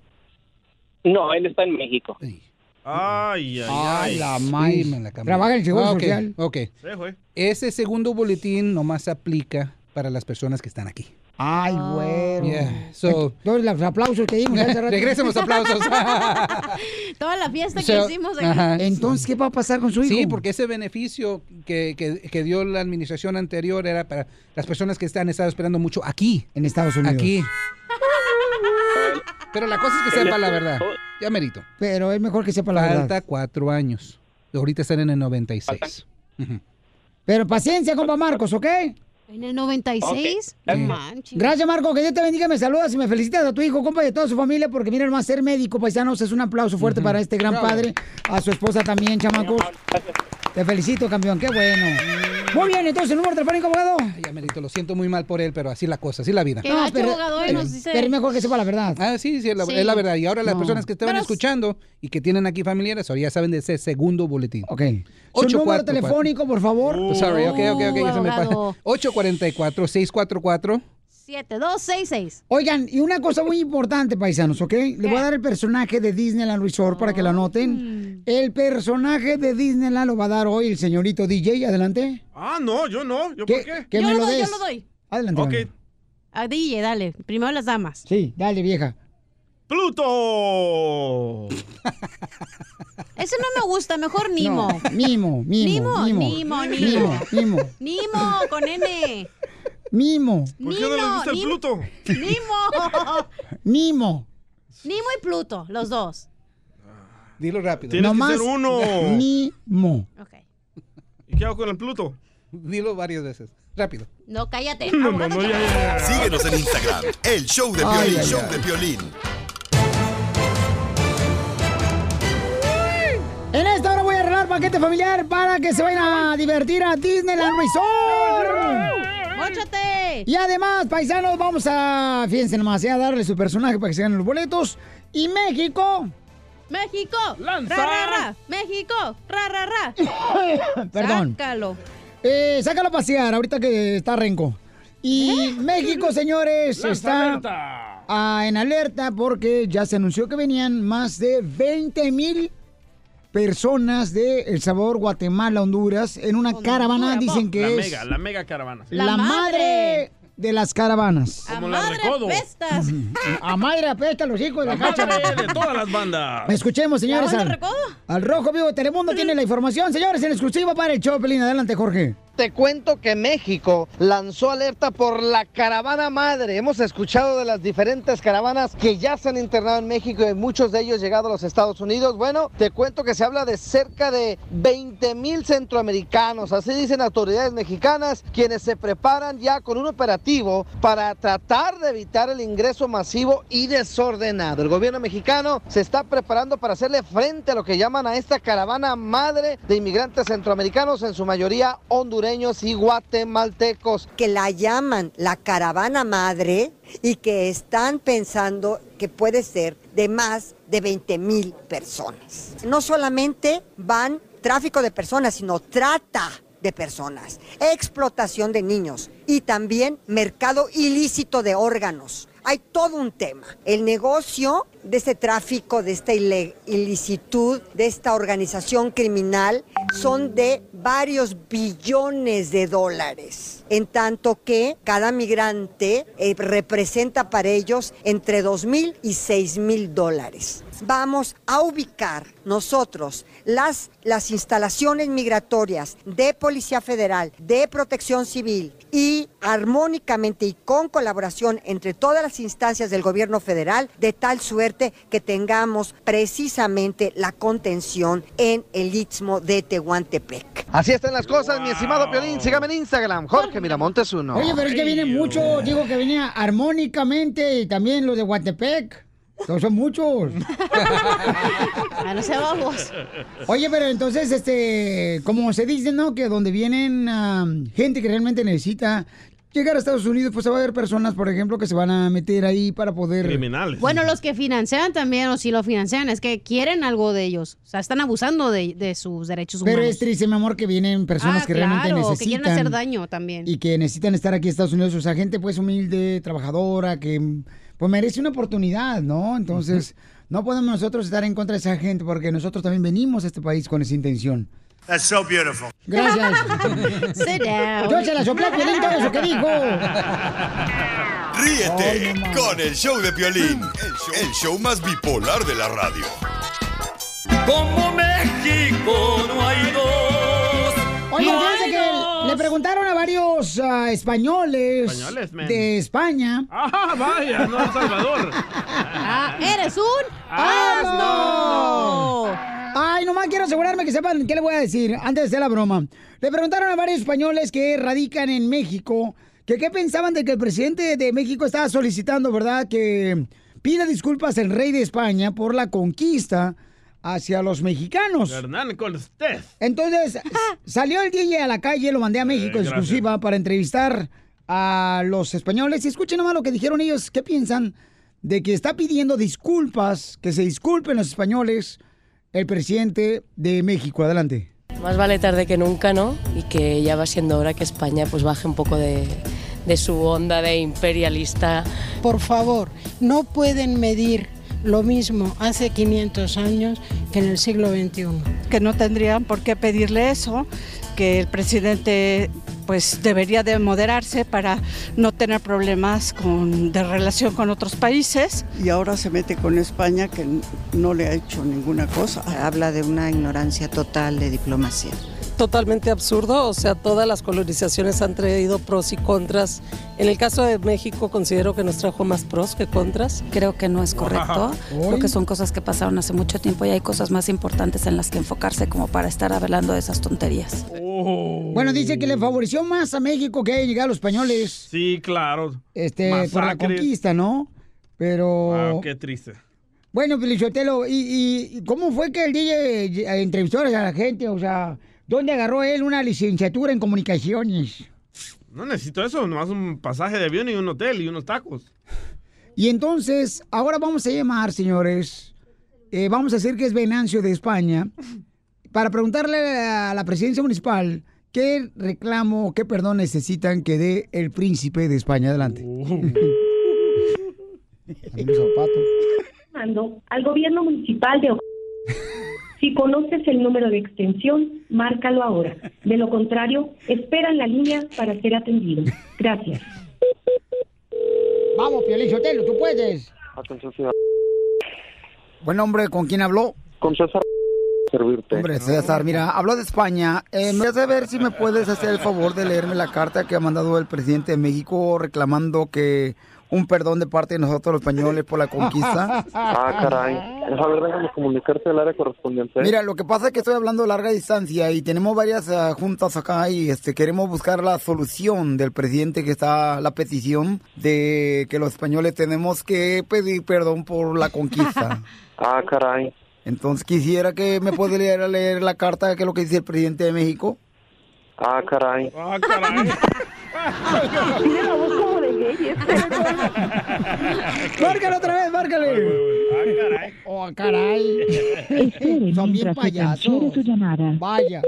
[SPEAKER 12] No, él está en México.
[SPEAKER 2] Ay, ay, ay.
[SPEAKER 11] Sí, me la cambié. Ah, ok, Ok.
[SPEAKER 2] Se fue.
[SPEAKER 11] Ese segundo boletín nomás aplica para las personas que están aquí.
[SPEAKER 1] Ay, güero.
[SPEAKER 11] Yeah, so-
[SPEAKER 1] Entonces, los aplausos que dimos hace rato.
[SPEAKER 11] Regresemos
[SPEAKER 1] [LAUGHS]
[SPEAKER 11] aplausos.
[SPEAKER 10] Toda la fiesta
[SPEAKER 11] So,
[SPEAKER 10] que hicimos aquí.
[SPEAKER 11] ajá.
[SPEAKER 1] Entonces, ¿qué va a pasar con su hijo?
[SPEAKER 11] Sí, porque ese beneficio que, que- que dio la administración anterior era para las personas que están estado esperando mucho aquí.
[SPEAKER 1] En Estados Unidos.
[SPEAKER 11] Aquí. Pero la cosa es que sepa la verdad. Ya merito.
[SPEAKER 1] Pero es mejor que sepa la verdad.
[SPEAKER 11] Falta cuatro años. Ahorita están en el 96. Ujú.
[SPEAKER 1] Pero paciencia, compa Marcos, ¿ok?
[SPEAKER 10] En el 96.
[SPEAKER 1] Eh,
[SPEAKER 11] Ok.
[SPEAKER 10] No manches.
[SPEAKER 1] Gracias, Marco. Que Dios te bendiga, me saludas y me felicitas a tu hijo, compa, y a toda su familia, porque miren, más ser médico, paisanos, es un aplauso fuerte para este gran
[SPEAKER 11] Bravo.
[SPEAKER 1] padre, a su esposa también, chamacos. Te felicito, campeón, qué bueno. Muy bien, entonces, el número telefónico, abogado.
[SPEAKER 11] Ya merito. Lo siento muy mal por él, pero así la cosa, así la vida.
[SPEAKER 1] No, pero, pero es mejor que sepa la verdad.
[SPEAKER 11] Ah, sí, sí, es la,
[SPEAKER 1] Sí.
[SPEAKER 11] es la verdad. Y ahora las
[SPEAKER 1] No.
[SPEAKER 11] personas que estaban
[SPEAKER 1] Pero-
[SPEAKER 11] escuchando y que tienen aquí familiares, ahora ya saben de ese segundo boletín.
[SPEAKER 1] Ok. Su número telefónico, por favor.
[SPEAKER 11] Sorry, ok, ok, ok, ya se me pasa.
[SPEAKER 10] abogado.
[SPEAKER 11] 844-644.
[SPEAKER 10] 7266.
[SPEAKER 1] Oigan, y una cosa muy importante, paisanos, ¿ok? Le voy a dar el personaje de Disneyland Resort para que lo
[SPEAKER 10] Mm.
[SPEAKER 1] anoten. El personaje de Disneyland lo va a dar hoy el señorito DJ. Adelante.
[SPEAKER 2] Ah, no, yo no. ¿Yo por qué?
[SPEAKER 1] Que
[SPEAKER 10] yo
[SPEAKER 1] me
[SPEAKER 10] lo
[SPEAKER 1] lo
[SPEAKER 10] doy,
[SPEAKER 1] des.
[SPEAKER 10] yo lo doy.
[SPEAKER 1] Adelante.
[SPEAKER 2] Ok.
[SPEAKER 1] Manuel.
[SPEAKER 10] A DJ, dale. Primero las damas.
[SPEAKER 1] Sí, dale, vieja.
[SPEAKER 2] ¡Pluto!
[SPEAKER 10] Ese no me gusta, mejor Nimo.
[SPEAKER 1] No, mimo, mimo,
[SPEAKER 10] Mimo,
[SPEAKER 1] mimo.
[SPEAKER 10] Nimo,
[SPEAKER 1] Mimo,
[SPEAKER 10] Nimo.
[SPEAKER 1] mimo.
[SPEAKER 10] Nimo, con N.
[SPEAKER 1] Mimo.
[SPEAKER 10] ¿Por qué no les gusta el Nimo,
[SPEAKER 2] Pluto?
[SPEAKER 10] Nimo.
[SPEAKER 1] Mimo.
[SPEAKER 10] Nimo y Pluto, los dos.
[SPEAKER 11] Dilo rápido.
[SPEAKER 2] Tienes que ser uno.
[SPEAKER 1] Mimo.
[SPEAKER 2] ¿Y qué hago con el Pluto?
[SPEAKER 11] Dilo varias veces. Rápido.
[SPEAKER 10] No, cállate.
[SPEAKER 2] No,
[SPEAKER 10] Abogado,
[SPEAKER 2] no, no,
[SPEAKER 10] ya-
[SPEAKER 6] Síguenos en Instagram, el show de
[SPEAKER 1] Ay,
[SPEAKER 6] Piolín,
[SPEAKER 1] ay,
[SPEAKER 6] show
[SPEAKER 1] ay.
[SPEAKER 6] de Piolín.
[SPEAKER 1] En esta hora voy a arreglar paquete familiar para que se vayan a divertir a Disneyland Resort.
[SPEAKER 10] ¡Móchate!
[SPEAKER 1] Y además, paisanos, vamos a, fíjense nomás, eh, a darle su personaje para que se ganen los boletos. Y México.
[SPEAKER 10] México. Ra, ra, ra. México. Ra, ra, ra.
[SPEAKER 1] [LAUGHS] Perdón.
[SPEAKER 10] Sácalo.
[SPEAKER 1] Eh, sácalo a pasear ahorita que está renco. Y México, señores,
[SPEAKER 2] ¿Eh? Lanza
[SPEAKER 1] está
[SPEAKER 2] alerta.
[SPEAKER 1] ah, en alerta porque ya se anunció que venían más de 20 mil personas de El Salvador, Guatemala, Honduras, en una caravana, dicen que
[SPEAKER 2] la
[SPEAKER 1] es
[SPEAKER 2] mega, la Ah. mega caravana.
[SPEAKER 1] la, madre de las caravanas.
[SPEAKER 2] Como la recodo.
[SPEAKER 1] A madre apesta los hijos de
[SPEAKER 2] La
[SPEAKER 1] la cáchara.
[SPEAKER 2] madre de todas las
[SPEAKER 10] Ah.
[SPEAKER 2] bandas.
[SPEAKER 1] Escuchemos, señores,
[SPEAKER 2] ¿La banda
[SPEAKER 1] al, al Rojo Vivo de Telemundo tiene la información, señores, en exclusiva para el Chopelín. Adelante, Jorge.
[SPEAKER 3] Te cuento que México lanzó alerta por la caravana madre. Hemos escuchado de las diferentes caravanas que ya se han internado en México y muchos de ellos llegado a los Estados Unidos. Bueno, te cuento que se habla de cerca de 20 mil centroamericanos, así dicen autoridades mexicanas, quienes se preparan ya con un operativo para tratar de evitar el ingreso masivo y desordenado. El gobierno mexicano se está preparando para hacerle frente a lo que llaman a esta caravana madre de inmigrantes centroamericanos, en su mayoría hondureños y guatemaltecos.
[SPEAKER 15] que la llaman la caravana madre y que están pensando que puede ser de más de 20 mil personas. No solamente van tráfico de personas, sino trata de personas, explotación de niños y también mercado ilícito de órganos. Hay todo un tema. El negocio de este tráfico, de esta ile- ilicitud, de esta organización criminal, son de varios billones de dólares. En tanto que cada migrante eh, representa para ellos entre 2 mil y 6 mil dólares. Vamos a ubicar nosotros las, las instalaciones migratorias de Policía Federal, de Protección Civil y armónicamente y con colaboración entre todas las instancias del gobierno federal, de tal suerte que tengamos precisamente la contención en el istmo de Tehuantepec.
[SPEAKER 3] Así están las cosas, mi estimado Piolín. Sígame en Instagram, Jorge Miramontes uno.
[SPEAKER 1] Oye, pero es que viene mucho, digo que venía armónicamente y también los de Guatepec. Son, son
[SPEAKER 10] [LAUGHS]
[SPEAKER 1] muchos.
[SPEAKER 10] no sea babos.
[SPEAKER 1] Oye, pero entonces, este, como se dice, ¿no? Que donde vienen am, gente que realmente necesita llegar a Estados Unidos, pues se va a haber personas, por ejemplo, que se van a meter ahí para poder.
[SPEAKER 2] Criminales.
[SPEAKER 10] Bueno, los que financian también, o si lo financian, es que quieren algo de ellos. O sea, están abusando de, de sus derechos humanos.
[SPEAKER 1] Pero es triste, mi amor, que vienen personas
[SPEAKER 10] Ah,
[SPEAKER 1] que
[SPEAKER 10] claro,
[SPEAKER 1] realmente necesitan.
[SPEAKER 10] que quieren hacer daño también.
[SPEAKER 1] y que necesitan estar aquí en Estados Unidos. O sea, gente pues humilde, trabajadora, que pues merece una oportunidad, ¿no? Entonces, no podemos nosotros estar en contra de esa gente porque nosotros también venimos a este país con esa intención.
[SPEAKER 13] That's so beautiful.
[SPEAKER 1] Gracias.
[SPEAKER 15] [LAUGHS]
[SPEAKER 2] [LAUGHS]
[SPEAKER 10] Sit down.
[SPEAKER 1] Yo se la soplé a Piolín todo eso que dijo.
[SPEAKER 6] Ríete con el show de Piolín, el show, el show más bipolar de la radio.
[SPEAKER 13] Como México no hay dos.
[SPEAKER 1] Oye,
[SPEAKER 13] no
[SPEAKER 1] fíjense
[SPEAKER 13] hay
[SPEAKER 1] que le preguntaron a varios ah, españoles,
[SPEAKER 13] Españoles, men.
[SPEAKER 1] de España.
[SPEAKER 2] ¡Ah, vaya! ¡No, El
[SPEAKER 1] [LAUGHS]
[SPEAKER 2] Salvador!
[SPEAKER 10] Ah, eres un
[SPEAKER 1] ¡Asno!
[SPEAKER 10] asno.
[SPEAKER 1] Ay, nomás quiero asegurarme que sepan qué le voy a decir antes de hacer la broma. Le preguntaron a varios españoles que radican en México que qué pensaban de que el presidente de México estaba solicitando, ¿verdad? Que pida disculpas el rey de España por la conquista hacia los mexicanos.
[SPEAKER 2] Hernán con usted.
[SPEAKER 1] Entonces,
[SPEAKER 2] [LAUGHS]
[SPEAKER 1] s- salió el DJ a la calle, lo mandé a México
[SPEAKER 2] Eh, gracias.
[SPEAKER 1] exclusiva para entrevistar a los españoles. Y escuchen nomás lo que dijeron ellos. ¿Qué piensan de que está pidiendo disculpas, que se disculpen los españoles, el presidente de México? Adelante.
[SPEAKER 16] Más vale tarde que nunca, ¿no? Y que ya va siendo hora que España pues baje un poco de, de su onda de imperialista.
[SPEAKER 19] Por favor, no pueden medir lo mismo hace 500 años que en el siglo XXI.
[SPEAKER 29] que no tendrían por qué pedirle eso, que el presidente pues debería de moderarse para no tener problemas con, de relación con otros países.
[SPEAKER 18] Y ahora se mete con España que n- no le ha hecho ninguna cosa. Habla de una ignorancia total de diplomacia.
[SPEAKER 23] totalmente absurdo, o sea, todas las colonizaciones han traído pros y contras. En el caso de México considero que nos trajo más pros que contras.
[SPEAKER 20] Creo que no es correcto.
[SPEAKER 23] Uy.
[SPEAKER 20] Creo que son cosas que pasaron hace mucho tiempo y hay cosas más importantes en las que enfocarse como para estar hablando de esas tonterías.
[SPEAKER 2] Oh.
[SPEAKER 1] Bueno, dice que le favoreció más a México que haya llegado a los españoles
[SPEAKER 2] Sí, claro.
[SPEAKER 1] este, por la
[SPEAKER 2] Masacres. Ah,
[SPEAKER 1] conquista, ¿no? Pero...
[SPEAKER 2] Wow, qué triste.
[SPEAKER 1] Bueno, Pelichotelo, ¿y, y- y cómo fue que el DJ entrevistó a la gente? O sea, ¿dónde agarró él una licenciatura en comunicaciones?
[SPEAKER 2] No necesito eso, nomás un pasaje de avión y un hotel y unos tacos.
[SPEAKER 1] Y entonces, ahora vamos a llamar, señores, eh, vamos a decir que es Venancio de España, para preguntarle a la presidencia municipal qué reclamo, qué perdón necesitan que dé el príncipe de España. Adelante. También los zapatos.
[SPEAKER 21] llamando al gobierno municipal de Oc- Si conoces el número de extensión, márcalo ahora. De lo contrario, espera en la línea para ser atendido. Gracias.
[SPEAKER 1] [LAUGHS] Vamos, Pelichotelo, tú puedes.
[SPEAKER 20] Atención, ciudad.
[SPEAKER 1] Buen hombre, ¿con quién habló?
[SPEAKER 20] Con César, servirte.
[SPEAKER 1] Hombre, César, mira, habló de España. Eh, me hace ver si me puedes hacer el favor de leerme la carta que ha mandado el presidente de México reclamando que un perdón de parte de nosotros los españoles por la conquista.
[SPEAKER 20] [LAUGHS] Ah, caray. A ver, déjame comunicarte al área correspondiente.
[SPEAKER 1] Mira, lo que pasa es que estoy hablando a larga distancia y tenemos varias ah, juntas acá y este queremos buscar la solución del presidente que está la petición de que los españoles tenemos que pedir perdón por la
[SPEAKER 20] [LAUGHS]
[SPEAKER 1] conquista.
[SPEAKER 20] Ah, caray.
[SPEAKER 1] Entonces quisiera que me puedes leer, leer la carta que es lo que dice el presidente de México.
[SPEAKER 20] Ah, caray.
[SPEAKER 2] Ah, caray.
[SPEAKER 21] Tiene la voz como de
[SPEAKER 14] ¿eh?
[SPEAKER 21] gay.
[SPEAKER 1] Márcale otra vez, márcale.
[SPEAKER 2] Ah,
[SPEAKER 1] Oh, caray. Son bien payasos. Vaya.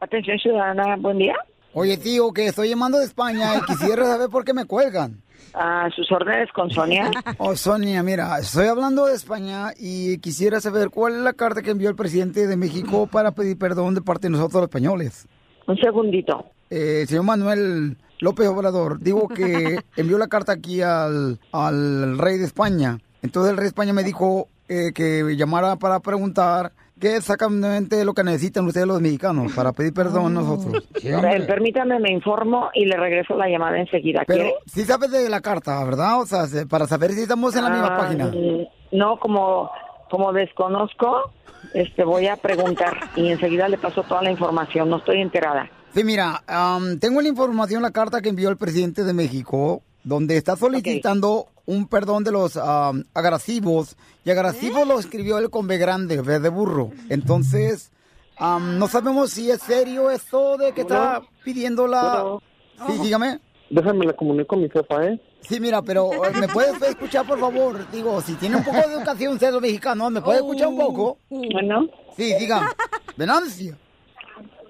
[SPEAKER 21] Atención ciudadana, buen día.
[SPEAKER 1] Oye, tío, que estoy llamando de España y quisiera saber por qué me cuelgan.
[SPEAKER 15] A sus órdenes con Sonia.
[SPEAKER 1] [LAUGHS] Oh, Sonia, mira, estoy hablando de España y quisiera saber cuál es la carta que envió el presidente de México para pedir perdón de parte de nosotros los españoles. Eh,
[SPEAKER 15] Un segundito.
[SPEAKER 1] señor Manuel López Obrador, digo que envió la carta aquí al, al rey de España. Entonces el rey de España me dijo eh, que llamara para preguntar qué es exactamente lo que necesitan ustedes los mexicanos para pedir perdón a nosotros. Sí, hombre.
[SPEAKER 15] Eh, Permítame, me informo y le regreso la llamada enseguida.
[SPEAKER 1] Pero
[SPEAKER 15] ¿Quiere?
[SPEAKER 1] sí sabes de la carta, ¿verdad? O sea, se- para saber si estamos en la misma
[SPEAKER 15] Ah,
[SPEAKER 1] página.
[SPEAKER 15] mm, No, como, como desconozco, este, voy a preguntar y enseguida le paso toda la información. No estoy enterada.
[SPEAKER 1] Sí, mira, am, tengo la información, la carta que envió el presidente de México, donde está solicitando un perdón de los am, agresivos. Y agresivos lo escribió él con B grande, B de burro. Entonces, am, no sabemos si es serio esto de que está
[SPEAKER 14] Hola.
[SPEAKER 1] pidiendo la...
[SPEAKER 14] Hola.
[SPEAKER 1] Sí, dígame.
[SPEAKER 14] Déjame la comunico a mi jefa, ¿eh?
[SPEAKER 1] Sí, mira, pero eh, ¿me puedes escuchar, por favor? Digo, si tiene un poco de educación usted, los mexicanos, ¿me puede escuchar un poco?
[SPEAKER 15] Bueno.
[SPEAKER 1] Sí, diga. Venancia.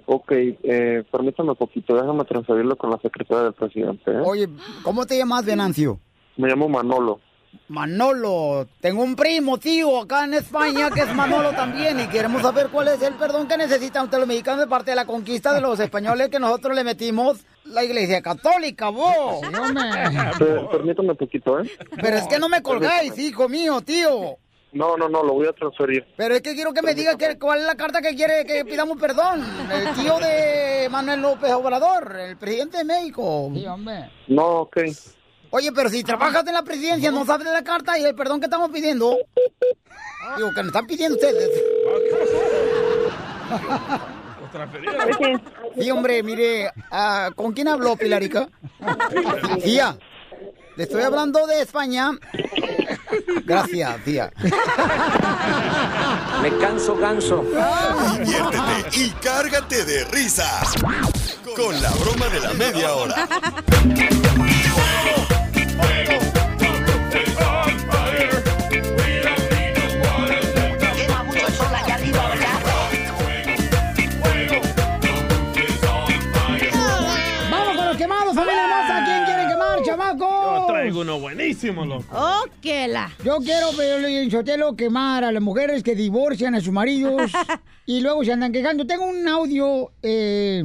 [SPEAKER 14] Ok, eh, permítame un poquito, déjame transferirlo con la secretaria del presidente, ¿eh?
[SPEAKER 1] Oye, ¿cómo te llamas, Venancio?
[SPEAKER 14] Me llamo Manolo.
[SPEAKER 1] Manolo, tengo un primo, tío, acá en España que es Manolo también y queremos saber cuál es el perdón que necesitan ustedes los mexicanos de parte de la conquista de los españoles que nosotros le metimos la iglesia católica, vos.
[SPEAKER 14] Per- permítame un poquito, ¿eh?
[SPEAKER 1] Pero es que no me colgáis, hijo mío, tío.
[SPEAKER 14] No, no, no, lo voy a transferir.
[SPEAKER 1] Pero es que quiero que me diga que- cuál es la carta que quiere que pidamos perdón. El tío de Manuel López Obrador, el presidente de México.
[SPEAKER 14] No, ok.
[SPEAKER 1] Oye, pero si trabajas en la presidencia, no sabes de la carta y el perdón que estamos pidiendo. Digo, que me están pidiendo ustedes. Este, Sí, hombre, mire, ah, ¿con quién habló Pilarica? Tía, le estoy hablando de España. Gracias, tía.
[SPEAKER 14] Me canso ganso.
[SPEAKER 6] Diviértete y cárgate de risas con la broma de la media hora.
[SPEAKER 1] ¡Vamos con los quemados, familia hermosa! ¿Quién quiere quemar, chamaco?
[SPEAKER 2] Yo traigo uno buenísimo, loco.
[SPEAKER 1] ¡Oh, Yo quiero, pero Sotelo, quemar a las mujeres que divorcian a sus maridos y luego se andan quejando. Tengo un audio. Eh,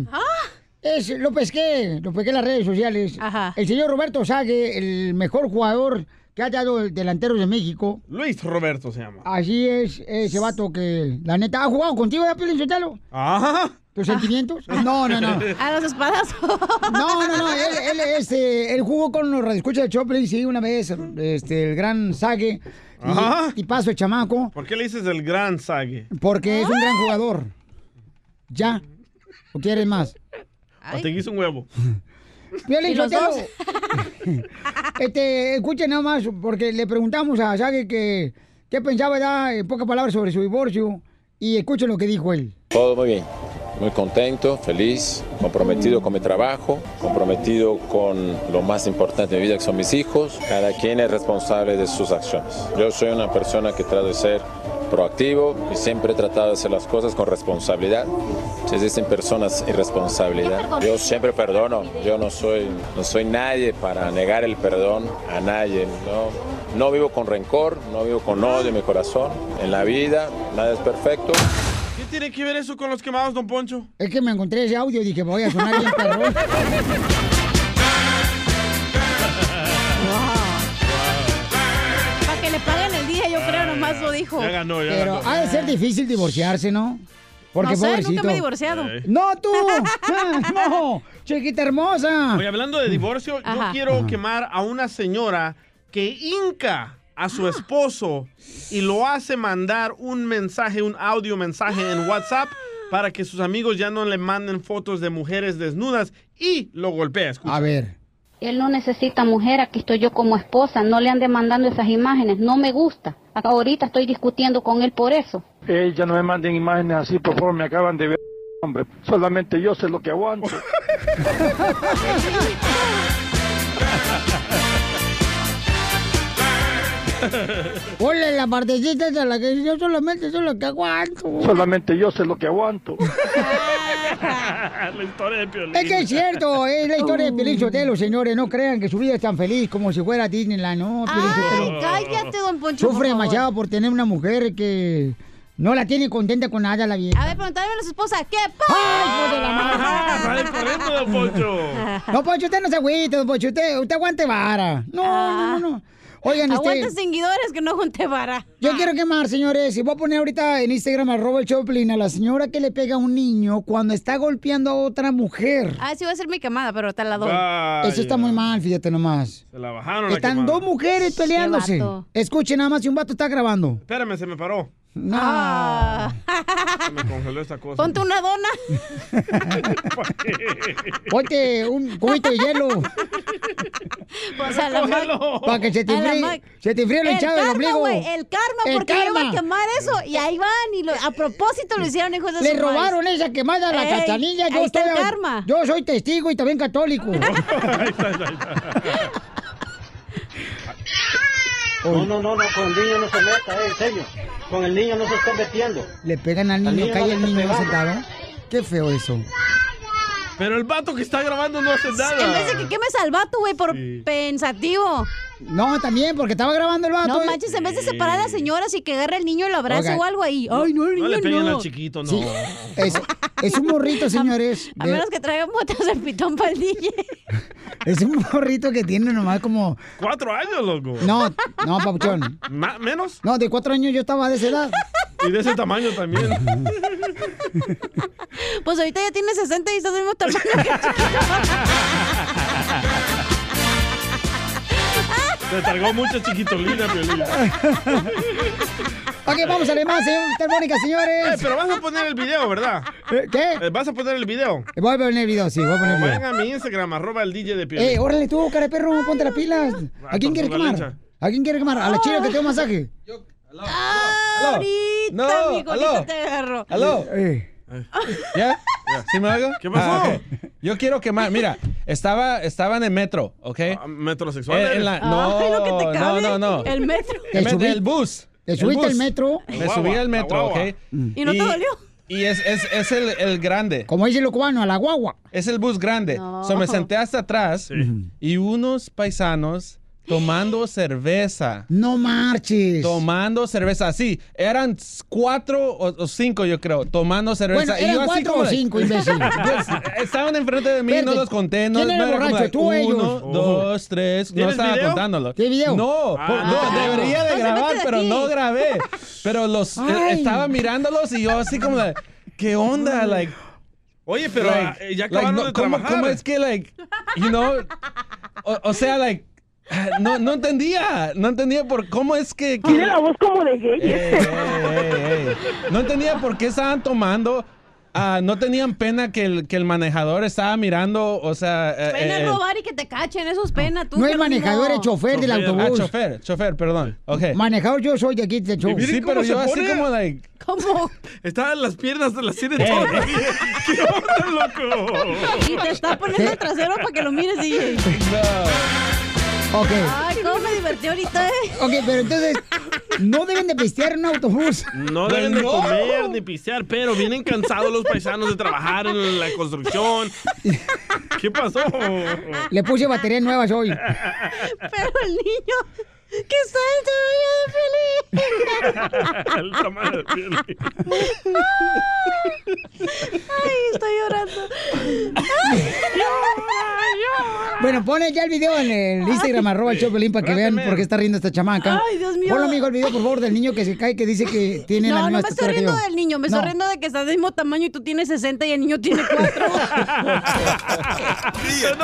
[SPEAKER 1] es, lo pesqué, lo pesqué en las redes sociales. El señor Roberto Sague, el mejor jugador que ha dado el delantero de México.
[SPEAKER 2] Luis Roberto se llama.
[SPEAKER 1] Así es, ese vato que, la neta, ¿ha jugado contigo ya, Piolín Sotelo?
[SPEAKER 2] Ajá.
[SPEAKER 1] ¿Tus
[SPEAKER 2] [LAUGHS]
[SPEAKER 1] sentimientos? No, no, no.
[SPEAKER 10] ¿A los espadas?
[SPEAKER 1] [LAUGHS] No, no, no. Él, él, este, él jugó con los radioescuchas de Choplin, sí, una vez. Este, el gran Sague.
[SPEAKER 2] Ajá.
[SPEAKER 1] Y, paso el chamaco.
[SPEAKER 2] ¿Por qué le dices el gran sague?
[SPEAKER 1] Porque es un gran jugador. ¿Ya? ¿O quieres más?
[SPEAKER 2] O te quiso un huevo.
[SPEAKER 1] Piolín
[SPEAKER 2] ¿Y los
[SPEAKER 1] Sotelo.
[SPEAKER 2] dos?
[SPEAKER 1] [LAUGHS] este, escuchen nada más, porque le preguntamos a Sague que qué pensaba, ¿verdad? en pocas palabras, sobre su divorcio. Y escuchen lo que dijo él.
[SPEAKER 30] Todo muy bien, muy contento, feliz, comprometido con mi trabajo, comprometido con lo más importante de mi vida que son mis hijos. Cada quien es responsable de sus acciones. Yo soy una persona que trato de ser proactivo y siempre he tratado de hacer las cosas con responsabilidad. Se dicen personas irresponsabilidad. Yo siempre perdono. Yo no soy, no soy nadie para negar el perdón a nadie. No, no vivo con rencor, no vivo con odio en mi corazón. En la vida nada es perfecto.
[SPEAKER 2] ¿Qué tiene que ver eso con los quemados, don Poncho?
[SPEAKER 1] Es que me encontré ese audio y dije, voy a sonar bien
[SPEAKER 10] [LAUGHS]
[SPEAKER 1] perrón.
[SPEAKER 10] Para que le paguen el día, yo creo, nomás lo dijo.
[SPEAKER 2] Ya ganó, ya
[SPEAKER 1] Pero ah,
[SPEAKER 2] ganó.
[SPEAKER 1] ha de ser difícil divorciarse, ¿no? Porque
[SPEAKER 10] no sé, nunca
[SPEAKER 1] pobrecito.
[SPEAKER 10] me he divorciado.
[SPEAKER 2] Eh.
[SPEAKER 1] ¡No,
[SPEAKER 10] [LAUGHS]
[SPEAKER 1] tú! [LAUGHS] Ah, ¡No! ¡Chiquita hermosa!
[SPEAKER 2] Oye, hablando de divorcio,
[SPEAKER 1] Ajá.
[SPEAKER 2] yo quiero quemar a una señora que hinca a
[SPEAKER 10] Ah.
[SPEAKER 2] su esposo y lo hace mandar un mensaje, un audio mensaje en WhatsApp
[SPEAKER 10] Ah.
[SPEAKER 2] para que sus amigos ya no le manden fotos de mujeres desnudas y lo golpea.
[SPEAKER 1] A ver.
[SPEAKER 22] Él no necesita mujer, aquí estoy yo como esposa, no le ande mandando esas imágenes, no me gusta. Acá ahorita estoy discutiendo con él por eso.
[SPEAKER 5] Eh, ya no me manden imágenes así, por favor, me acaban de ver, hombre. Solamente yo sé lo que aguanto.
[SPEAKER 1] Ponle la partecita de la que yo solamente soy lo que aguanto.
[SPEAKER 5] Solamente yo sé lo que aguanto.
[SPEAKER 2] la historia de Piolín.
[SPEAKER 1] Es que es
[SPEAKER 2] [LAUGHS]
[SPEAKER 1] cierto, es la historia
[SPEAKER 10] Oh.
[SPEAKER 1] de Piolín Sotelo, señores. No crean que su vida es tan feliz como si fuera Disneyland. No, Piolín Sotelo.
[SPEAKER 10] cállate, don Poncho, por
[SPEAKER 1] Sufre
[SPEAKER 10] favor.
[SPEAKER 1] demasiado por tener una mujer que no la tiene contenta con nada la vieja.
[SPEAKER 10] A ver, preguntadme a su esposa, ¿qué Ah. pasa?
[SPEAKER 1] ¡Ay, ¡Ah! hijo de la
[SPEAKER 10] madre!
[SPEAKER 2] Sale corriendo, don Poncho.
[SPEAKER 1] [LAUGHS] No, Poncho, usted no se agüite, don Poncho. Usted, usted aguante vara. No, no, no, no. Oigan,
[SPEAKER 10] Aguanta
[SPEAKER 1] este...
[SPEAKER 10] seguidores Ah. que no junté vara. Ah.
[SPEAKER 1] Yo quiero quemar, señores, y voy a poner ahorita en Instagram arroba el Choplin a la señora que le pega a un niño cuando está golpeando a otra mujer.
[SPEAKER 10] Ah, sí, va a ser mi quemada, pero te la doy.
[SPEAKER 1] Eso está muy mal, fíjate nomás.
[SPEAKER 2] Se la bajaron la
[SPEAKER 1] Están
[SPEAKER 2] quemada.
[SPEAKER 1] dos mujeres
[SPEAKER 2] Qué
[SPEAKER 1] peleándose.
[SPEAKER 2] vato.
[SPEAKER 1] Escuchen nada más si un vato está
[SPEAKER 2] [LAUGHS]
[SPEAKER 1] grabando.
[SPEAKER 2] Espérame, se me paró.
[SPEAKER 1] No.
[SPEAKER 2] Se me congeló esta cosa.
[SPEAKER 10] Ah. Ponte una dona.
[SPEAKER 1] Ponte un cubito de hielo.
[SPEAKER 10] Pues a la Mac.
[SPEAKER 1] Para que se te
[SPEAKER 10] A la
[SPEAKER 1] enfríe,
[SPEAKER 10] Mac.
[SPEAKER 1] se te enfríe el hinchado del
[SPEAKER 10] karma,
[SPEAKER 1] ombligo.
[SPEAKER 10] güey, el karma,
[SPEAKER 1] El
[SPEAKER 10] porque yo iba
[SPEAKER 1] karma.
[SPEAKER 10] a quemar eso y ahí van y lo- a propósito lo hicieron hijos de
[SPEAKER 1] Le
[SPEAKER 10] su madre.
[SPEAKER 1] robaron esa quemada a la
[SPEAKER 10] Ey,
[SPEAKER 1] cachanilla. Yo,
[SPEAKER 10] ahí está el
[SPEAKER 1] estoy-
[SPEAKER 10] karma.
[SPEAKER 1] yo soy testigo y también
[SPEAKER 10] [LAUGHS]
[SPEAKER 1] católico.
[SPEAKER 4] No, [LAUGHS] no, no, no, con el niño no se meta, eh, en serio. Con el niño no se está metiendo.
[SPEAKER 1] Le pegan al niño,
[SPEAKER 4] niño
[SPEAKER 1] cae
[SPEAKER 4] no
[SPEAKER 1] el
[SPEAKER 4] le
[SPEAKER 1] niño
[SPEAKER 4] pegaron.
[SPEAKER 1] sentado. Qué feo eso.
[SPEAKER 2] Pero el vato que está grabando no hace nada.
[SPEAKER 10] En vez de que quemes al vato, güey, por pensativo.
[SPEAKER 1] No, también, porque estaba grabando el vato.
[SPEAKER 10] No manches, en vez de separar a las señoras y que agarre al niño y lo abrace
[SPEAKER 1] Oigan.
[SPEAKER 10] o algo ahí. Ay, no, el niño
[SPEAKER 2] No le peguen
[SPEAKER 10] no.
[SPEAKER 2] al chiquito, no.
[SPEAKER 1] Sí, es, es un
[SPEAKER 2] [LAUGHS]
[SPEAKER 1] morrito, señores.
[SPEAKER 10] A
[SPEAKER 1] de-
[SPEAKER 10] menos que traigan botas de pitón para el DJ.
[SPEAKER 1] Es un morrito que tiene nomás como...
[SPEAKER 2] Cuatro años, loco.
[SPEAKER 1] No, no, papuchón.
[SPEAKER 2] Ma- ¿Menos?
[SPEAKER 1] No, de cuatro años yo estaba de esa edad.
[SPEAKER 2] [LAUGHS] Y de ese tamaño también.
[SPEAKER 10] Pues ahorita ya tiene 60 y está del mismo tamaño que el
[SPEAKER 2] Te cargó mucho chiquitolina, Piolín.
[SPEAKER 1] [LAUGHS] Ok, vamos a leer más, señor Telmónica,
[SPEAKER 2] Eh,
[SPEAKER 1] señores.
[SPEAKER 2] pero vas a poner el video, ¿verdad?
[SPEAKER 1] ¿Eh?
[SPEAKER 2] Eh,
[SPEAKER 1] ¿Qué? Eh,
[SPEAKER 2] vas a poner el video.
[SPEAKER 1] Voy a poner el video, sí, voy a poner el
[SPEAKER 2] Vayan
[SPEAKER 1] video.
[SPEAKER 2] a mi Instagram, arroba el DJ de Piolín.
[SPEAKER 1] Eh, órale tú, cara de perro, ponte las pilas. ¿A quién quieres quemar?
[SPEAKER 2] Galancha.
[SPEAKER 1] ¿A quién quieres quemar? ¿A la china que te dio masaje?
[SPEAKER 10] ¡Ah, Ahorita,
[SPEAKER 1] No,
[SPEAKER 10] mijo,
[SPEAKER 1] aló.
[SPEAKER 10] ahorita te agarro.
[SPEAKER 1] Eh.
[SPEAKER 8] ¿Ya? ¿Sí me oigo? ¿Qué
[SPEAKER 2] pasó?
[SPEAKER 8] Yo quiero quemar. Mira, estaba, estaba en el metro, ¿ok?
[SPEAKER 2] ¿Metrosexual?
[SPEAKER 8] Eh, en la- no,
[SPEAKER 10] Ay, lo que te cabe.
[SPEAKER 8] no, no, no.
[SPEAKER 10] El metro.
[SPEAKER 8] El, met- el bus.
[SPEAKER 1] ¿Te subiste
[SPEAKER 8] bus.
[SPEAKER 1] al metro?
[SPEAKER 8] Me subí al metro, ¿ok?
[SPEAKER 10] ¿Y no te dolió?
[SPEAKER 8] Y es, es, es el, el grande.
[SPEAKER 1] Como dice lo cubano, a la guagua.
[SPEAKER 8] Es el bus grande. So, me senté hasta atrás y unos paisanos tomando cerveza.
[SPEAKER 1] No marches.
[SPEAKER 8] Tomando cerveza, así. Eran cuatro o, o cinco, yo creo, tomando cerveza.
[SPEAKER 1] Bueno, eran
[SPEAKER 8] yo así
[SPEAKER 1] cuatro
[SPEAKER 8] como
[SPEAKER 1] o
[SPEAKER 8] de- [LAUGHS]
[SPEAKER 1] cinco, imbécil.
[SPEAKER 8] Pues, estaban enfrente de mí, no
[SPEAKER 1] Espérate.
[SPEAKER 8] los conté. No,
[SPEAKER 1] ¿Quién era
[SPEAKER 8] no
[SPEAKER 1] el
[SPEAKER 8] como
[SPEAKER 1] borracho,
[SPEAKER 8] de
[SPEAKER 1] tú o ellos?
[SPEAKER 8] Uno,
[SPEAKER 1] Ojo.
[SPEAKER 8] dos, tres. No
[SPEAKER 1] ¿Tienes
[SPEAKER 8] estaba
[SPEAKER 1] video?
[SPEAKER 8] contándolo.
[SPEAKER 1] ¿Qué video?
[SPEAKER 8] No,
[SPEAKER 1] Ah.
[SPEAKER 8] por- no, debería de
[SPEAKER 1] Entonces,
[SPEAKER 8] grabar,
[SPEAKER 1] vete de
[SPEAKER 8] pero
[SPEAKER 1] aquí.
[SPEAKER 8] no grabé. Pero los eh,
[SPEAKER 1] Ay.
[SPEAKER 8] estaba mirándolos y yo así como de, ¿qué onda? Like,
[SPEAKER 2] Oye, pero
[SPEAKER 8] like,
[SPEAKER 2] eh, ya
[SPEAKER 8] like,
[SPEAKER 2] acabaron
[SPEAKER 8] no,
[SPEAKER 2] de
[SPEAKER 8] ¿cómo-
[SPEAKER 2] trabajar.
[SPEAKER 8] ¿Cómo es que, like, you know, o, o sea, like, ah, no, no entendía, no entendía por cómo es que... que- Eh,
[SPEAKER 12] como de gay.
[SPEAKER 8] Ey, ey, ey, ey. No entendía por qué estaban tomando. Ah, no tenían pena que el, que el manejador estaba mirando, o sea... eh,
[SPEAKER 10] Pena
[SPEAKER 8] eh,
[SPEAKER 10] robar y que te cachen, eso es pena. Tú,
[SPEAKER 1] No es
[SPEAKER 10] Piolín,
[SPEAKER 1] manejador, es chofer del autobús.
[SPEAKER 8] Ah, chofer, chofer, perdón. Ok.
[SPEAKER 1] Manejador yo soy de aquí, de show.
[SPEAKER 8] Y miren Sí, pero cómo se yo así pone. como, like,
[SPEAKER 10] ¿Cómo?
[SPEAKER 2] Estaban las piernas de las tiene todas. [LAUGHS] ¿Qué onda, loco?
[SPEAKER 10] Y te está
[SPEAKER 1] Eh.
[SPEAKER 10] poniendo el trasero para que lo mires, DJ.
[SPEAKER 1] Ok.
[SPEAKER 10] Ay, cómo me divertí ahorita, eh.
[SPEAKER 1] Ok, pero entonces, no deben de pistear en un autobús.
[SPEAKER 2] No deben de comer ni pisear, pero vienen cansados los paisanos de trabajar en la
[SPEAKER 1] [LAUGHS]
[SPEAKER 2] construcción. ¿Qué pasó?
[SPEAKER 1] Le puse baterías nuevas hoy.
[SPEAKER 10] Pero el niño que está el tamaño de Felipe.
[SPEAKER 2] El tamaño de Piolín.
[SPEAKER 10] Ay, estoy llorando.
[SPEAKER 1] Bueno, pone ya el video en el Instagram, arroba el Choplin, para que vean por qué está riendo esta chamaca.
[SPEAKER 10] Ay, Dios mío.
[SPEAKER 1] Ponlo, amigo, el video, por favor, del niño que se cae, que dice que tiene la
[SPEAKER 10] No, no
[SPEAKER 1] misma
[SPEAKER 10] me estoy
[SPEAKER 1] estatura que
[SPEAKER 10] riendo
[SPEAKER 1] yo.
[SPEAKER 10] del niño, me
[SPEAKER 1] No.
[SPEAKER 10] estoy riendo de que está del mismo tamaño y tú tienes 60 y el niño tiene
[SPEAKER 1] [LAUGHS]
[SPEAKER 10] 4.
[SPEAKER 6] Ríete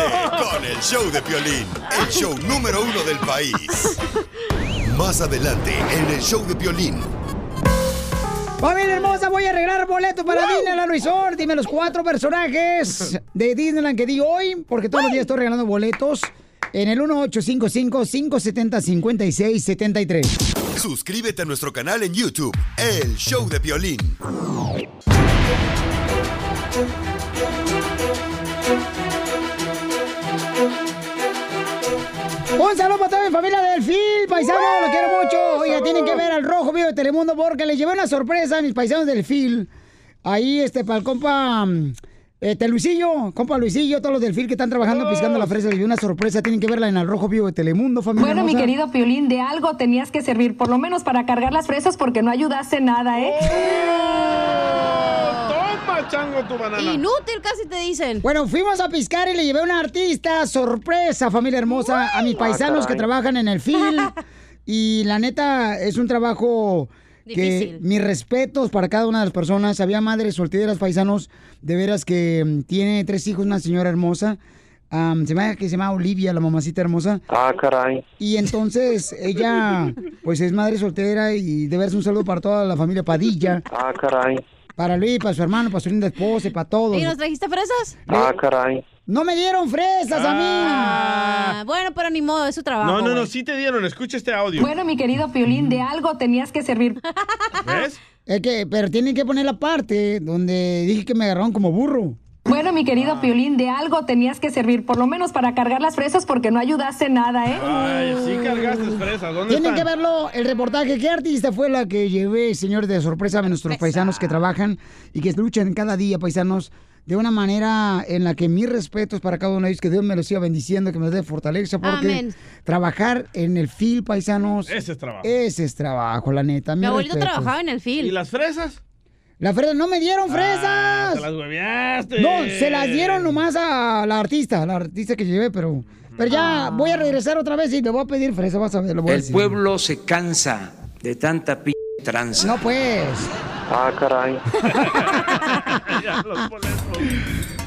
[SPEAKER 6] con el show de Piolín, el show número uno del país. Más adelante, en el show de Piolín.
[SPEAKER 1] Familia hermosa, voy a arreglar boleto para
[SPEAKER 6] Wow.
[SPEAKER 1] Disneyland Resort. Dime los cuatro
[SPEAKER 11] [LAUGHS]
[SPEAKER 1] personajes de Disneyland que di hoy, porque todos los días estoy regalando boletos en el 1855-570-5673.
[SPEAKER 6] Suscríbete a nuestro canal en YouTube, el show de Piolín.
[SPEAKER 1] Un saludo para toda mi familia del Phil, paisano, lo quiero mucho. Oiga, tienen que ver al Rojo Vivo de Telemundo porque les llevé una sorpresa a mis paisanos del Phil. Ahí, este, para el compa mm, Este, Luisillo, compa Luisillo, todos los del FIL que están trabajando piscando la fresa, les dio una sorpresa, tienen que verla en Al Rojo Vivo de Telemundo, familia
[SPEAKER 11] Bueno, mi
[SPEAKER 1] hermosa.
[SPEAKER 11] querido Piolín, de algo tenías que servir, por lo menos para cargar las fresas, porque no ayudaste nada, ¿eh?
[SPEAKER 2] ¡Toma, chango, tu banana!
[SPEAKER 1] Inútil, casi te dicen. Bueno, fuimos a piscar y le llevé a una artista sorpresa, familia hermosa, a mis
[SPEAKER 12] Ah,
[SPEAKER 1] paisanos que
[SPEAKER 12] caray.
[SPEAKER 1] trabajan en el film. [LAUGHS] y la neta, es un trabajo que
[SPEAKER 12] Difícil.
[SPEAKER 1] mis respetos para cada una de las personas. Había madres solteras, paisanos, de veras que mm, tiene tres hijos, una señora hermosa. Am, se me hace que se llama Olivia, la mamacita hermosa.
[SPEAKER 5] Ah, caray.
[SPEAKER 1] Y entonces [LAUGHS] ella, pues es madre soltera y de veras un saludo para toda la familia Padilla.
[SPEAKER 5] Ah, caray.
[SPEAKER 1] Para Luis, para su hermano, para su linda esposa, y para todos.
[SPEAKER 10] ¿Y nos trajiste fresas?
[SPEAKER 5] Ah, caray.
[SPEAKER 1] No me dieron fresas a mí.
[SPEAKER 10] Ah, bueno, pero ni modo, es su trabajo.
[SPEAKER 2] No, no, no,
[SPEAKER 10] güey.
[SPEAKER 2] sí te dieron. Escucha este audio.
[SPEAKER 11] Bueno, mi querido Piolín, de algo tenías que servir.
[SPEAKER 2] ¿Ves?
[SPEAKER 1] Es que, pero tienen que poner la parte donde dije que me agarraron como burro.
[SPEAKER 11] Bueno, mi querido Piolín, de algo tenías que servir, por lo menos para cargar las fresas, porque no ayudaste nada, ¿eh?
[SPEAKER 2] Ay, sí cargaste fresas. ¿Dónde
[SPEAKER 1] Tienen
[SPEAKER 2] están?
[SPEAKER 1] que verlo, el reportaje. ¿Qué artista fue la que llevé, señores, de sorpresa a nuestros paisanos que trabajan y que luchan cada día, paisanos, de una manera en la que mis respetos para cada uno de ellos, que Dios me los siga bendiciendo, que me dé fortaleza, porque
[SPEAKER 10] Amén.
[SPEAKER 1] trabajar en el fil, paisanos,
[SPEAKER 2] Ese es trabajo.
[SPEAKER 1] ese es trabajo, la neta.
[SPEAKER 10] Mi
[SPEAKER 1] mis
[SPEAKER 10] abuelito
[SPEAKER 1] respetos.
[SPEAKER 10] trabajaba en el
[SPEAKER 2] ¿Y
[SPEAKER 10] film.
[SPEAKER 2] las fresas?
[SPEAKER 1] La fresa, no me dieron fresas.
[SPEAKER 2] Ah, te las hueveaste.
[SPEAKER 1] No, se las dieron nomás a la artista, a la artista que llevé, pero. Pero ya voy a regresar otra vez y le voy a pedir fresa, vas a ver, lo voy a
[SPEAKER 9] El
[SPEAKER 1] decir.
[SPEAKER 9] pueblo se cansa de tanta p tranza.
[SPEAKER 1] No pues.
[SPEAKER 9] Ah, caray.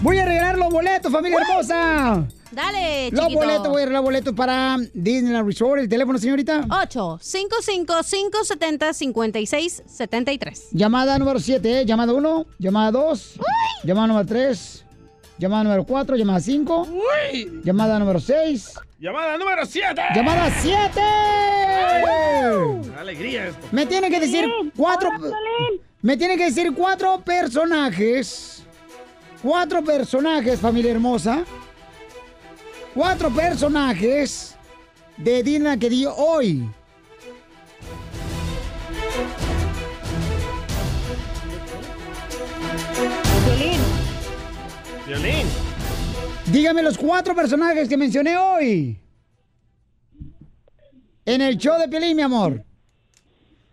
[SPEAKER 1] Voy a regalar los boletos, familia hermosa.
[SPEAKER 10] Dale,
[SPEAKER 1] Los
[SPEAKER 10] chiquito.
[SPEAKER 1] boletos, voy a regalar boletos para Disneyland Resort. El teléfono, señorita.
[SPEAKER 10] 8 555 70 56 73
[SPEAKER 1] Llamada número 7, ¿eh? Llamada 1, llamada 2, llamada número 3, llamada número 4, llamada 5, llamada número 6,
[SPEAKER 2] Llamada número 7.
[SPEAKER 1] llamada 7.
[SPEAKER 2] Alegría esto.
[SPEAKER 1] Me tiene que decir cuatro. Me tiene que decir cuatro personajes. Cuatro personajes, familia hermosa. Cuatro personajes de Dina que di hoy.
[SPEAKER 11] Piolín.
[SPEAKER 2] Violín.
[SPEAKER 1] Dígame los cuatro personajes que mencioné hoy. En el show de Pelín, mi amor.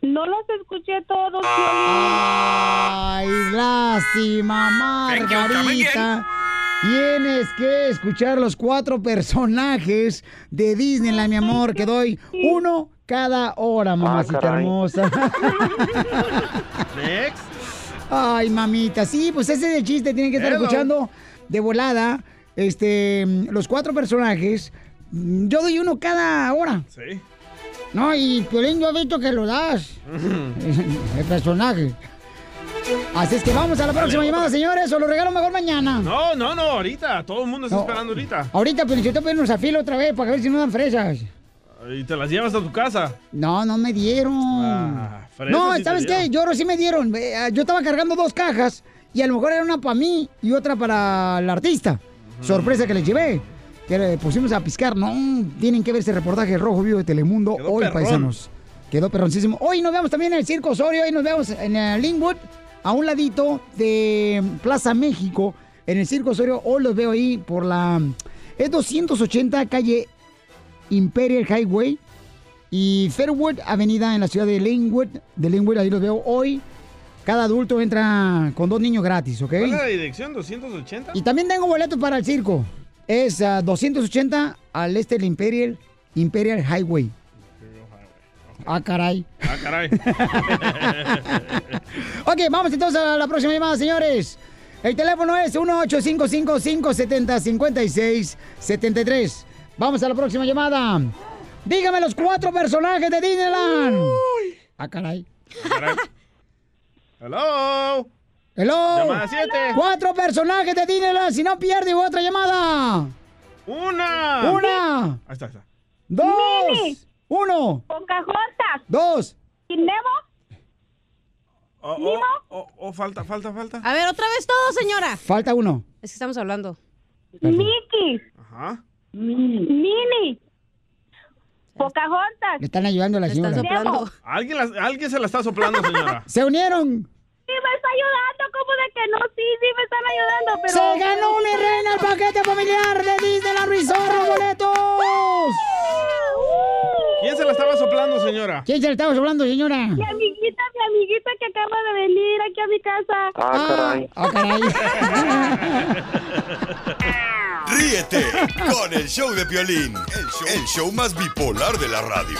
[SPEAKER 12] No los escuché todos, Piolín.
[SPEAKER 1] Ay, lástima,
[SPEAKER 12] Thank you, come
[SPEAKER 1] Margarita. Tienes que escuchar los cuatro personajes de Disneyland, mi amor, que doy uno cada hora, mamacita
[SPEAKER 12] Ah, caray. [LAUGHS]
[SPEAKER 1] hermosa. Ay, mamita, sí, pues ese es el chiste, tienen que estar
[SPEAKER 12] Hello.
[SPEAKER 1] escuchando de volada este, los cuatro personajes. mm, Yo doy uno cada hora.
[SPEAKER 2] Sí.
[SPEAKER 1] No, y Piolín, yo he visto que lo
[SPEAKER 2] [LAUGHS]
[SPEAKER 1] das. El personaje. Así es que vamos a la
[SPEAKER 2] Dale,
[SPEAKER 1] próxima
[SPEAKER 2] otra.
[SPEAKER 1] llamada, señores. O lo regalo mejor mañana.
[SPEAKER 2] No, no, no, ahorita. Todo el mundo está esperando ahorita.
[SPEAKER 1] Ahorita, pero yo te pedimos a filo otra vez para ver si no dan fresas.
[SPEAKER 2] Y te las llevas a tu casa.
[SPEAKER 1] No, no me dieron.
[SPEAKER 2] Ah, fresas
[SPEAKER 1] no,
[SPEAKER 2] sí te
[SPEAKER 1] ¿sabes qué?
[SPEAKER 2] dieron.
[SPEAKER 1] Yo sí me dieron. Eh, ah, Yo estaba cargando dos cajas y a lo mejor era una para mí y otra para el artista. Sorpresa que les llevé. Que le pusimos a piscar. No, tienen que ver ese reportaje del Rojo Vivo de Telemundo hoy,
[SPEAKER 12] perrón.
[SPEAKER 1] paisanos. Quedó perroncísimo. Hoy nos vemos también en el Circo Osorio. Hoy nos vemos en el Linwood, a un ladito de Plaza México. En el Circo Osorio, hoy los veo ahí por la... Es 280 calle Imperial Highway y Fairwood Avenida en la ciudad de Linwood. De Linwood, ahí los veo hoy. Cada adulto entra con dos niños gratis, ¿ok?
[SPEAKER 2] ¿Cuál es la dirección? ¿280?
[SPEAKER 1] Y también tengo boletos para el circo. Es ah, 280 al este del Imperial, Imperial Highway. Ah, caray.
[SPEAKER 2] Ah, caray.
[SPEAKER 1] [LAUGHS] Ok, vamos entonces a la próxima llamada, señores. El teléfono es 1-855-570-5673. Vamos a la próxima llamada. Dígame los cuatro personajes de Disneyland. Ah, caray.
[SPEAKER 2] Hello.
[SPEAKER 1] Hello.
[SPEAKER 2] Llamada siete.
[SPEAKER 1] Cuatro personajes de Disneyland. Si no pierde otra llamada.
[SPEAKER 2] Una.
[SPEAKER 1] Una.
[SPEAKER 2] Ah, Ahí está, ahí está.
[SPEAKER 1] Dos. Uno.
[SPEAKER 12] Pocahontas.
[SPEAKER 1] Dos.
[SPEAKER 12] ¿Y Nemo?
[SPEAKER 2] Oh, oh, oh, oh, falta, falta, falta.
[SPEAKER 10] A ver, otra vez todo, señora.
[SPEAKER 1] Falta uno.
[SPEAKER 10] Es que estamos hablando.
[SPEAKER 12] Mickey.
[SPEAKER 2] Ajá.
[SPEAKER 12] Mini. Pocahontas.
[SPEAKER 1] Le están ayudando a la señora.
[SPEAKER 2] Alguien, las- alguien se la está soplando, señora.
[SPEAKER 1] Se unieron.
[SPEAKER 20] Sí, me está ayudando, ¿cómo de que no? Sí, sí, me están ayudando, pero...
[SPEAKER 1] ¡Se ganó, mi reina, el paquete familiar de Disneyland Resort, los boletos!
[SPEAKER 2] ¿Quién se la estaba soplando, señora?
[SPEAKER 1] ¿Quién se le estaba hablando, señora?
[SPEAKER 20] Mi amiguita, mi amiguita que acaba de venir aquí a mi
[SPEAKER 6] Ah,
[SPEAKER 20] casa.
[SPEAKER 6] caray.
[SPEAKER 1] Ah, caray.
[SPEAKER 6] Ríete con el show de Piolín, el show, el show más bipolar de la radio.